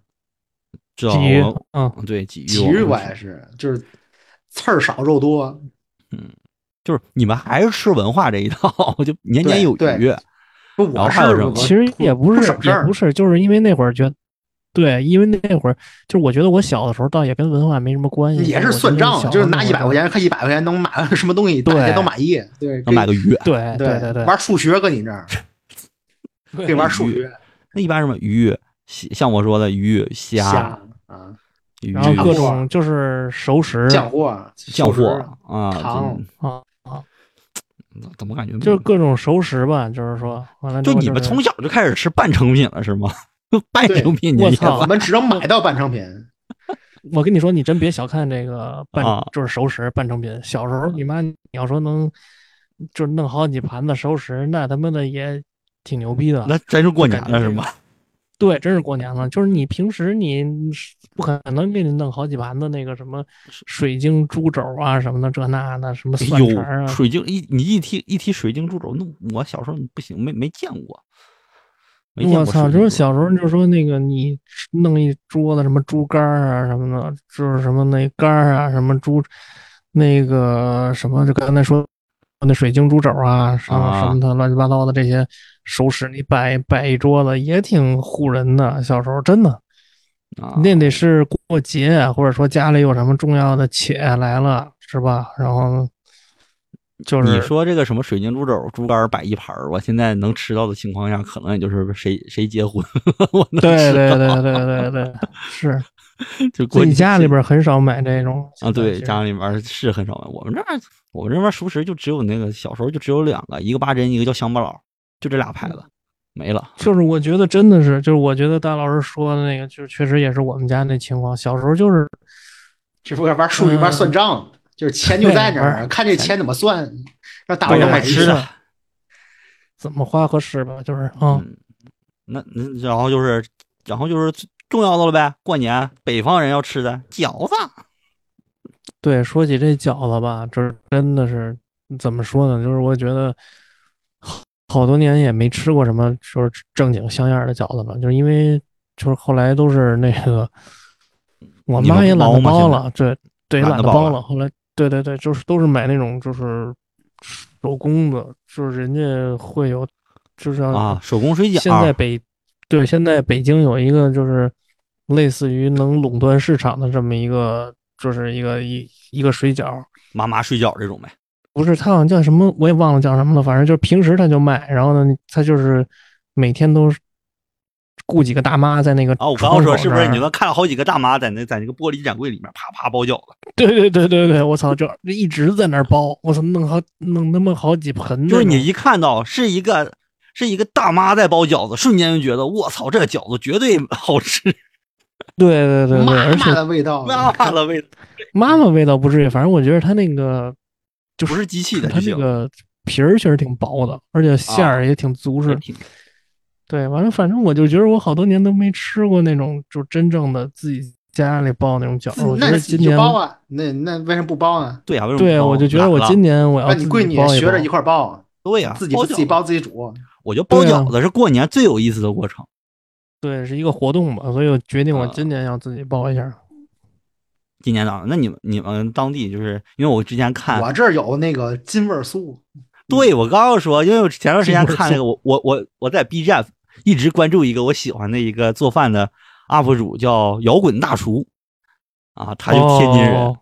[SPEAKER 2] 知道
[SPEAKER 3] 鲫鱼
[SPEAKER 2] 我，
[SPEAKER 3] 嗯，
[SPEAKER 2] 对鲫鱼，
[SPEAKER 4] 鲫鱼我也是，就是刺儿少肉多。
[SPEAKER 2] 就是你们还是吃文化这一套，就年年
[SPEAKER 4] 对
[SPEAKER 2] 有
[SPEAKER 4] 对
[SPEAKER 2] 余。
[SPEAKER 4] 不，
[SPEAKER 2] 然后
[SPEAKER 4] 我是
[SPEAKER 2] 还有什么
[SPEAKER 4] 我
[SPEAKER 3] 其实也不是
[SPEAKER 4] 省事
[SPEAKER 3] 也
[SPEAKER 4] 儿
[SPEAKER 3] 不是，就是因为那会儿觉得，对，因为那会儿就是我觉得我小的时候倒也跟文化没什么关系，
[SPEAKER 4] 也
[SPEAKER 3] 嗯我
[SPEAKER 4] 是
[SPEAKER 3] 觉
[SPEAKER 4] 算
[SPEAKER 3] 得
[SPEAKER 4] 账
[SPEAKER 3] 小，
[SPEAKER 4] 就
[SPEAKER 3] 的
[SPEAKER 4] 是拿
[SPEAKER 3] 那
[SPEAKER 4] 一
[SPEAKER 3] 会
[SPEAKER 4] 百
[SPEAKER 3] 儿
[SPEAKER 4] 块钱，看一百块钱能买什么东西，大
[SPEAKER 3] 对
[SPEAKER 4] 家都满意。对，
[SPEAKER 2] 能买个
[SPEAKER 4] 个
[SPEAKER 2] 鱼，
[SPEAKER 3] 对
[SPEAKER 4] 对
[SPEAKER 3] 对对，
[SPEAKER 4] 玩数学搁你这儿，可以玩数
[SPEAKER 2] 鱼
[SPEAKER 4] 学
[SPEAKER 3] 哎
[SPEAKER 2] 那一般什么鱼、虾像我说的鱼、虾、
[SPEAKER 4] 虾啊，
[SPEAKER 2] 鱼、
[SPEAKER 3] 然后各
[SPEAKER 4] 货
[SPEAKER 3] 种就是熟食，
[SPEAKER 4] 酱货
[SPEAKER 2] 酱
[SPEAKER 4] 熟食
[SPEAKER 2] 货啊，
[SPEAKER 4] 糖
[SPEAKER 2] 真
[SPEAKER 3] 啊啊，
[SPEAKER 2] 怎么感觉
[SPEAKER 3] 就是各种熟食吧，就是说完了之
[SPEAKER 2] 就
[SPEAKER 3] 后
[SPEAKER 2] 你们
[SPEAKER 3] 是
[SPEAKER 2] 从小就开始吃半成品了是吗？ 半成品
[SPEAKER 3] 我
[SPEAKER 2] 年夜
[SPEAKER 3] 操
[SPEAKER 4] 我
[SPEAKER 2] 饭
[SPEAKER 4] 们只能买到半成 品。
[SPEAKER 3] 我跟你说，你真别小看这个半，
[SPEAKER 2] 啊
[SPEAKER 3] 就是熟食半成品。小时候你妈你要说能，就是弄好几盘子熟食，那他妈的也挺牛逼的。
[SPEAKER 2] 那真是过年
[SPEAKER 3] 感觉
[SPEAKER 2] 了是吗？
[SPEAKER 3] 对，真是过年了。就是你平时你是不可能给你弄好几盘子那个什么水晶猪肘啊什么的，这那的什么
[SPEAKER 2] 哎
[SPEAKER 3] 蒜肠
[SPEAKER 2] 呦，
[SPEAKER 3] 啊，
[SPEAKER 2] 水晶一你一提一提水晶猪肘，那我小时候你不行，没没见过，没见
[SPEAKER 3] 我
[SPEAKER 2] 过水晶猪
[SPEAKER 3] 操！就
[SPEAKER 2] 肘。
[SPEAKER 3] 是小时候就说那个你弄一桌子什么猪肝儿啊什么的，就是什么那肝儿啊什么猪，那个什么就刚才说那水晶猪肘啊什么
[SPEAKER 2] 啊
[SPEAKER 3] 什么的乱七八糟的这些熟食，你摆摆一桌子也挺唬人的。小时候真的，
[SPEAKER 2] 啊
[SPEAKER 3] 那得是过节啊或者说家里有什么重要的且来了是吧？然后就是
[SPEAKER 2] 你说这个什么水晶猪肘、猪肝儿摆一盘儿，我现在能吃到的情况下，可能也就是谁谁结婚， 我能
[SPEAKER 3] 对
[SPEAKER 2] 吃
[SPEAKER 3] 对
[SPEAKER 2] 到
[SPEAKER 3] 对对对对，是
[SPEAKER 2] 就 过
[SPEAKER 3] 自己
[SPEAKER 2] 年
[SPEAKER 3] 家里边很少买这种
[SPEAKER 2] 啊，对，
[SPEAKER 3] 其实
[SPEAKER 2] 家里面是很少买。我们这儿，我们这边熟食就只有那个小时候就只有两个，一个八珍，一个叫乡巴佬，就这俩牌
[SPEAKER 3] 嗯
[SPEAKER 2] 子，没了。
[SPEAKER 3] 就是我觉得真的是，就是我觉得大老师说的那个，就确实也是我们家那情况。小时候就是
[SPEAKER 4] 这不是玩数学
[SPEAKER 3] 嗯
[SPEAKER 4] 玩算账，就是钱就
[SPEAKER 3] 对
[SPEAKER 4] 在那
[SPEAKER 3] 哎玩
[SPEAKER 4] 儿， 看这钱怎么算，让大伙
[SPEAKER 3] 啊对
[SPEAKER 4] 儿
[SPEAKER 2] 要买
[SPEAKER 4] 买
[SPEAKER 3] 我
[SPEAKER 2] 吃
[SPEAKER 3] 知道
[SPEAKER 2] 的，
[SPEAKER 3] 怎么花合适吧，就是啊，
[SPEAKER 2] 嗯嗯，那那然后就是，然后就是最重要的了呗。过年北方人要吃的饺子，
[SPEAKER 3] 对，说起这饺子吧，这真的是怎么说呢？就是我觉得好好多年也没吃过什么说是正经像样的饺子了，就是因为就是后来都是那个我
[SPEAKER 2] 你
[SPEAKER 3] 妈
[SPEAKER 2] 们
[SPEAKER 3] 也懒
[SPEAKER 2] 包
[SPEAKER 3] 得
[SPEAKER 2] 吗
[SPEAKER 3] 包
[SPEAKER 2] 现在
[SPEAKER 3] 了，对对，
[SPEAKER 2] 懒
[SPEAKER 3] 懒
[SPEAKER 2] 得包
[SPEAKER 3] 得包
[SPEAKER 2] 了
[SPEAKER 3] 了。后来对对对，就是都是买那种就是手工的，就是人家会有，就是要
[SPEAKER 2] 啊，手工水饺。
[SPEAKER 3] 嗯现在北对，现在北京有一个就是类似于能垄断市场的这么一个，就是一个一一个水饺，
[SPEAKER 2] 妈妈水饺这种呗，
[SPEAKER 3] 不是它好像叫什么，我也忘了叫什么了，反正就是平时它就卖，然后呢，它就是每天都是雇几个大妈在那个
[SPEAKER 2] 啊，我刚
[SPEAKER 3] 窗
[SPEAKER 2] 刚说
[SPEAKER 3] 口
[SPEAKER 2] 是不是？
[SPEAKER 3] 那
[SPEAKER 2] 你
[SPEAKER 3] 儿
[SPEAKER 2] 都看了好几个大妈在那在那个玻璃展柜里面啪啪包饺子，
[SPEAKER 3] 对对对对对，我操，就一直在那儿包，我操，弄好弄他妈好几盆那种，
[SPEAKER 2] 就是你一看到是一个是一个大妈在包饺子，瞬间就觉得我操，这个饺子绝对好吃，
[SPEAKER 3] 对对对对，
[SPEAKER 4] 妈
[SPEAKER 3] 而且
[SPEAKER 4] 妈的味
[SPEAKER 3] 哦
[SPEAKER 4] 道，
[SPEAKER 2] 妈妈的味道，
[SPEAKER 3] 妈妈味道不至于，反正我觉得它那个就
[SPEAKER 2] 不是机器的
[SPEAKER 3] 它
[SPEAKER 2] 就行。啊
[SPEAKER 3] 那个皮儿确实挺薄的，而且馅儿也挺足实。对，完了，反正我就觉得我好多年都没吃过那种就真正的自己家里包那种饺子。我觉
[SPEAKER 4] 那
[SPEAKER 3] 得
[SPEAKER 4] 你自
[SPEAKER 3] 今
[SPEAKER 4] 己就
[SPEAKER 3] 年，
[SPEAKER 4] 包啊，那那为什么不包呢？
[SPEAKER 2] 对呀、为什么
[SPEAKER 3] 对
[SPEAKER 2] 不包
[SPEAKER 3] 我就觉得我
[SPEAKER 2] 懒了
[SPEAKER 3] 今年我要
[SPEAKER 4] 那
[SPEAKER 3] 自
[SPEAKER 4] 你
[SPEAKER 3] 己
[SPEAKER 4] 闺女也
[SPEAKER 3] 包
[SPEAKER 4] 学着
[SPEAKER 3] 包
[SPEAKER 4] 一块儿包啊，
[SPEAKER 2] 对呀、
[SPEAKER 4] 自己
[SPEAKER 2] 包
[SPEAKER 4] 自己
[SPEAKER 2] 饺子，
[SPEAKER 4] 包自己煮，
[SPEAKER 2] 我觉得包
[SPEAKER 3] 对啊
[SPEAKER 2] 饺子是过年最有意思的过程。
[SPEAKER 3] 对是一个活动吧，所以我决定我
[SPEAKER 2] 啊
[SPEAKER 3] 今年要自己包一下。
[SPEAKER 2] 今年当那你们你们当地就是因为我之前看
[SPEAKER 4] 我这儿有那个金味儿酥，
[SPEAKER 2] 对，我刚刚说，因为我前段时间看那
[SPEAKER 3] 进
[SPEAKER 2] 个，我我我我在 B 站一直关注一个我喜欢的一个做饭的 UP 主，叫摇滚大厨，啊，他就是天津人，
[SPEAKER 3] 哦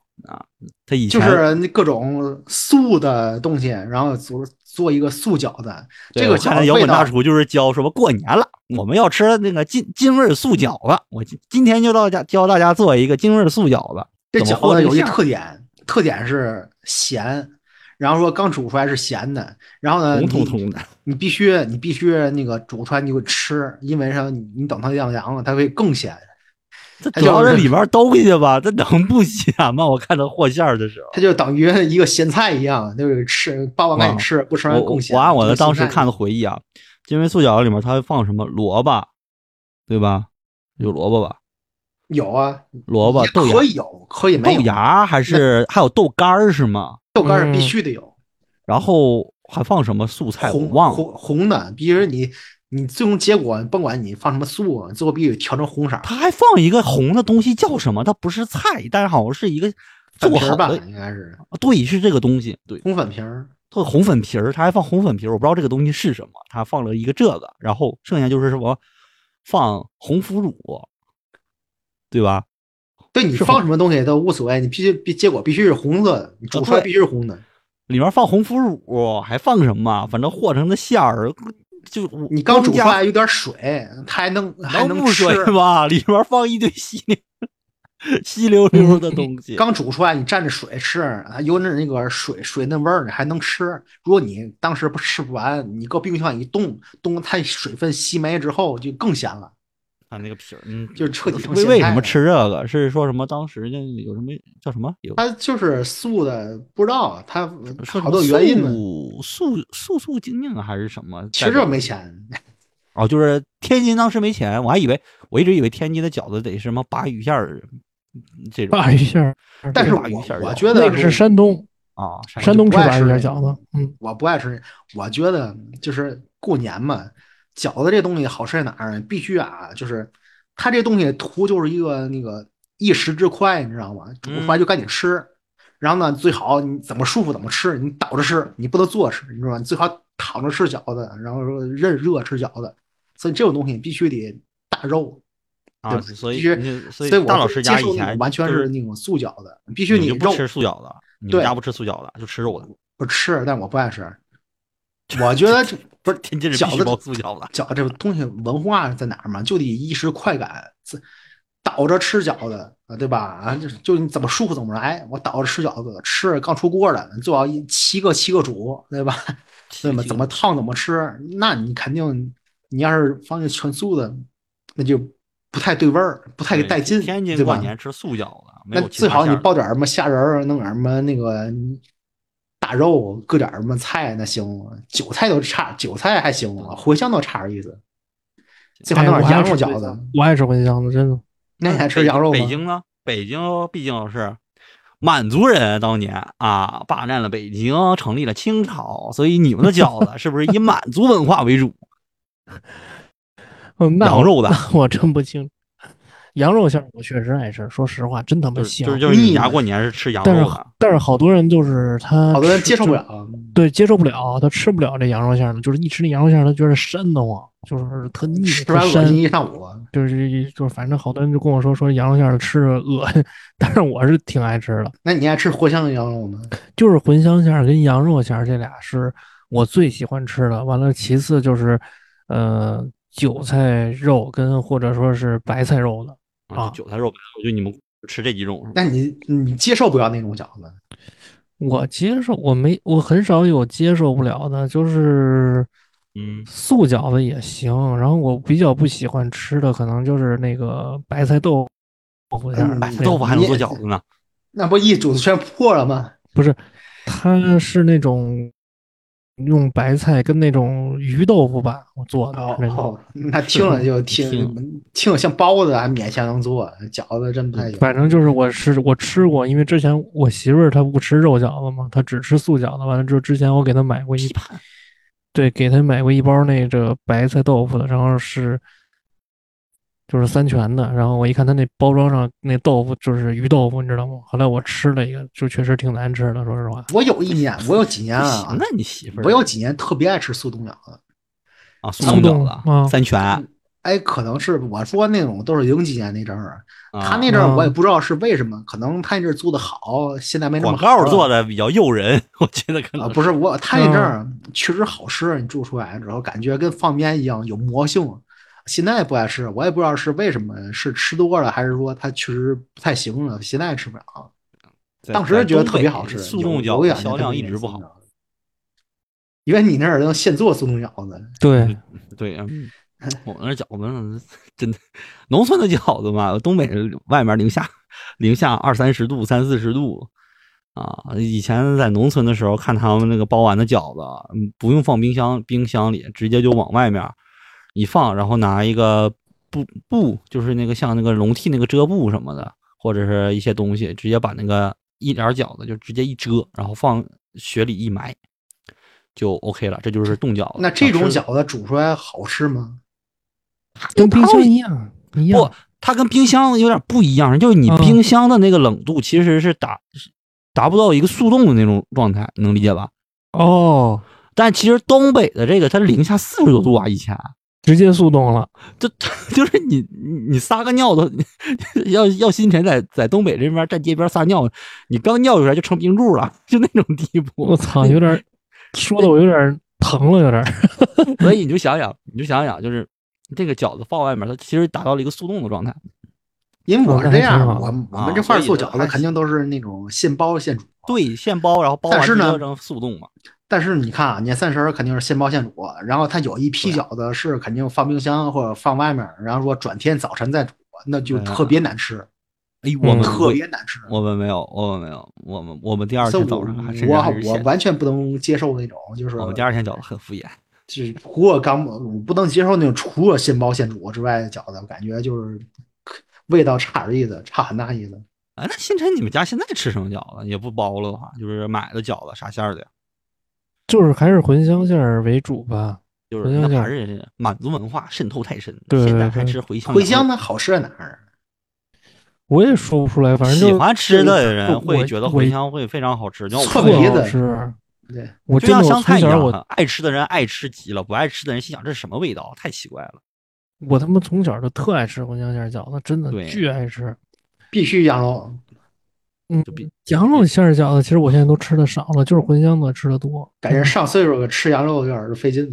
[SPEAKER 2] 他以前
[SPEAKER 4] 就是那各种素的东西，然后做做一个素饺子。
[SPEAKER 2] 对
[SPEAKER 4] 这个
[SPEAKER 2] 我看
[SPEAKER 4] 饺
[SPEAKER 2] 那
[SPEAKER 4] 子
[SPEAKER 2] 摇
[SPEAKER 4] 味
[SPEAKER 2] 滚大
[SPEAKER 4] 道，
[SPEAKER 2] 厨就是教什么过年了，我们要吃那个金金味儿素饺子，我今今天就到家教大家做一个金味儿素饺子，
[SPEAKER 4] 这
[SPEAKER 2] 怎么和
[SPEAKER 4] 饺子有一
[SPEAKER 2] 馅儿
[SPEAKER 4] 特点，特点是咸，然后说刚煮出来是咸的，然后呢，
[SPEAKER 2] 红彤
[SPEAKER 4] 呃你哎
[SPEAKER 2] 彤的，
[SPEAKER 4] 你必须你必须那个煮出来你会吃，因为啥？你你等它晾凉了，它会更咸。
[SPEAKER 2] 这
[SPEAKER 4] 它
[SPEAKER 2] 主要
[SPEAKER 4] 就是是
[SPEAKER 2] 里面兜进去吧，这能不咸吗？我看他和馅儿的时候。
[SPEAKER 4] 它就等于一个咸菜一样，就是吃包完赶紧吃，不吃完
[SPEAKER 2] 哦我我
[SPEAKER 4] 更咸。
[SPEAKER 2] 我按我的当时
[SPEAKER 4] 咸菜
[SPEAKER 2] 看的回忆啊，因为素饺子里面它会放什么萝卜，对吧？有萝卜吧？
[SPEAKER 4] 有啊，
[SPEAKER 2] 萝卜、
[SPEAKER 4] 也
[SPEAKER 2] 豆芽
[SPEAKER 4] 可、以有，可以没
[SPEAKER 2] 豆
[SPEAKER 4] 有。
[SPEAKER 2] 芽还是还有豆干儿是吗？
[SPEAKER 4] 豆干是
[SPEAKER 3] 嗯
[SPEAKER 4] 必须得有，
[SPEAKER 2] 然后还放什么素菜？我
[SPEAKER 4] 红
[SPEAKER 2] 忘了。
[SPEAKER 4] 红红的，必须你你最终结果甭管你放什么素，最后必须调成红色儿。
[SPEAKER 2] 它还放一个红的东西，叫什么？它不是菜，但是好像是一个
[SPEAKER 4] 粉
[SPEAKER 2] 做
[SPEAKER 4] 皮儿
[SPEAKER 2] 好
[SPEAKER 4] 吧，嗯
[SPEAKER 2] 的。
[SPEAKER 4] 应该是
[SPEAKER 2] 对，是这个东西。对，
[SPEAKER 4] 红粉皮儿。
[SPEAKER 2] 它红粉皮儿，它还放红粉皮儿，我不知道这个东西是什么。它放了一个这个，然后剩下就是什么放红腐乳，对吧？
[SPEAKER 4] 对你
[SPEAKER 2] 是
[SPEAKER 4] 放
[SPEAKER 2] 红
[SPEAKER 4] 什么东西都无所谓，你必须必结果必须是红色的，你煮出来
[SPEAKER 2] 啊对
[SPEAKER 4] 必须是红的。
[SPEAKER 2] 里面放红腐乳，还放什么？啊反正和成的馅儿，就我
[SPEAKER 4] 你刚煮出
[SPEAKER 2] 光
[SPEAKER 4] 来有点水，它还能还
[SPEAKER 2] 加能
[SPEAKER 4] 能
[SPEAKER 2] 不
[SPEAKER 4] 吃。
[SPEAKER 2] 水吗？里面放一堆稀溜稀溜溜的东西，
[SPEAKER 4] 嗯刚煮出来，你蘸着水吃，还有那那个水水那味儿，你还能吃。如果你当时不吃不完，你搁冰箱一冻，冻它水分吸没之后就更咸了，
[SPEAKER 2] 啊，那个皮儿，嗯，
[SPEAKER 4] 就是彻底成
[SPEAKER 2] 为
[SPEAKER 4] 咸
[SPEAKER 2] 为
[SPEAKER 4] 菜
[SPEAKER 2] 什么
[SPEAKER 4] 了？
[SPEAKER 2] 吃这个？是说什么当时那有什么叫什么有
[SPEAKER 4] 它就是素的，不知道它
[SPEAKER 2] 说什
[SPEAKER 4] 好
[SPEAKER 2] 么
[SPEAKER 4] 多原因呢。
[SPEAKER 2] 素素素素精酿还是什么？
[SPEAKER 4] 其
[SPEAKER 2] 代
[SPEAKER 4] 实
[SPEAKER 2] 表
[SPEAKER 4] 这没钱，
[SPEAKER 2] 哦，就是天津当时没钱，我还以为我一直以为天津的饺子得什么鲅鱼馅儿这种
[SPEAKER 3] 鲅鱼馅儿，
[SPEAKER 4] 但是
[SPEAKER 2] 鲅鱼馅
[SPEAKER 4] 我
[SPEAKER 2] 儿
[SPEAKER 4] 我
[SPEAKER 2] 有
[SPEAKER 4] 觉得
[SPEAKER 3] 那个是山东，
[SPEAKER 2] 啊，山
[SPEAKER 3] 山东吃
[SPEAKER 4] 不爱
[SPEAKER 3] 鲅鱼馅儿
[SPEAKER 4] 吃
[SPEAKER 3] 饺子，嗯，
[SPEAKER 4] 我不爱吃，我觉得就是过年嘛，饺子这东西好吃在哪儿呢？必须啊，就是它这东西图就是一个那个一时之快，你知道吗？煮出
[SPEAKER 2] 嗯
[SPEAKER 4] 来就赶紧吃，然后呢，最好你怎么舒服怎么吃，你倒着吃，你不能坐着吃，你知道吗？你最好躺着吃饺子，然后说热热吃饺子，所以这种东西必须得大肉，
[SPEAKER 2] 啊，
[SPEAKER 4] 对吧
[SPEAKER 2] 所
[SPEAKER 4] 必
[SPEAKER 2] 以
[SPEAKER 4] 须
[SPEAKER 2] 你所
[SPEAKER 4] 所
[SPEAKER 2] 以
[SPEAKER 4] 以我
[SPEAKER 2] 大老
[SPEAKER 4] 不
[SPEAKER 2] 师
[SPEAKER 4] 接
[SPEAKER 2] 家以
[SPEAKER 4] 受那
[SPEAKER 2] 前
[SPEAKER 4] 种完全
[SPEAKER 2] 就是
[SPEAKER 4] 那种素饺子，必须
[SPEAKER 2] 你就
[SPEAKER 4] 肉
[SPEAKER 2] 不吃素饺子，你们
[SPEAKER 4] 对
[SPEAKER 2] 家不吃素饺子，就吃肉的。
[SPEAKER 4] 我吃，但我不爱吃。我觉 得这不是
[SPEAKER 2] 天津人必
[SPEAKER 4] 饺
[SPEAKER 2] 须
[SPEAKER 4] 子
[SPEAKER 2] 包素饺子，
[SPEAKER 4] 饺子这个东西文化在哪儿嘛，就得一时快感，自倒着吃饺子啊，对吧？啊，就是就你怎么舒服怎么来。我倒着吃饺子，吃刚出锅的，最好一七个七个煮，对吧？ 对吧？怎么烫怎么吃，那你肯定你要是放全素的，那就不太对味儿，不太
[SPEAKER 2] 对
[SPEAKER 4] 带劲，
[SPEAKER 2] 天津
[SPEAKER 4] 对
[SPEAKER 2] 过
[SPEAKER 4] 吧？
[SPEAKER 2] 年吃素饺子，没
[SPEAKER 4] 那
[SPEAKER 2] 有其
[SPEAKER 4] 最
[SPEAKER 2] 他
[SPEAKER 4] 好
[SPEAKER 2] 馅
[SPEAKER 4] 你
[SPEAKER 2] 儿的
[SPEAKER 4] 包点儿什么虾仁儿，弄点儿什么那个大肉，搁点儿啊什么菜那行吗？韭菜都差，韭菜还行吗？茴香都差点意思。计划弄点
[SPEAKER 3] 哎
[SPEAKER 4] 羊
[SPEAKER 3] 我还
[SPEAKER 4] 肉
[SPEAKER 3] 吃
[SPEAKER 4] 饺子。
[SPEAKER 3] 我爱吃茴香子，真的。
[SPEAKER 4] 那你还吃羊肉吗
[SPEAKER 2] 北？京呢？北京毕竟是满族人当年啊霸占了北京，成立了清朝，所以你们的饺子是不是以满族文化为 主？
[SPEAKER 3] 嗯，那
[SPEAKER 2] 羊
[SPEAKER 3] 我
[SPEAKER 2] 肉的，
[SPEAKER 3] 我真不清楚。羊肉馅儿我确实爱吃，说实话，真他妈
[SPEAKER 2] 就
[SPEAKER 3] 香。
[SPEAKER 2] 是就是你家
[SPEAKER 4] 腻
[SPEAKER 2] 过年是吃羊
[SPEAKER 3] 但是
[SPEAKER 2] 肉的
[SPEAKER 3] 好，但是好多人就是他，
[SPEAKER 4] 好多人接受不，了。
[SPEAKER 3] 对，接受不了，他吃不了这羊肉馅儿的，就是一吃那羊肉馅儿，他觉得膻得慌，就是特腻，
[SPEAKER 4] 吃
[SPEAKER 3] 特
[SPEAKER 4] 完恶
[SPEAKER 3] 膻
[SPEAKER 4] 心，一上午，
[SPEAKER 3] 就是就是反正好多人就跟我说说羊肉馅儿吃着恶心， 但是我是挺爱吃的，
[SPEAKER 4] 那你爱吃茴香羊肉吗？
[SPEAKER 3] 就是茴香馅儿跟羊肉馅儿这俩是我最喜欢吃的。完了，其次就是呃韭菜肉跟或者说是白菜肉的，
[SPEAKER 2] 啊，
[SPEAKER 3] 啊
[SPEAKER 2] 就韭菜肉、白菜肉，就你们吃这几种是吧？
[SPEAKER 4] 那你你接受不了那种饺子，
[SPEAKER 3] 我接受我没我很少有接受不了的，就是
[SPEAKER 2] 嗯，
[SPEAKER 3] 素饺子也行。然后我比较不喜欢吃的可能就是那个白菜豆腐馅儿
[SPEAKER 4] 嗯
[SPEAKER 3] 的
[SPEAKER 2] 白
[SPEAKER 3] 那
[SPEAKER 2] 哎菜豆腐
[SPEAKER 3] 种
[SPEAKER 2] 还能
[SPEAKER 4] 你
[SPEAKER 2] 做饺子呢，
[SPEAKER 4] 那不一煮全破了吗？
[SPEAKER 3] 它是那种用白菜跟那种鱼豆腐吧我做的
[SPEAKER 4] 哦
[SPEAKER 3] 那种，
[SPEAKER 4] 哦，那听 了就听
[SPEAKER 2] 听
[SPEAKER 4] 听着像包子还啊勉强能做，饺子真不太行。
[SPEAKER 3] 反正就是我是我吃过，因为之前我媳妇儿她不吃肉饺子嘛，她只吃素饺子。完了之后，之前我给她买过一
[SPEAKER 2] 批判
[SPEAKER 3] 对，给她买过一包那个白菜豆腐的，然后是就是三全的。然后我一看她那包装上那豆腐就是鱼豆腐，你知道吗？后来我吃了一个，就确实挺难吃的，说实话。
[SPEAKER 4] 我有一年，我有几年
[SPEAKER 2] 不
[SPEAKER 4] 啊
[SPEAKER 2] 行，啊，你媳妇儿
[SPEAKER 4] 我有几年特别爱吃速冻饺子。
[SPEAKER 2] 啊，速
[SPEAKER 3] 速
[SPEAKER 2] 冻
[SPEAKER 3] 冻
[SPEAKER 2] 饺
[SPEAKER 3] 啊
[SPEAKER 2] 子、三全，
[SPEAKER 4] 哎，可能是我说那种都是零几年那阵儿，他那
[SPEAKER 2] 啊
[SPEAKER 4] 阵儿我也
[SPEAKER 3] 嗯
[SPEAKER 4] 不知道是为什么，可能他那阵儿做的好，现在没那
[SPEAKER 2] 广
[SPEAKER 4] 么好
[SPEAKER 2] 告
[SPEAKER 4] 了
[SPEAKER 2] 做的比较诱人， 我觉得可
[SPEAKER 4] 啊，
[SPEAKER 2] 能
[SPEAKER 4] 不是我，他那阵
[SPEAKER 3] 嗯
[SPEAKER 4] 儿确实好吃，你做出来之后感觉跟放鞭一样有魔性。现在不爱吃，我也不知道是为什么，是吃多了还是说它确实不太行了，现在吃不了。
[SPEAKER 2] 在
[SPEAKER 4] 当时
[SPEAKER 2] 在
[SPEAKER 4] 觉得
[SPEAKER 2] 东
[SPEAKER 4] 特别
[SPEAKER 2] 北
[SPEAKER 4] 好吃，
[SPEAKER 2] 速冻
[SPEAKER 4] 有
[SPEAKER 2] 饺
[SPEAKER 4] 有两
[SPEAKER 2] 子
[SPEAKER 4] 年
[SPEAKER 2] 销
[SPEAKER 4] 特
[SPEAKER 2] 量
[SPEAKER 4] 别
[SPEAKER 2] 一
[SPEAKER 4] 没
[SPEAKER 2] 直
[SPEAKER 4] 速
[SPEAKER 2] 不
[SPEAKER 4] 冻
[SPEAKER 2] 好
[SPEAKER 4] 饺，子，因为你那儿能现做速冻饺子，
[SPEAKER 3] 对，
[SPEAKER 2] 对，啊
[SPEAKER 4] 嗯
[SPEAKER 2] 我们那饺子真的，农村的饺子嘛，东北外面零下零下二三十度、三四十度啊。以前在农村的时候，看他们那个包完的饺子，嗯不用放冰箱，冰箱里直接就往外面一放，然后拿一个布布，就是那个像那个笼屉那个遮布什么的，或者是一些东西，直接把那个一点儿饺子就直接一遮，然后放雪里一埋。就 OK 了，这就是冻饺子。
[SPEAKER 4] 那这种
[SPEAKER 2] 想吃
[SPEAKER 4] 饺子煮出来好吃吗？
[SPEAKER 3] 跟冰箱一样一样
[SPEAKER 2] 不，它跟冰箱有点不一样，就是你
[SPEAKER 3] 嗯
[SPEAKER 2] 冰箱的那个冷度其实是达是达不到一个速冻的那种状态，你能理解吧？
[SPEAKER 3] 哦，
[SPEAKER 2] 但其实东北的这个它零下四十多度啊，以前
[SPEAKER 3] 直接速冻了。
[SPEAKER 2] 就 就是你你你撒个尿都 要要星辰在在东北这边站街边撒尿，你刚尿出来就成冰柱了，就那种地
[SPEAKER 3] 我
[SPEAKER 2] 步。
[SPEAKER 3] 操，有点儿说的我有点儿疼了，有点儿。
[SPEAKER 2] 所以你就想想，你就想想，就是这个饺子放外面，它其实达到了一个速冻的状态。
[SPEAKER 4] 因为我
[SPEAKER 3] 哦
[SPEAKER 4] 是
[SPEAKER 3] 那还
[SPEAKER 4] 这样，
[SPEAKER 3] 挺好
[SPEAKER 4] 我我
[SPEAKER 2] 啊
[SPEAKER 4] 们这块
[SPEAKER 2] 所
[SPEAKER 4] 儿
[SPEAKER 2] 以
[SPEAKER 4] 做
[SPEAKER 2] 就
[SPEAKER 4] 饺
[SPEAKER 2] 还
[SPEAKER 4] 子肯定都是那种现包现煮。
[SPEAKER 2] 对，现包，然后包完
[SPEAKER 4] 但是
[SPEAKER 2] 之
[SPEAKER 4] 呢
[SPEAKER 2] 后成速冻嘛。
[SPEAKER 4] 但是你看啊，年三十儿肯定是现包现煮，啊然后它有一批
[SPEAKER 2] 啊
[SPEAKER 4] 饺子是肯定放冰箱或者放外面儿，然后说转天早晨再煮，那就
[SPEAKER 2] 对啊
[SPEAKER 4] 特别难吃，
[SPEAKER 2] 哎，我们
[SPEAKER 3] 嗯
[SPEAKER 4] 特
[SPEAKER 2] 会
[SPEAKER 4] 别难吃。
[SPEAKER 2] 我们没有，我们没有，我们我们第二
[SPEAKER 4] 所以
[SPEAKER 2] 天早
[SPEAKER 4] 我
[SPEAKER 2] 上还甚至还
[SPEAKER 4] 我
[SPEAKER 2] 是咸
[SPEAKER 4] 我
[SPEAKER 2] 的。
[SPEAKER 4] 完全不能接受那种，就是
[SPEAKER 2] 我们第二天饺子很敷衍，
[SPEAKER 4] 就是除了刚，我不能接受那种除了现包现煮之外的饺子，我感觉就是味道差点意思，差很大意思。
[SPEAKER 2] 哎，那星辰，你们家现在吃什么饺子？也不包了的话，就是买的饺子啥馅儿的呀？
[SPEAKER 3] 就是还是茴香馅儿为主吧。
[SPEAKER 2] 就是
[SPEAKER 3] 茴香
[SPEAKER 2] 那
[SPEAKER 3] 馅儿
[SPEAKER 2] 还是满族文化渗透太深，
[SPEAKER 3] 对
[SPEAKER 2] 现在
[SPEAKER 3] 对
[SPEAKER 2] 还
[SPEAKER 3] 对
[SPEAKER 2] 吃茴香。
[SPEAKER 4] 茴香？呢，好吃在哪儿？啊
[SPEAKER 3] 我也说不出来，反正就
[SPEAKER 2] 喜欢吃的人
[SPEAKER 3] 我
[SPEAKER 2] 会觉得
[SPEAKER 3] 我
[SPEAKER 2] 茴香会非常好吃，就
[SPEAKER 4] 错
[SPEAKER 2] 像
[SPEAKER 4] 别
[SPEAKER 2] 我，
[SPEAKER 4] 别
[SPEAKER 3] 特
[SPEAKER 4] 的
[SPEAKER 3] 好吃。
[SPEAKER 4] 对，
[SPEAKER 3] 我
[SPEAKER 2] 就
[SPEAKER 3] 真
[SPEAKER 2] 像香
[SPEAKER 3] 的我从
[SPEAKER 2] 菜一
[SPEAKER 3] 小
[SPEAKER 2] 样啊
[SPEAKER 3] 我，
[SPEAKER 2] 爱吃的人爱吃极了，不爱吃的人心想这是什么味道？太奇怪了。
[SPEAKER 3] 我他妈从小就特爱吃茴香馅儿饺子，真的
[SPEAKER 2] 对
[SPEAKER 3] 巨爱吃。
[SPEAKER 4] 必须羊肉。
[SPEAKER 3] 嗯
[SPEAKER 2] 就比，
[SPEAKER 3] 羊肉馅儿饺子其实我现在都吃的少了，就是茴香的吃的多。
[SPEAKER 4] 感觉上岁数了吃羊肉有点儿费劲，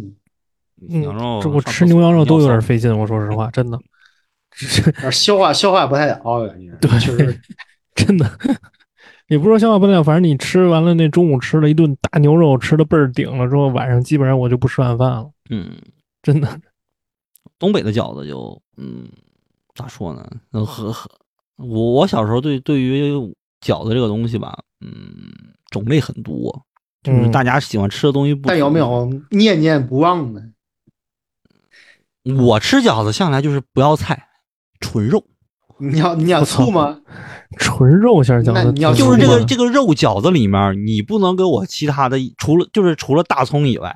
[SPEAKER 3] 嗯
[SPEAKER 2] 羊肉
[SPEAKER 3] 这
[SPEAKER 2] 上
[SPEAKER 3] 我
[SPEAKER 2] 厕所，
[SPEAKER 3] 吃牛羊肉都有点
[SPEAKER 2] 尿骚
[SPEAKER 3] 费劲，我说实话，真的，
[SPEAKER 4] 有点儿消化消化不太了，感觉。对，确实
[SPEAKER 3] 真的。 也不是说消化不了，反正你吃完了那中午吃了一顿大牛肉，吃的倍儿顶了之后，晚上基本上我就不吃晚饭了，
[SPEAKER 2] 嗯，
[SPEAKER 3] 真的。
[SPEAKER 2] 东北的饺子就嗯，咋说呢？呃和和我我小时候对对于饺子这个东西吧，嗯，种类很多，就是
[SPEAKER 3] 嗯
[SPEAKER 2] 大家喜欢吃的东西不同。
[SPEAKER 4] 但有没有念念不忘的？
[SPEAKER 2] 我吃饺子向来就是不要菜，纯肉，
[SPEAKER 4] 你要你要醋吗？
[SPEAKER 3] 纯肉馅儿饺
[SPEAKER 4] 那
[SPEAKER 3] 子
[SPEAKER 4] 你要
[SPEAKER 3] 挺
[SPEAKER 2] 就是
[SPEAKER 3] 多
[SPEAKER 2] 这个
[SPEAKER 3] 的
[SPEAKER 2] 这个肉饺子里面，你不能给我其他的，除了就是除了大葱以外，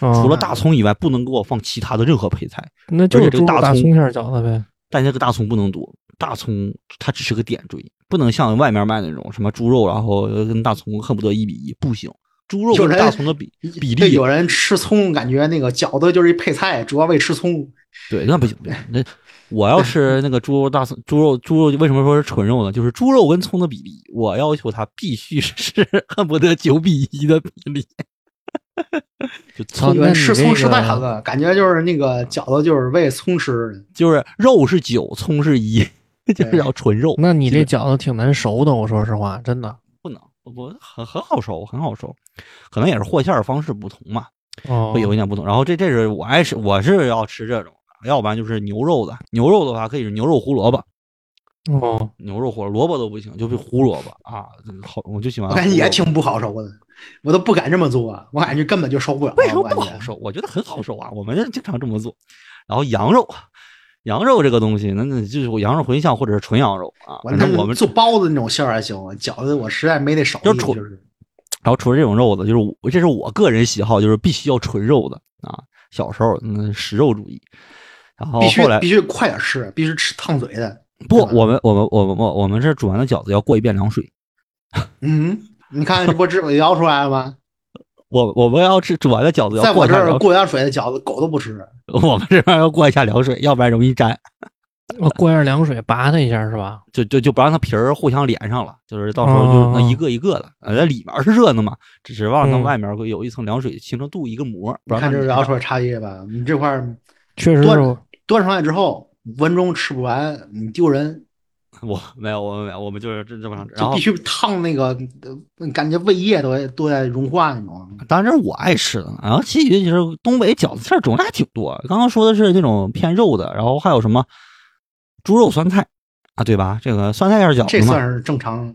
[SPEAKER 3] 啊
[SPEAKER 2] 除了大葱以外，不能给我放其他的任何配菜。
[SPEAKER 3] 那就
[SPEAKER 2] 而
[SPEAKER 3] 是
[SPEAKER 2] 且这
[SPEAKER 3] 猪
[SPEAKER 2] 个
[SPEAKER 3] 肉
[SPEAKER 2] 大
[SPEAKER 3] 大
[SPEAKER 2] 葱
[SPEAKER 3] 葱馅儿饺子呗。
[SPEAKER 2] 但这个大葱不能多，大葱它只是个点缀，不能像外面卖那种什么猪肉，然后跟大葱恨不得一比一，不行。猪肉
[SPEAKER 4] 有
[SPEAKER 2] 跟
[SPEAKER 4] 人
[SPEAKER 2] 大葱的比比
[SPEAKER 4] 对
[SPEAKER 2] 例，
[SPEAKER 4] 有人吃葱，感觉那个饺子就是一配菜，主要为吃葱。
[SPEAKER 2] 对，那不行。不行那我要吃那个猪肉大葱，猪肉猪肉为什么说是纯肉呢？就是猪肉跟葱的比例，我要求它必须是恨不得九比一的比例。 就
[SPEAKER 3] 操
[SPEAKER 2] 葱
[SPEAKER 4] 有
[SPEAKER 3] 那
[SPEAKER 4] 人
[SPEAKER 3] 你
[SPEAKER 4] 吃葱
[SPEAKER 3] 这
[SPEAKER 4] 吃烂
[SPEAKER 3] 个
[SPEAKER 4] 了，感觉就是那个饺子就是为葱吃的。
[SPEAKER 2] 就是肉是九，葱是一， 就是
[SPEAKER 4] 对
[SPEAKER 2] 要纯肉。
[SPEAKER 3] 那你这
[SPEAKER 2] 基本
[SPEAKER 3] 饺子挺难熟的，我说实话，真的。
[SPEAKER 2] 不能，我很很好熟，很好熟，可能也是和馅儿方式不同嘛。
[SPEAKER 3] 哦，
[SPEAKER 2] 会有一点不同。然后这这是我爱吃，我是要吃这种，要不然就是牛肉的。牛肉的话可以是牛肉胡萝卜，
[SPEAKER 3] 哦，
[SPEAKER 2] 牛肉胡萝卜都不行，就是胡萝卜啊，好我就喜欢
[SPEAKER 4] 我
[SPEAKER 2] 胡萝卜。
[SPEAKER 4] 感觉也哎挺不好熟的，我都不敢这么做，我感觉根本就受不了。
[SPEAKER 2] 为什么
[SPEAKER 4] 我
[SPEAKER 2] 不
[SPEAKER 4] 感觉
[SPEAKER 2] 好受？我觉得很好受啊，我们经常这么做。然后羊肉，羊肉这个东西，那那就是我羊肉茴香或者是纯羊肉啊。
[SPEAKER 4] 我
[SPEAKER 2] 反
[SPEAKER 4] 那
[SPEAKER 2] 正我们
[SPEAKER 4] 做包子那种馅儿还行，饺子我实在没那手艺，
[SPEAKER 2] 就
[SPEAKER 4] 就是
[SPEAKER 2] 纯
[SPEAKER 4] 是
[SPEAKER 2] 然后除了这种肉的，就是我这是我个人喜好，就是必须要纯肉的啊。小时候嗯食肉主义，然后
[SPEAKER 4] 必须
[SPEAKER 2] 哦后来
[SPEAKER 4] 必须快点吃，必须吃烫嘴的。
[SPEAKER 2] 不
[SPEAKER 4] 是吧，
[SPEAKER 2] 我们我们我们我我们是煮完的饺子要过一遍凉水。
[SPEAKER 4] 嗯，你看这不知我摇出来了吗？
[SPEAKER 2] 我我们要吃煮完的饺子
[SPEAKER 4] 在
[SPEAKER 2] 要过
[SPEAKER 4] 我
[SPEAKER 2] 一
[SPEAKER 4] 这
[SPEAKER 2] 下
[SPEAKER 4] 儿
[SPEAKER 2] 凉，
[SPEAKER 4] 过点水的饺子狗都不吃，
[SPEAKER 2] 我们这边要过一下凉水，要不然容易粘，
[SPEAKER 3] 我过一下哦凉水拔它一下是吧？
[SPEAKER 2] 就就就不让它皮儿互相连上了，就是到时候就
[SPEAKER 3] 哦
[SPEAKER 2] 那一个一个的，呃，在里面是热的嘛，只是让它
[SPEAKER 3] 嗯
[SPEAKER 2] 外面会有一层凉水形成镀一个膜，不让
[SPEAKER 4] 你看
[SPEAKER 2] 它
[SPEAKER 4] 这
[SPEAKER 2] 粘
[SPEAKER 4] 摇出来差异吧？你这块儿
[SPEAKER 3] 确实
[SPEAKER 4] 端
[SPEAKER 3] 是
[SPEAKER 4] 着
[SPEAKER 3] 我，
[SPEAKER 4] 端上来之后，五分钟吃不完，你丢人，
[SPEAKER 2] 我没有，我们没有，我们就是这这么长。然
[SPEAKER 4] 嗯就
[SPEAKER 2] 后
[SPEAKER 4] 必，须烫那个，呃感觉胃液都都在融化那种。
[SPEAKER 2] 当然这是我爱吃的。然后其余就是东北饺子馅儿种类还挺多，刚刚说的是那种偏肉的，然后还有什么猪肉酸菜啊，对吧？这个酸菜馅儿饺
[SPEAKER 4] 这
[SPEAKER 2] 子嘛，
[SPEAKER 4] 算是正常，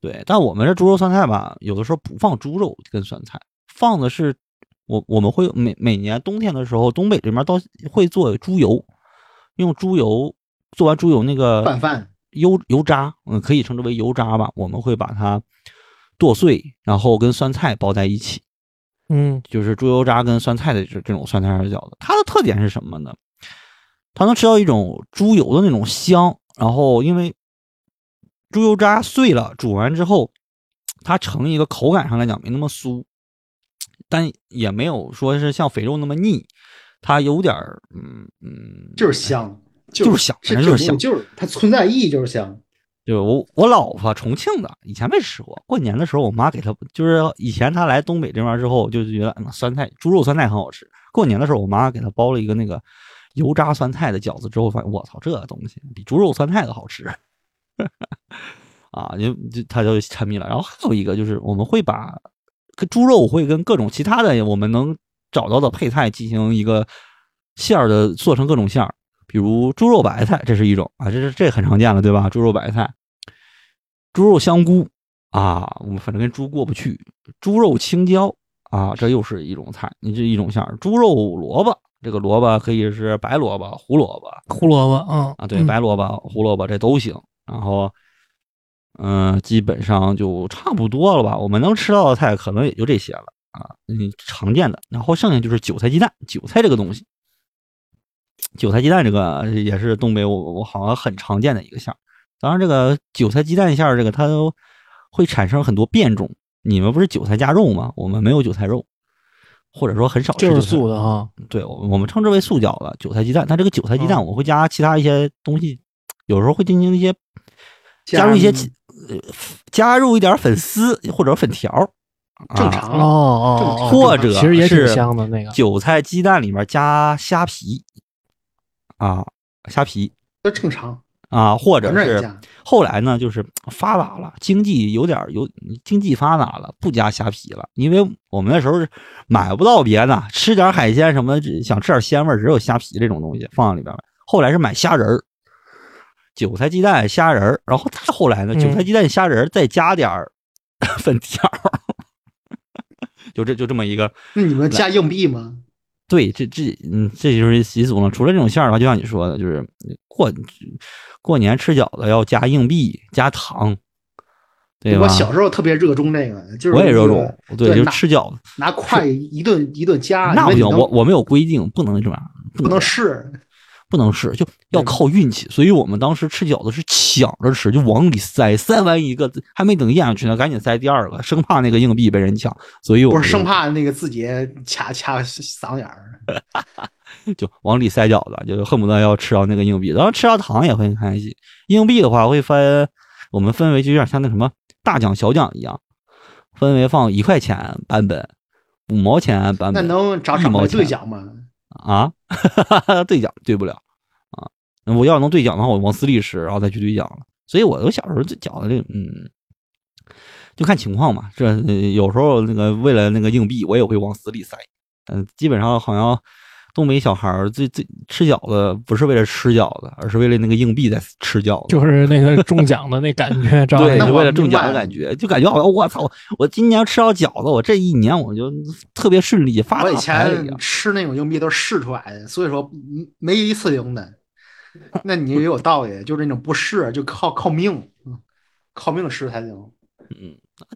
[SPEAKER 2] 对，但我们这猪肉酸菜吧，有的时候不放猪肉跟酸菜，放的是我我们会每每年冬天的时候，东北这边到会做猪油，用猪油做完猪油那个
[SPEAKER 4] 拌饭
[SPEAKER 2] 油油渣，嗯，可以称之为油渣吧，我们会把它剁碎，然后跟酸菜包在一起，
[SPEAKER 3] 嗯，
[SPEAKER 2] 就是猪油渣跟酸菜的这这种酸菜馅儿饺子，它的特点是什么呢？它能吃到一种猪油的那种香，然后因为猪油渣碎了，煮完之后，它呈一个口感上来讲没那么酥，但也没有说是像肥肉那么腻，它有点儿嗯嗯，
[SPEAKER 4] 就是香，
[SPEAKER 2] 就是
[SPEAKER 4] 是
[SPEAKER 2] 香
[SPEAKER 4] 这
[SPEAKER 2] 反正
[SPEAKER 4] 这
[SPEAKER 2] 就是香
[SPEAKER 4] 就是它存在意义就是香。
[SPEAKER 2] 对我我老婆重庆的，以前没吃过。过年的时候，我妈给她就是以前她来东北这边儿之后，就觉得嗯酸菜猪肉酸菜很好吃。过年的时候，我妈给她包了一个那个油炸酸菜的饺子，之后发现我操，这东西比猪肉酸菜的好吃 啊！就就她就沉迷了。然后还有一个就是，我们会把跟猪肉会跟各种其他的我们能找到的配菜进行一个馅儿的做成各种馅儿，比如猪肉白菜，这是一种啊，这是这很常见了，对吧？猪肉白菜。猪肉香菇啊，我们反正跟猪过不去。猪肉青椒啊，这又是一种菜，你这一种馅儿。猪肉萝卜，这个萝卜可以是白萝卜、胡萝卜
[SPEAKER 3] 胡萝卜啊
[SPEAKER 2] 啊，对，
[SPEAKER 3] 嗯
[SPEAKER 2] 白萝卜、胡萝卜这都行。然后，嗯、基本上就差不多了吧。我们能吃到的菜可能也就这些了啊，嗯，常见的。然后剩下就是韭菜鸡蛋，韭菜这个东西，韭菜鸡蛋这个也是东北我我好像很常见的一个馅儿。当然，这个韭菜鸡蛋馅儿这个它都会产生很多变种。你们不是韭菜加肉吗？我们没有韭菜肉，或者说很少吃
[SPEAKER 3] 就是
[SPEAKER 2] 韭菜肉
[SPEAKER 3] 素的哈。
[SPEAKER 2] 对我我们称之为素饺子、韭菜鸡蛋。但这个韭菜
[SPEAKER 4] 哦
[SPEAKER 2] 鸡蛋，我会加其他一些东西，有时候会进行一些加入一些
[SPEAKER 4] 加入
[SPEAKER 2] 呃加入一点粉丝或者粉条儿，
[SPEAKER 4] 正
[SPEAKER 2] 啊、
[SPEAKER 4] 常
[SPEAKER 3] 哦哦，哦
[SPEAKER 2] 或者
[SPEAKER 3] 其实也挺
[SPEAKER 2] 是
[SPEAKER 3] 香的那个。
[SPEAKER 2] 韭菜鸡蛋里面加虾皮啊，虾皮
[SPEAKER 4] 都正常，
[SPEAKER 2] 啊，或者
[SPEAKER 4] 反正也
[SPEAKER 2] 是
[SPEAKER 4] 加。
[SPEAKER 2] 后来呢，就是发达了，经济有点儿有经济发达了，不加虾皮了，因为我们那时候是买不到别的，吃点海鲜什么的，只想吃点鲜味儿，只有虾皮这种东西放在里边了。后来是买虾仁儿，韭菜鸡蛋虾仁儿，然后再后来呢，
[SPEAKER 3] 嗯
[SPEAKER 2] 韭菜鸡蛋虾仁儿再加点儿 粉条儿，就这就这么一个
[SPEAKER 4] 那你们加硬币吗？
[SPEAKER 2] 对，这这嗯，这就是习俗了。除了这种馅儿的话，就像你说的，就是过过年吃饺子要加硬币、加糖，对吧？
[SPEAKER 4] 我小时候特别热衷这个，就是
[SPEAKER 2] 我也热衷
[SPEAKER 4] 那个，
[SPEAKER 2] 对，
[SPEAKER 4] 对
[SPEAKER 2] 就
[SPEAKER 4] 那
[SPEAKER 2] 吃饺子。
[SPEAKER 4] 拿筷一顿一顿
[SPEAKER 2] 那
[SPEAKER 4] 夹，你
[SPEAKER 2] 不
[SPEAKER 4] 们
[SPEAKER 2] 行，
[SPEAKER 4] 能
[SPEAKER 2] 我我们有规定，不能这玩意儿，
[SPEAKER 4] 不能试。
[SPEAKER 2] 不能试，就要靠运气。所以我们当时吃饺子是抢着吃，就往里塞，塞完一个还没等咽下去呢，赶紧塞第二个，生怕那个硬币被人抢。所以我
[SPEAKER 4] 不
[SPEAKER 2] 们
[SPEAKER 4] 是生怕那个自己掐掐嗓眼儿，
[SPEAKER 2] 就往里塞饺子，就恨不得要吃到那个硬币。然后吃到糖也会很开心。硬币的话会分，我们分为就有点像那什么大奖小奖一样，分为放一块钱版本、五毛钱版
[SPEAKER 4] 那
[SPEAKER 2] 本
[SPEAKER 4] 能找
[SPEAKER 2] 一
[SPEAKER 4] 找
[SPEAKER 2] 毛
[SPEAKER 4] 回
[SPEAKER 2] 钱
[SPEAKER 4] 兑奖吗？
[SPEAKER 2] 啊， 兑奖兑不了啊。那我要是能兑奖的话，我往死里吃，然后再去兑奖了。所以我我小时候就觉得这嗯，就看情况嘛。这呃有时候那个为了那个硬币，我也会往死里塞。嗯，基本上好像东北小孩儿最最吃饺子不是为了吃饺子，而是为了那个硬币在吃饺子。
[SPEAKER 3] 就是那个中奖的那感 觉，知道
[SPEAKER 2] 对，
[SPEAKER 4] 那
[SPEAKER 2] 就
[SPEAKER 4] 我
[SPEAKER 3] 吗？
[SPEAKER 2] 为了中
[SPEAKER 4] 明
[SPEAKER 2] 奖
[SPEAKER 4] 白
[SPEAKER 2] 的
[SPEAKER 4] 了
[SPEAKER 2] 感觉，就感觉好像我操，我今年吃到饺子，我这一年我就特别顺利，发
[SPEAKER 4] 我以
[SPEAKER 2] 大啊财了一
[SPEAKER 4] 前
[SPEAKER 2] 样。
[SPEAKER 4] 吃那种硬币都是试出来的，所以说嗯没一次赢的。那你也有道理，就是那种不试就靠靠命，嗯靠命吃才行。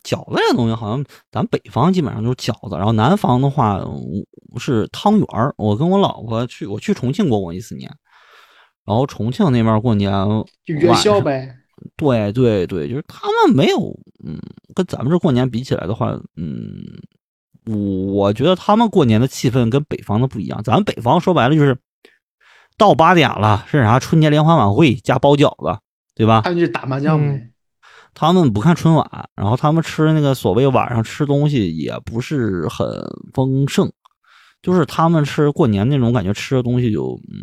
[SPEAKER 2] 饺子这东西，好像咱北方基本上都是饺子，然后南方的话嗯是汤圆儿。我跟我老婆去，我去重庆过过一次年，然后重庆那边过年
[SPEAKER 4] 就元宵
[SPEAKER 2] 晚上。
[SPEAKER 4] 呗，
[SPEAKER 2] 对对对，就是他们没有，嗯，跟咱们这过年比起来的话，嗯，我我觉得他们过年的气氛跟北方的不一样。咱们北方说白了就是到八点了，是啥春节联欢晚会加包饺子，对吧？
[SPEAKER 4] 他们就打麻将呗
[SPEAKER 3] 嗯。
[SPEAKER 2] 他们不看春晚，然后他们吃那个所谓晚上吃东西也不是很丰盛，就是他们吃过年那种感觉，吃的东西就嗯，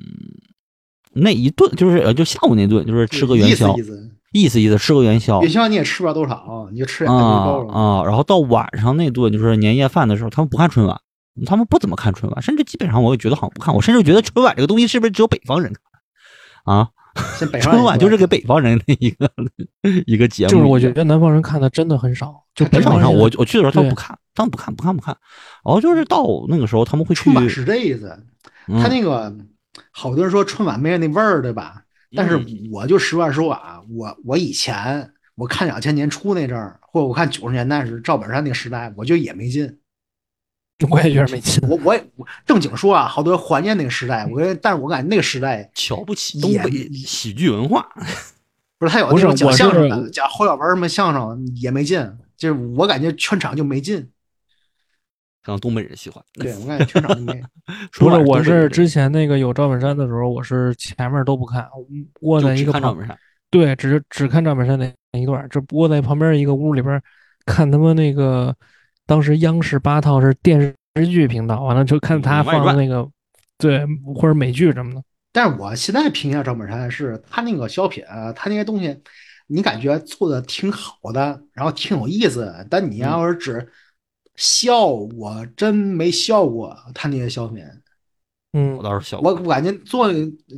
[SPEAKER 2] 那一顿就是呃就下午那顿就是吃个元宵
[SPEAKER 4] 意，思意思。
[SPEAKER 2] 意思意思吃个元宵
[SPEAKER 4] 元宵你也吃不了多少，你就吃
[SPEAKER 2] 啊
[SPEAKER 4] 点蛋糕
[SPEAKER 2] 啊
[SPEAKER 4] 了。、
[SPEAKER 2] 然后到晚上那顿就是年夜饭的时候，他们不看春晚，他们不怎么看春晚，甚至基本上我也觉得好像不看，我甚至觉得春晚这个东西是不是只有北方人看啊？
[SPEAKER 4] 现在北方人
[SPEAKER 2] 春晚就是给
[SPEAKER 4] 也不爱
[SPEAKER 2] 北方人的一个一个节目一
[SPEAKER 3] 就
[SPEAKER 2] 样，
[SPEAKER 3] 是我觉得南方人看的真的很少，就
[SPEAKER 2] 很
[SPEAKER 3] 北
[SPEAKER 2] 少
[SPEAKER 3] 方
[SPEAKER 2] 上，
[SPEAKER 3] 人
[SPEAKER 2] 我我去的时候他们
[SPEAKER 3] 对
[SPEAKER 2] 不看，他们不看不看不看，然后就是到那个时候他们会
[SPEAKER 4] 看
[SPEAKER 2] 去，
[SPEAKER 4] 春晚是这意思。
[SPEAKER 2] 嗯
[SPEAKER 4] 他那个好多人说春晚没有那味儿，对吧？
[SPEAKER 3] 嗯
[SPEAKER 4] 但是我就实话实说啊，我我以前我看两千年初那阵儿，或者我看九十年代时赵本山那个时代，我就也没劲。
[SPEAKER 3] 我也觉得没劲。
[SPEAKER 4] 我我也我正经说啊，好多人怀念那个时代，我跟但是我感觉那个时代
[SPEAKER 2] 瞧不起
[SPEAKER 4] 也
[SPEAKER 2] 喜剧文化，
[SPEAKER 4] 不是他有
[SPEAKER 3] 不
[SPEAKER 4] 那
[SPEAKER 3] 是
[SPEAKER 4] 种讲
[SPEAKER 3] 我
[SPEAKER 4] 相声
[SPEAKER 3] 是
[SPEAKER 4] 的，讲侯小文什么相声也没劲，就是我感觉全场就没劲。
[SPEAKER 2] 让东北人喜欢。
[SPEAKER 4] 对我感觉全场就没。
[SPEAKER 3] 不
[SPEAKER 2] 春
[SPEAKER 3] 是，
[SPEAKER 2] 晚
[SPEAKER 3] 我
[SPEAKER 2] 东北人
[SPEAKER 3] 是之前那个有赵本山的时候，我是前面都不看，窝
[SPEAKER 2] 就
[SPEAKER 3] 在一
[SPEAKER 2] 只
[SPEAKER 3] 个
[SPEAKER 2] 看赵
[SPEAKER 3] 旁，
[SPEAKER 2] 本山，
[SPEAKER 3] 对，只只看赵本山那一段儿，这窝在旁边一个屋里边儿看他们那个当时央视八套是电视剧频道，完了就看他
[SPEAKER 2] 嗯外
[SPEAKER 3] 放
[SPEAKER 2] 传
[SPEAKER 3] 那个对或者美剧什么的，
[SPEAKER 4] 但是我现在评价赵本山是他那个小品啊，他那些东西，你感觉做的挺好的，然后挺有意思。但你要是只笑，我真没笑过他那些小品。
[SPEAKER 3] 嗯
[SPEAKER 2] 我，倒是笑
[SPEAKER 4] 我
[SPEAKER 2] 过。
[SPEAKER 4] 我感觉做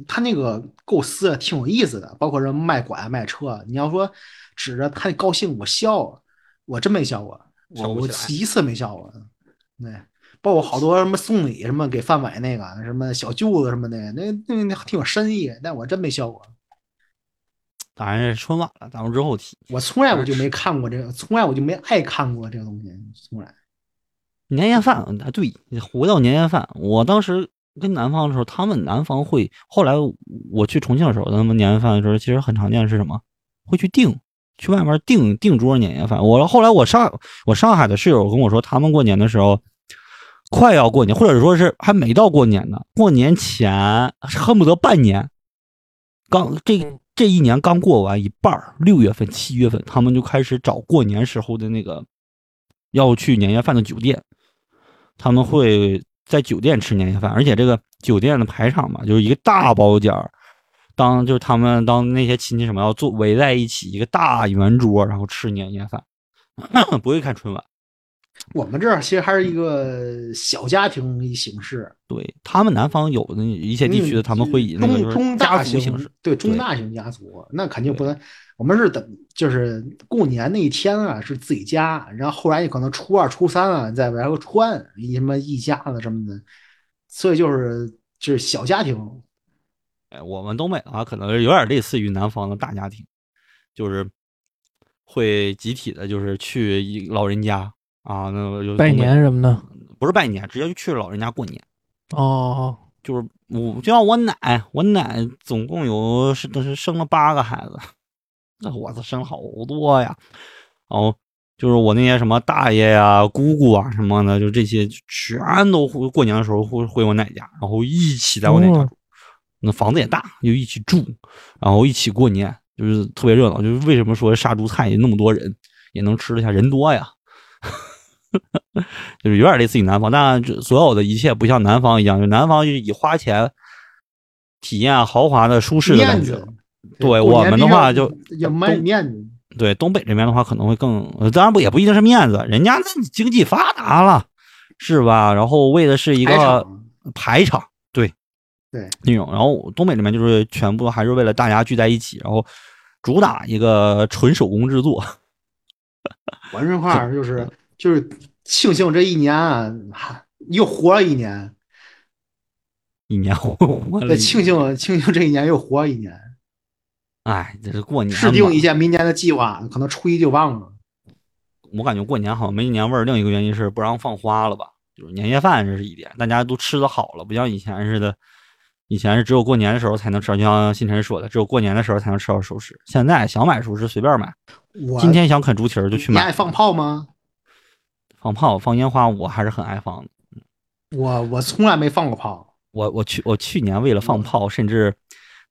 [SPEAKER 4] 他那个构思挺有意思的，包括什么卖拐卖车。啊你要说指着他高兴我笑，啊我真没笑过，
[SPEAKER 2] 笑
[SPEAKER 4] 我
[SPEAKER 2] 不
[SPEAKER 4] 我
[SPEAKER 2] 起来
[SPEAKER 4] 一次没笑过。对，包括好多什么送礼什么给范伟那个啊什么小舅子什么的，那那那挺有深意，但我真没笑过。
[SPEAKER 2] 当然是春晚了，咱们之后提。
[SPEAKER 4] 我从来我就没看过这个，从来我就没爱看过这个东西，从来。
[SPEAKER 2] 年夜饭啊，对，回到年夜饭，我当时跟南方的时候，他们南方会，后来我去重庆的时候，他们年夜饭的时候，其实很常见的是什么？会去订，去外面订订桌年夜饭。我后来我上我上海的室友跟我说，他们过年的时候。快要过年，或者说是还没到过年呢，过年前恨不得半年，刚这这一年刚过完一半儿六月份、七月份，他们就开始找过年时候的那个要去年夜饭的酒店，他们会在酒店吃年夜饭，而且这个酒店的排场嘛，就是一个大包间儿，当就是他们当那些亲戚什么要坐围在一起一个大圆桌，然后吃年夜饭， 不会看春晚。
[SPEAKER 4] 我们这儿其实还是一个小家庭一形式，
[SPEAKER 2] 对他们南方有的一些地区的，
[SPEAKER 4] 嗯
[SPEAKER 2] 他们会以那个
[SPEAKER 4] 中
[SPEAKER 2] 就是
[SPEAKER 4] 中
[SPEAKER 2] 家
[SPEAKER 4] 大
[SPEAKER 2] 族
[SPEAKER 4] 型
[SPEAKER 2] 形式，
[SPEAKER 4] 对中
[SPEAKER 2] 对
[SPEAKER 4] 大型家族，那肯定不能。我们是等就是过年那一天啊，是自己家，然后后来你可能初二、初三啊，在外头串一什么一家子什么的，所以就是就是小家庭，
[SPEAKER 2] 哎，我们东北的话，可能有点类似于南方的大家庭，就是会集体的，就是去一老人家啊，那个有
[SPEAKER 3] 拜
[SPEAKER 2] 东北
[SPEAKER 3] 年什么的。
[SPEAKER 2] 不是拜年，直接就去老人家过年。
[SPEAKER 3] 哦，
[SPEAKER 2] 就是我，就像我奶，我奶总共有是是生了八个孩子，那我操，生好多呀。然后就是我那些什么大爷呀、姑姑啊什么的，就这些全都会过年的时候会回我奶家，然后一起在我奶家
[SPEAKER 3] 哦
[SPEAKER 2] 住。那房子也大，就一起住，然后一起过年，就是特别热闹。就是为什么说杀猪菜那么多人也能吃得下，人多呀。 就是有点类似于南方，但这所有的一切不像南方一样，就南方就是以花钱体验豪华的舒适的感
[SPEAKER 4] 面
[SPEAKER 2] 觉。
[SPEAKER 4] 子。
[SPEAKER 2] 对
[SPEAKER 4] 过
[SPEAKER 2] 我
[SPEAKER 4] 年
[SPEAKER 2] 们
[SPEAKER 4] 必
[SPEAKER 2] 的
[SPEAKER 4] 须要
[SPEAKER 2] 话就
[SPEAKER 4] 要卖
[SPEAKER 2] 都
[SPEAKER 4] 面子，
[SPEAKER 2] 对东北这边的话可能会更，呃当然不也不一定是面子，人家那经济发达了，是吧？然后为的是一
[SPEAKER 4] 一
[SPEAKER 2] 个排场，对
[SPEAKER 4] 对
[SPEAKER 2] 那种。然后东北这边就是全部还是为了大家聚在一起，然后主打一个纯手工制作，
[SPEAKER 4] 我这块儿就是就是庆幸这一年啊，哈又活了一年，
[SPEAKER 2] 一年 活过了
[SPEAKER 4] 对，
[SPEAKER 2] 一
[SPEAKER 4] 庆幸庆幸这一年又活了一年，
[SPEAKER 2] 哎，这是过年
[SPEAKER 4] 制定
[SPEAKER 2] 嘛
[SPEAKER 4] 一下明年的计划，可能初一就忘了。
[SPEAKER 2] 我感觉过年好像没年味儿。另一个原因是不让放花了吧，就是年夜饭这是一点，大家都吃的好了，不像以前似的，以前是只有过年的时候才能吃到，就像新晨说的，只有过年的时候才能吃到熟食。现在想买熟食随便买，
[SPEAKER 4] 我
[SPEAKER 2] 今天想啃猪蹄儿就去
[SPEAKER 4] 你爱
[SPEAKER 2] 买。
[SPEAKER 4] 放炮吗？
[SPEAKER 2] 放炮、放烟花，我还是很爱放的。
[SPEAKER 4] 我我从来没放过炮，
[SPEAKER 2] 我我去我去年为了放炮，甚至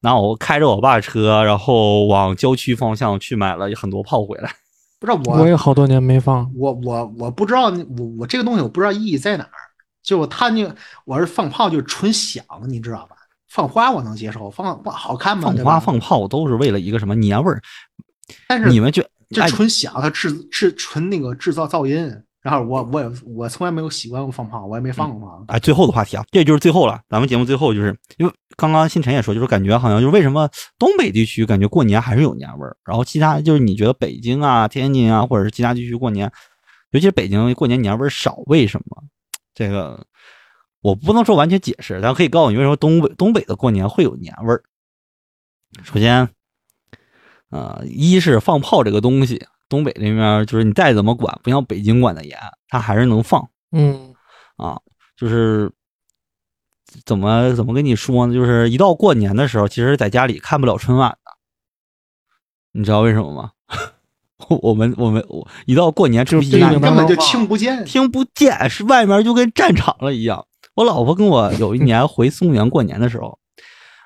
[SPEAKER 2] 拿我开着我爸车，然后往郊区方向去买了很多炮回来。
[SPEAKER 4] 不知道
[SPEAKER 3] 我也好多年没放。
[SPEAKER 4] 我我我不知道那，我我这个东西我不知道意义在哪儿。就他那我是放炮就纯响，你知道吧？放花我能接受，放放好看嘛，
[SPEAKER 2] 放
[SPEAKER 4] 对吧
[SPEAKER 2] 花、放炮都是为了一个什么年味儿？
[SPEAKER 4] 但是
[SPEAKER 2] 你们就
[SPEAKER 4] 就
[SPEAKER 2] 哎
[SPEAKER 4] 纯响，它制制纯那个制造噪音。然后我我也我从来没有喜欢过放炮，我也没放过炮。
[SPEAKER 2] 哎，最后的话题啊，这就是最后了。咱们节目最后就是因为刚刚新晨也说，就是感觉好像就是为什么东北地区感觉过年还是有年味儿，然后其他就是你觉得北京啊、天津啊，或者是其他地区过年，尤其是北京过年年味儿少，为什么？这个我不能说完全解释，但可以告诉你为什么东北东北的过年会有年味儿。首先，呃，一是放炮这个东西，东北那边就是你再怎么管，不像北京管的严，它还是能放。
[SPEAKER 3] 嗯，
[SPEAKER 2] 就是怎么怎么跟你说呢？就是一到过年的时候，其实在家里看不了春晚的，你知道为什么吗？ 我们我们我一到过年除
[SPEAKER 3] 就是
[SPEAKER 2] 夕
[SPEAKER 3] 对
[SPEAKER 2] 那
[SPEAKER 3] 应
[SPEAKER 2] 一
[SPEAKER 3] 的
[SPEAKER 2] 天
[SPEAKER 4] 根本就
[SPEAKER 3] 放
[SPEAKER 4] 听不见。
[SPEAKER 2] 听不见，是外面就跟战场了一样。我老婆跟我有一年回松原过年的时候，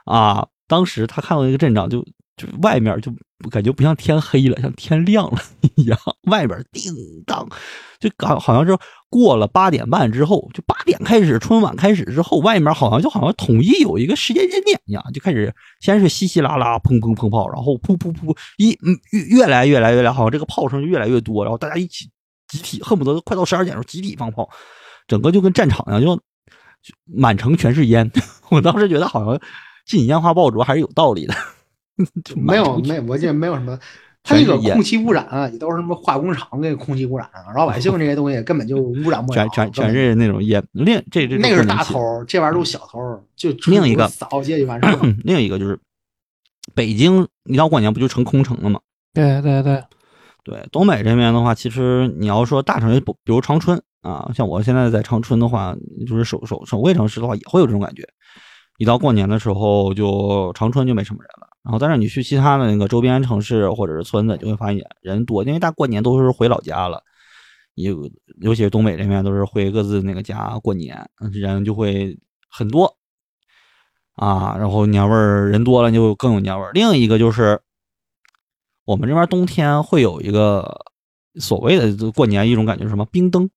[SPEAKER 2] 啊，当时她看到一个阵仗，就就外面就感觉不像天黑了，像天亮了一样，外面叮当，就感好像是过了八点半之后，就八点开始春晚开始之后，外面好像就好像统一有一个时间节点一样，就开始先是稀稀拉拉砰砰砰炮，然后噗噗噗一嗯越越来越来越来，好像这个炮声越来越多，然后大家一起集体恨不得快到十二点的时候集体放炮，整个就跟战场一样，就就满城全是烟。 我当时觉得好像禁烟花爆竹还是有道理的， 就满
[SPEAKER 4] 没有
[SPEAKER 2] 城
[SPEAKER 4] 没有，我记得没有什么。它那个
[SPEAKER 2] 全是烟
[SPEAKER 4] 空气污染啊也都是什么化工厂给空气污染啊，老百姓这些东西根本就污染不了
[SPEAKER 2] 全，全
[SPEAKER 4] 根
[SPEAKER 2] 全
[SPEAKER 4] 本
[SPEAKER 2] 是那种烟。另这这
[SPEAKER 4] 那个是大
[SPEAKER 2] 头。
[SPEAKER 4] 头儿，这玩意儿都是小头儿，就
[SPEAKER 2] 嗯另一个
[SPEAKER 4] 扫街就完事儿了。
[SPEAKER 2] 嗯另一个就是北京一到过年不就成空城了吗？
[SPEAKER 3] 对对对，
[SPEAKER 2] 对，东北这边的话，其实你要说大城市，不比如长春啊，像我现在在长春的话，就是首首首卫城市的话，也会有这种感觉。一到过年的时候就，长春就没什么人了。然后，但是你去其他的那个周边城市或者是村子，就会发现人多，因为大过年都是回老家了。有，尤其是东北这边都是回各自那个家过年，人就会很多啊。然后年味儿人多了就更有年味儿。另一个就是我们这边冬天会有一个所谓的过年一种感觉是什么冰灯，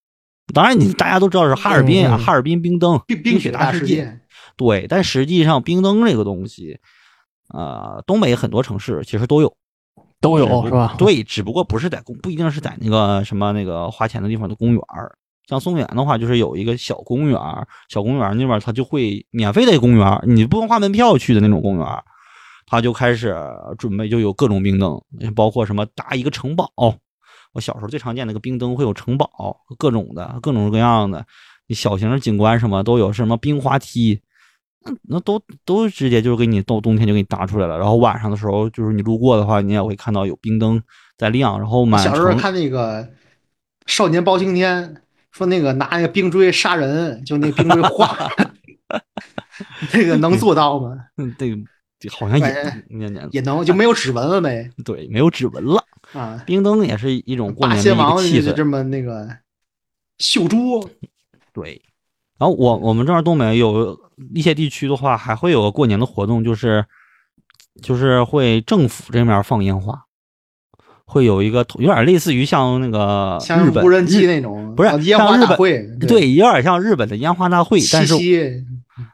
[SPEAKER 2] 当然你大家都知道是哈尔滨啊，
[SPEAKER 3] 嗯嗯
[SPEAKER 2] 哈尔滨冰灯，
[SPEAKER 4] 冰冰
[SPEAKER 2] 雪
[SPEAKER 4] 雪
[SPEAKER 2] 大
[SPEAKER 4] 大
[SPEAKER 2] 世
[SPEAKER 4] 世
[SPEAKER 2] 界。
[SPEAKER 4] 界，
[SPEAKER 2] 对，但实际上冰灯这个东西，呃，东北很多城市其实都有，
[SPEAKER 3] 都
[SPEAKER 2] 只
[SPEAKER 3] 有
[SPEAKER 2] 不
[SPEAKER 3] 是吧？
[SPEAKER 2] 对，只不过不是在公，不一定是在那个什么那个花钱的地方的公园儿。像松原的话，就是有一个小公园儿，小公园儿那边儿它就会免费的公园儿，你不用花门票去的那种公园儿，它就开始准备就有各种冰灯，包括什么搭一个城堡。我小时候最常见的那个冰灯会有城堡，各种的各种各样的，你小型景观什么都有，什么冰滑梯，那那都都直接就是给你到冬天就给你搭出来了。然后晚上的时候，就是你路过的话，你也会看到有冰灯在亮，然后满
[SPEAKER 4] 小时候
[SPEAKER 2] 城
[SPEAKER 4] 看那个《少年包青天》，说那个拿那个冰锥杀人，就那冰锥晃， 这个能做到吗？
[SPEAKER 2] 嗯对，这好像也
[SPEAKER 4] 哎
[SPEAKER 2] 那年
[SPEAKER 4] 也能，就没有指纹了呗。
[SPEAKER 2] 对没有指纹了。
[SPEAKER 4] 啊，
[SPEAKER 2] 冰灯也是一种过
[SPEAKER 4] 八
[SPEAKER 2] 年的
[SPEAKER 4] 仙
[SPEAKER 2] 一
[SPEAKER 4] 王
[SPEAKER 2] 个气
[SPEAKER 4] 就
[SPEAKER 2] 氛，
[SPEAKER 4] 这么那个绣珠，
[SPEAKER 2] 对。然后我我们这儿东北有一些地区的话，还会有个过年的活动，就是就是会政府这面放烟花，会有一个有点类似于像那个
[SPEAKER 4] 像
[SPEAKER 2] 日本
[SPEAKER 4] 无人机
[SPEAKER 2] 日
[SPEAKER 4] 那种，
[SPEAKER 2] 不是
[SPEAKER 4] 啊烟
[SPEAKER 2] 像
[SPEAKER 4] 花
[SPEAKER 2] 日
[SPEAKER 4] 大
[SPEAKER 2] 本
[SPEAKER 4] 会，
[SPEAKER 2] 对，有点像日本的烟花大会，但
[SPEAKER 4] 七
[SPEAKER 2] 是
[SPEAKER 4] 夕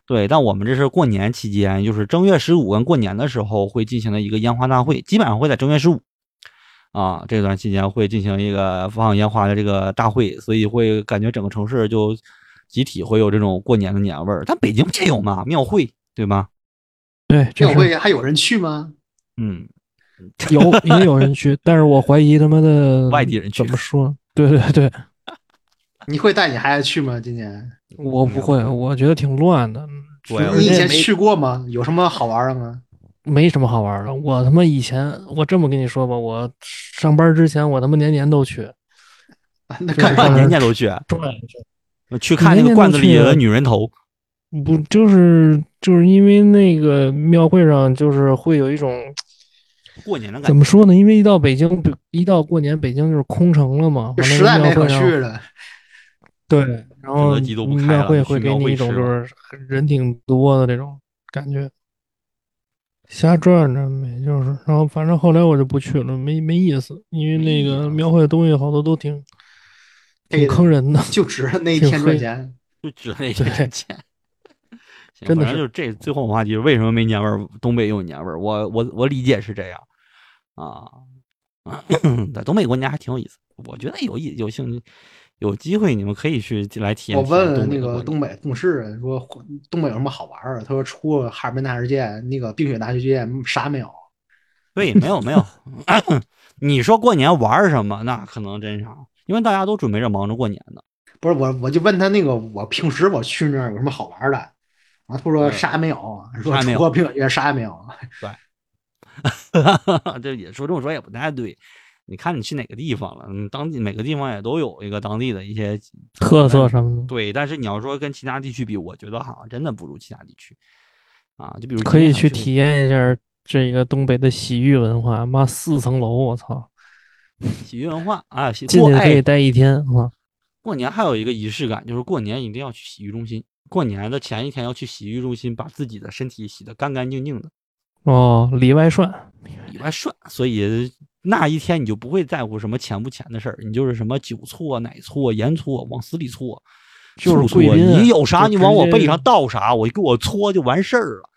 [SPEAKER 2] 对，但我们这是过年期间，就是正月十五跟过年的时候会进行的一个烟花大会，基本上会在正月十五啊这段期间会进行一个放烟花的这个大会，所以会感觉整个城市就集体会有这种过年的年味儿。但北京不也有嘛，庙会对吗？
[SPEAKER 3] 对，这
[SPEAKER 4] 庙
[SPEAKER 3] 是
[SPEAKER 4] 会还有人去吗？
[SPEAKER 2] 嗯，
[SPEAKER 3] 有也有人去，但是我怀疑他妈的
[SPEAKER 2] 外地人去
[SPEAKER 3] 怎么说？对对对，
[SPEAKER 4] 你会带你孩子去吗？今年
[SPEAKER 3] 我不会，我觉得挺乱的，
[SPEAKER 2] 嗯
[SPEAKER 3] 嗯
[SPEAKER 2] 我也
[SPEAKER 4] 你以
[SPEAKER 3] 也
[SPEAKER 4] 前
[SPEAKER 3] 没
[SPEAKER 4] 去过吗？有什么好玩的吗？
[SPEAKER 3] 没什么好玩的。我他妈以前我这么跟你说吧，我上班之前我他妈年年都去，
[SPEAKER 4] 啊那
[SPEAKER 3] 对
[SPEAKER 2] 看
[SPEAKER 3] 上
[SPEAKER 4] 干嘛
[SPEAKER 3] 班
[SPEAKER 2] 年年都去，
[SPEAKER 3] 对，
[SPEAKER 2] 去看那
[SPEAKER 3] 年
[SPEAKER 2] 个
[SPEAKER 3] 年
[SPEAKER 2] 罐
[SPEAKER 3] 都
[SPEAKER 2] 子里
[SPEAKER 3] 去
[SPEAKER 2] 的女人头。
[SPEAKER 3] 不就是就是因为那个庙会上就是会有一种
[SPEAKER 2] 过年的感
[SPEAKER 3] 怎
[SPEAKER 2] 觉，
[SPEAKER 3] 么说呢？因为一到北京，一到过年，北京就是空城了嘛，
[SPEAKER 4] 就
[SPEAKER 3] 完了
[SPEAKER 4] 实在
[SPEAKER 3] 庙
[SPEAKER 4] 没
[SPEAKER 3] 会
[SPEAKER 4] 可
[SPEAKER 3] 上
[SPEAKER 4] 去了。
[SPEAKER 3] 对，然后
[SPEAKER 2] 德基都不开了
[SPEAKER 3] 庙会
[SPEAKER 2] 你去
[SPEAKER 3] 会给
[SPEAKER 2] 庙
[SPEAKER 3] 你
[SPEAKER 2] 会
[SPEAKER 3] 一种
[SPEAKER 2] 吃
[SPEAKER 3] 就
[SPEAKER 2] 吧
[SPEAKER 3] 是人挺多的这种感觉，瞎转转呗，就是。然后反正后来我就不去了，没没意思，因为那个庙会的东西好多都挺
[SPEAKER 4] 黑
[SPEAKER 3] 挺
[SPEAKER 4] 的
[SPEAKER 3] 坑人的。
[SPEAKER 4] 就值那一
[SPEAKER 3] 挺
[SPEAKER 4] 天赚
[SPEAKER 3] 黑
[SPEAKER 4] 钱。
[SPEAKER 2] 就指那
[SPEAKER 3] 对
[SPEAKER 2] 些钱。行
[SPEAKER 3] 真的
[SPEAKER 2] 反正
[SPEAKER 3] 是
[SPEAKER 2] 就是这最后我话题，为什么没年味儿？东北有年味儿，我我我理解是这样啊。 在东北过年还挺有意思，我觉得有意有兴趣，有机会你们可以去来体验。
[SPEAKER 4] 我问那
[SPEAKER 2] 个
[SPEAKER 4] 个东北同事说，东北有什么好玩儿？他说除了哈尔滨大世界、那个冰雪大世界，啥没有。
[SPEAKER 2] 对，没有没 有。你说过年玩儿什么？那可能真啥，因为大家都准备着忙着过年呢。
[SPEAKER 4] 不是我，我就问他那个，我平时我去那儿有什么好玩儿的？然后他说
[SPEAKER 2] 嗯
[SPEAKER 4] 啥也没有，啊说
[SPEAKER 2] 啥也没有
[SPEAKER 4] 除了冰雪节啥也没有。啊
[SPEAKER 2] 这也说这么说也不太对。你看你去哪个地方了？嗯，当地每个地方也都有一个当地的一些
[SPEAKER 3] 特色什么的，
[SPEAKER 2] 对，但是你要说跟其他地区比，我觉得好像真的不如其他地区啊。就比如
[SPEAKER 3] 可
[SPEAKER 2] 今天
[SPEAKER 3] 以
[SPEAKER 2] 想
[SPEAKER 3] 去体
[SPEAKER 2] 我，
[SPEAKER 3] 验一下这个东北的洗浴文化。妈，四层楼，我操，
[SPEAKER 2] 洗浴文化啊，洗
[SPEAKER 3] 进
[SPEAKER 2] 过
[SPEAKER 3] 去可以
[SPEAKER 2] 哎，
[SPEAKER 3] 待一天啊！
[SPEAKER 2] 过年还有一个仪式感，就是过年一定要去洗浴中心。过年的前一天要去洗浴中心，把自己的身体洗得干干净净的，
[SPEAKER 3] 哦，里外涮，
[SPEAKER 2] 里外涮。所以那一天你就不会在乎什么钱不钱的事儿，你就是什么酒错、奶错、盐错，往死里错，
[SPEAKER 3] 就是
[SPEAKER 2] 醋
[SPEAKER 3] 贵
[SPEAKER 2] 错
[SPEAKER 3] 宾啊
[SPEAKER 2] 你有啥
[SPEAKER 3] 就
[SPEAKER 2] 你
[SPEAKER 3] 直
[SPEAKER 2] 往我
[SPEAKER 3] 接
[SPEAKER 2] 背上倒啥，我给我搓就完事儿了。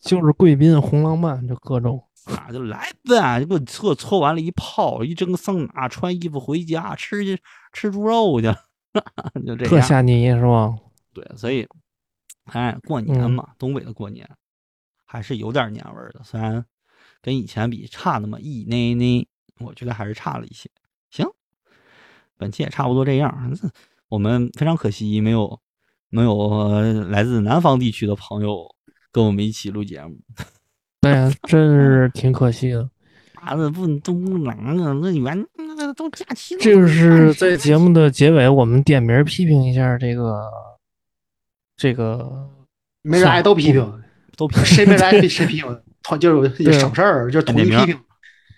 [SPEAKER 3] 就是贵宾、红浪漫，就各种。
[SPEAKER 2] 啊，就来呗，就给我搓搓完了，一泡一蒸桑拿，穿衣服回家吃去吃猪肉去， 就这
[SPEAKER 3] 特
[SPEAKER 2] 样。
[SPEAKER 3] 下泥是吧？
[SPEAKER 2] 对，所以，哎，过年
[SPEAKER 3] 嗯
[SPEAKER 2] 嘛，东北的过年还是有点年味儿的，虽然跟以前比差那么一呢呢，我觉得还是差了一些。行，本期也差不多这样。我们非常可惜没有没有呃来自南方地区的朋友跟我们一起录节目，
[SPEAKER 3] 对呀，真是挺可惜的。
[SPEAKER 2] 啊，那不都不难啊，那原那个都假期了，
[SPEAKER 3] 这就是在节目的结尾，我们点名批评一下这个这个
[SPEAKER 4] 没
[SPEAKER 3] 是
[SPEAKER 4] 人
[SPEAKER 3] 啊
[SPEAKER 4] 挨都批评，
[SPEAKER 2] 都批
[SPEAKER 4] 谁没来 谁谁批评，团就是
[SPEAKER 3] 对
[SPEAKER 4] 省事儿，就是统一
[SPEAKER 2] 点
[SPEAKER 4] 批
[SPEAKER 2] 名
[SPEAKER 4] 评。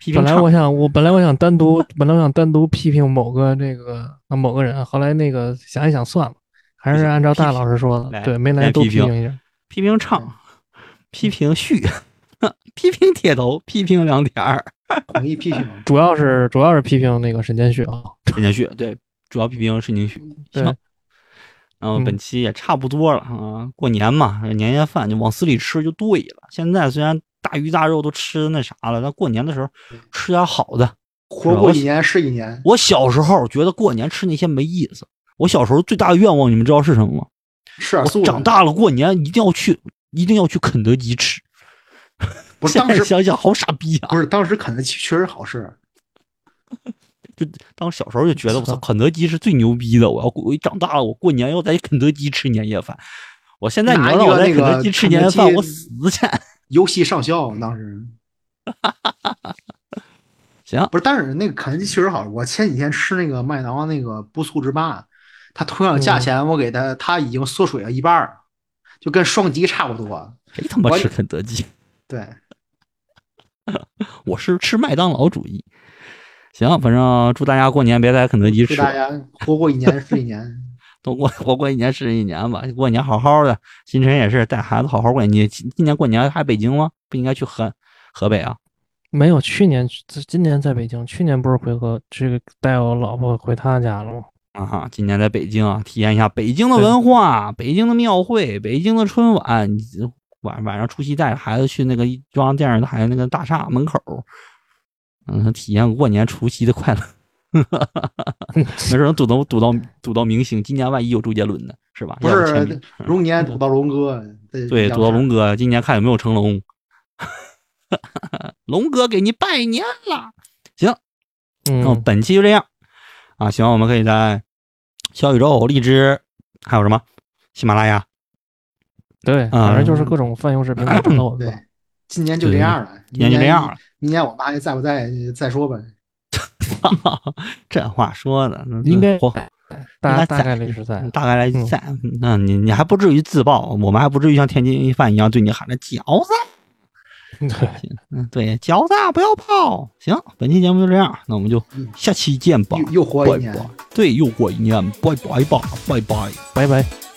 [SPEAKER 2] 批评
[SPEAKER 3] 本来
[SPEAKER 2] 厂
[SPEAKER 3] 我想，我本来我想单独，本来我想单独批评某个这个啊某个人，后来那个想一想算了，还是按照大老师说
[SPEAKER 2] 来
[SPEAKER 3] 的，对，没来
[SPEAKER 2] 来
[SPEAKER 3] 多
[SPEAKER 2] 批
[SPEAKER 3] 批
[SPEAKER 2] 评
[SPEAKER 3] 评一下。
[SPEAKER 2] 批评唱，批评旭， 批评铁头，批评两点儿，
[SPEAKER 4] 统一批评，
[SPEAKER 3] 主要是主要是批评那个沈建旭啊，
[SPEAKER 2] 沈建旭对，主要批评沈建旭。
[SPEAKER 3] 对
[SPEAKER 2] 行，然后
[SPEAKER 3] 嗯
[SPEAKER 2] 本期也差不多了啊，过年嘛，年夜饭就往死里吃就对了。现在虽然大鱼大肉都吃那啥了，但过年的时候吃点好的，
[SPEAKER 4] 活过一年是一年。
[SPEAKER 2] 我小时候觉得过年吃那些没意思。我小时候最大的愿望，你们知道是什么吗？
[SPEAKER 4] 吃点素
[SPEAKER 2] 我
[SPEAKER 4] 的。
[SPEAKER 2] 长大了过年一定要去，一定要去肯德基吃。
[SPEAKER 4] 不是
[SPEAKER 2] 现
[SPEAKER 4] 当
[SPEAKER 2] 在
[SPEAKER 4] 时
[SPEAKER 2] 想想好傻逼啊！
[SPEAKER 4] 不是当时肯德基确实好吃，
[SPEAKER 2] 就当时小时候就觉得我操，
[SPEAKER 4] 啊
[SPEAKER 3] 操
[SPEAKER 2] 肯德基是最牛逼的，我要过我一长大了，我过年要在肯德基吃年夜饭。我现在你
[SPEAKER 4] 拿
[SPEAKER 2] 要
[SPEAKER 4] 一
[SPEAKER 2] 让我
[SPEAKER 4] 个
[SPEAKER 2] 在
[SPEAKER 4] 那
[SPEAKER 2] 肯德
[SPEAKER 4] 个
[SPEAKER 2] 基吃
[SPEAKER 4] 肯
[SPEAKER 2] 年夜
[SPEAKER 4] 德
[SPEAKER 2] 饭，
[SPEAKER 4] 基
[SPEAKER 2] 我死去！
[SPEAKER 4] 游戏上校当时
[SPEAKER 2] 行，
[SPEAKER 4] 不是，但是那个肯德基确实好。我前几天吃那个麦当劳那个不速之霸，它同样的
[SPEAKER 2] 嗯
[SPEAKER 4] 价钱，我给它它已经缩水了一半儿，就跟双击差不多。
[SPEAKER 2] 谁他妈
[SPEAKER 4] 我
[SPEAKER 2] 吃肯德基？
[SPEAKER 4] 对，
[SPEAKER 2] 我是吃麦当劳主义。行，反正祝大家过年别在肯德基
[SPEAKER 4] 祝
[SPEAKER 2] 吃，
[SPEAKER 4] 大家活过一年是一年。
[SPEAKER 2] 都过活过一年是一年吧。过年好好的，新晨也是带孩子好好过年。你今今年过年还北京吗？不应该去河河北啊？
[SPEAKER 3] 没有，去年这今年在北京，去年不是回和这个带我老婆回她家了吗？
[SPEAKER 2] 啊哈，今年在北京啊，体验一下北京的文化、北京的庙会、北京的春晚。你晚晚上除夕带着孩子去那个中央电视台那个大厦门口，嗯，体验过年除夕的快乐。 没准能堵到堵到堵到明星，今年万一有周杰伦呢，是吧？
[SPEAKER 4] 不
[SPEAKER 2] 要签名嗯
[SPEAKER 4] 是龙年赌到龙哥，这
[SPEAKER 2] 对，
[SPEAKER 4] 两
[SPEAKER 2] 堵到
[SPEAKER 4] 事儿
[SPEAKER 2] 龙哥，今年看有没有成龙。 龙哥给你拜年了。那
[SPEAKER 3] 嗯，
[SPEAKER 2] 本期就这样啊，希望我们可以在小宇宙、荔枝，还有什么喜马拉雅，
[SPEAKER 3] 对，反正就是
[SPEAKER 4] 嗯
[SPEAKER 3] 各种泛用视频找到我们
[SPEAKER 4] 对
[SPEAKER 3] 吧。，
[SPEAKER 4] 今年就这
[SPEAKER 2] 对
[SPEAKER 4] 样了，
[SPEAKER 2] 今年就这样了。
[SPEAKER 4] 明年我妈还在不在再说吧。
[SPEAKER 2] 这话说的，那
[SPEAKER 3] 应该
[SPEAKER 2] 活
[SPEAKER 3] 大
[SPEAKER 2] 应该
[SPEAKER 3] 大
[SPEAKER 2] 在
[SPEAKER 3] 概率是在
[SPEAKER 2] 大概来
[SPEAKER 3] 嗯
[SPEAKER 2] 在，那你你还不至于自爆，我们还不至于像天津饭一样对你喊着饺子，
[SPEAKER 3] 对。
[SPEAKER 2] 嗯，对，饺子不要泡。行，本期节目就这样，那我们就
[SPEAKER 4] 嗯
[SPEAKER 2] 下期见吧，
[SPEAKER 4] 又又活一
[SPEAKER 2] 拜
[SPEAKER 4] 年
[SPEAKER 2] 拜对，又过一年，拜拜吧，拜拜。
[SPEAKER 3] 拜拜。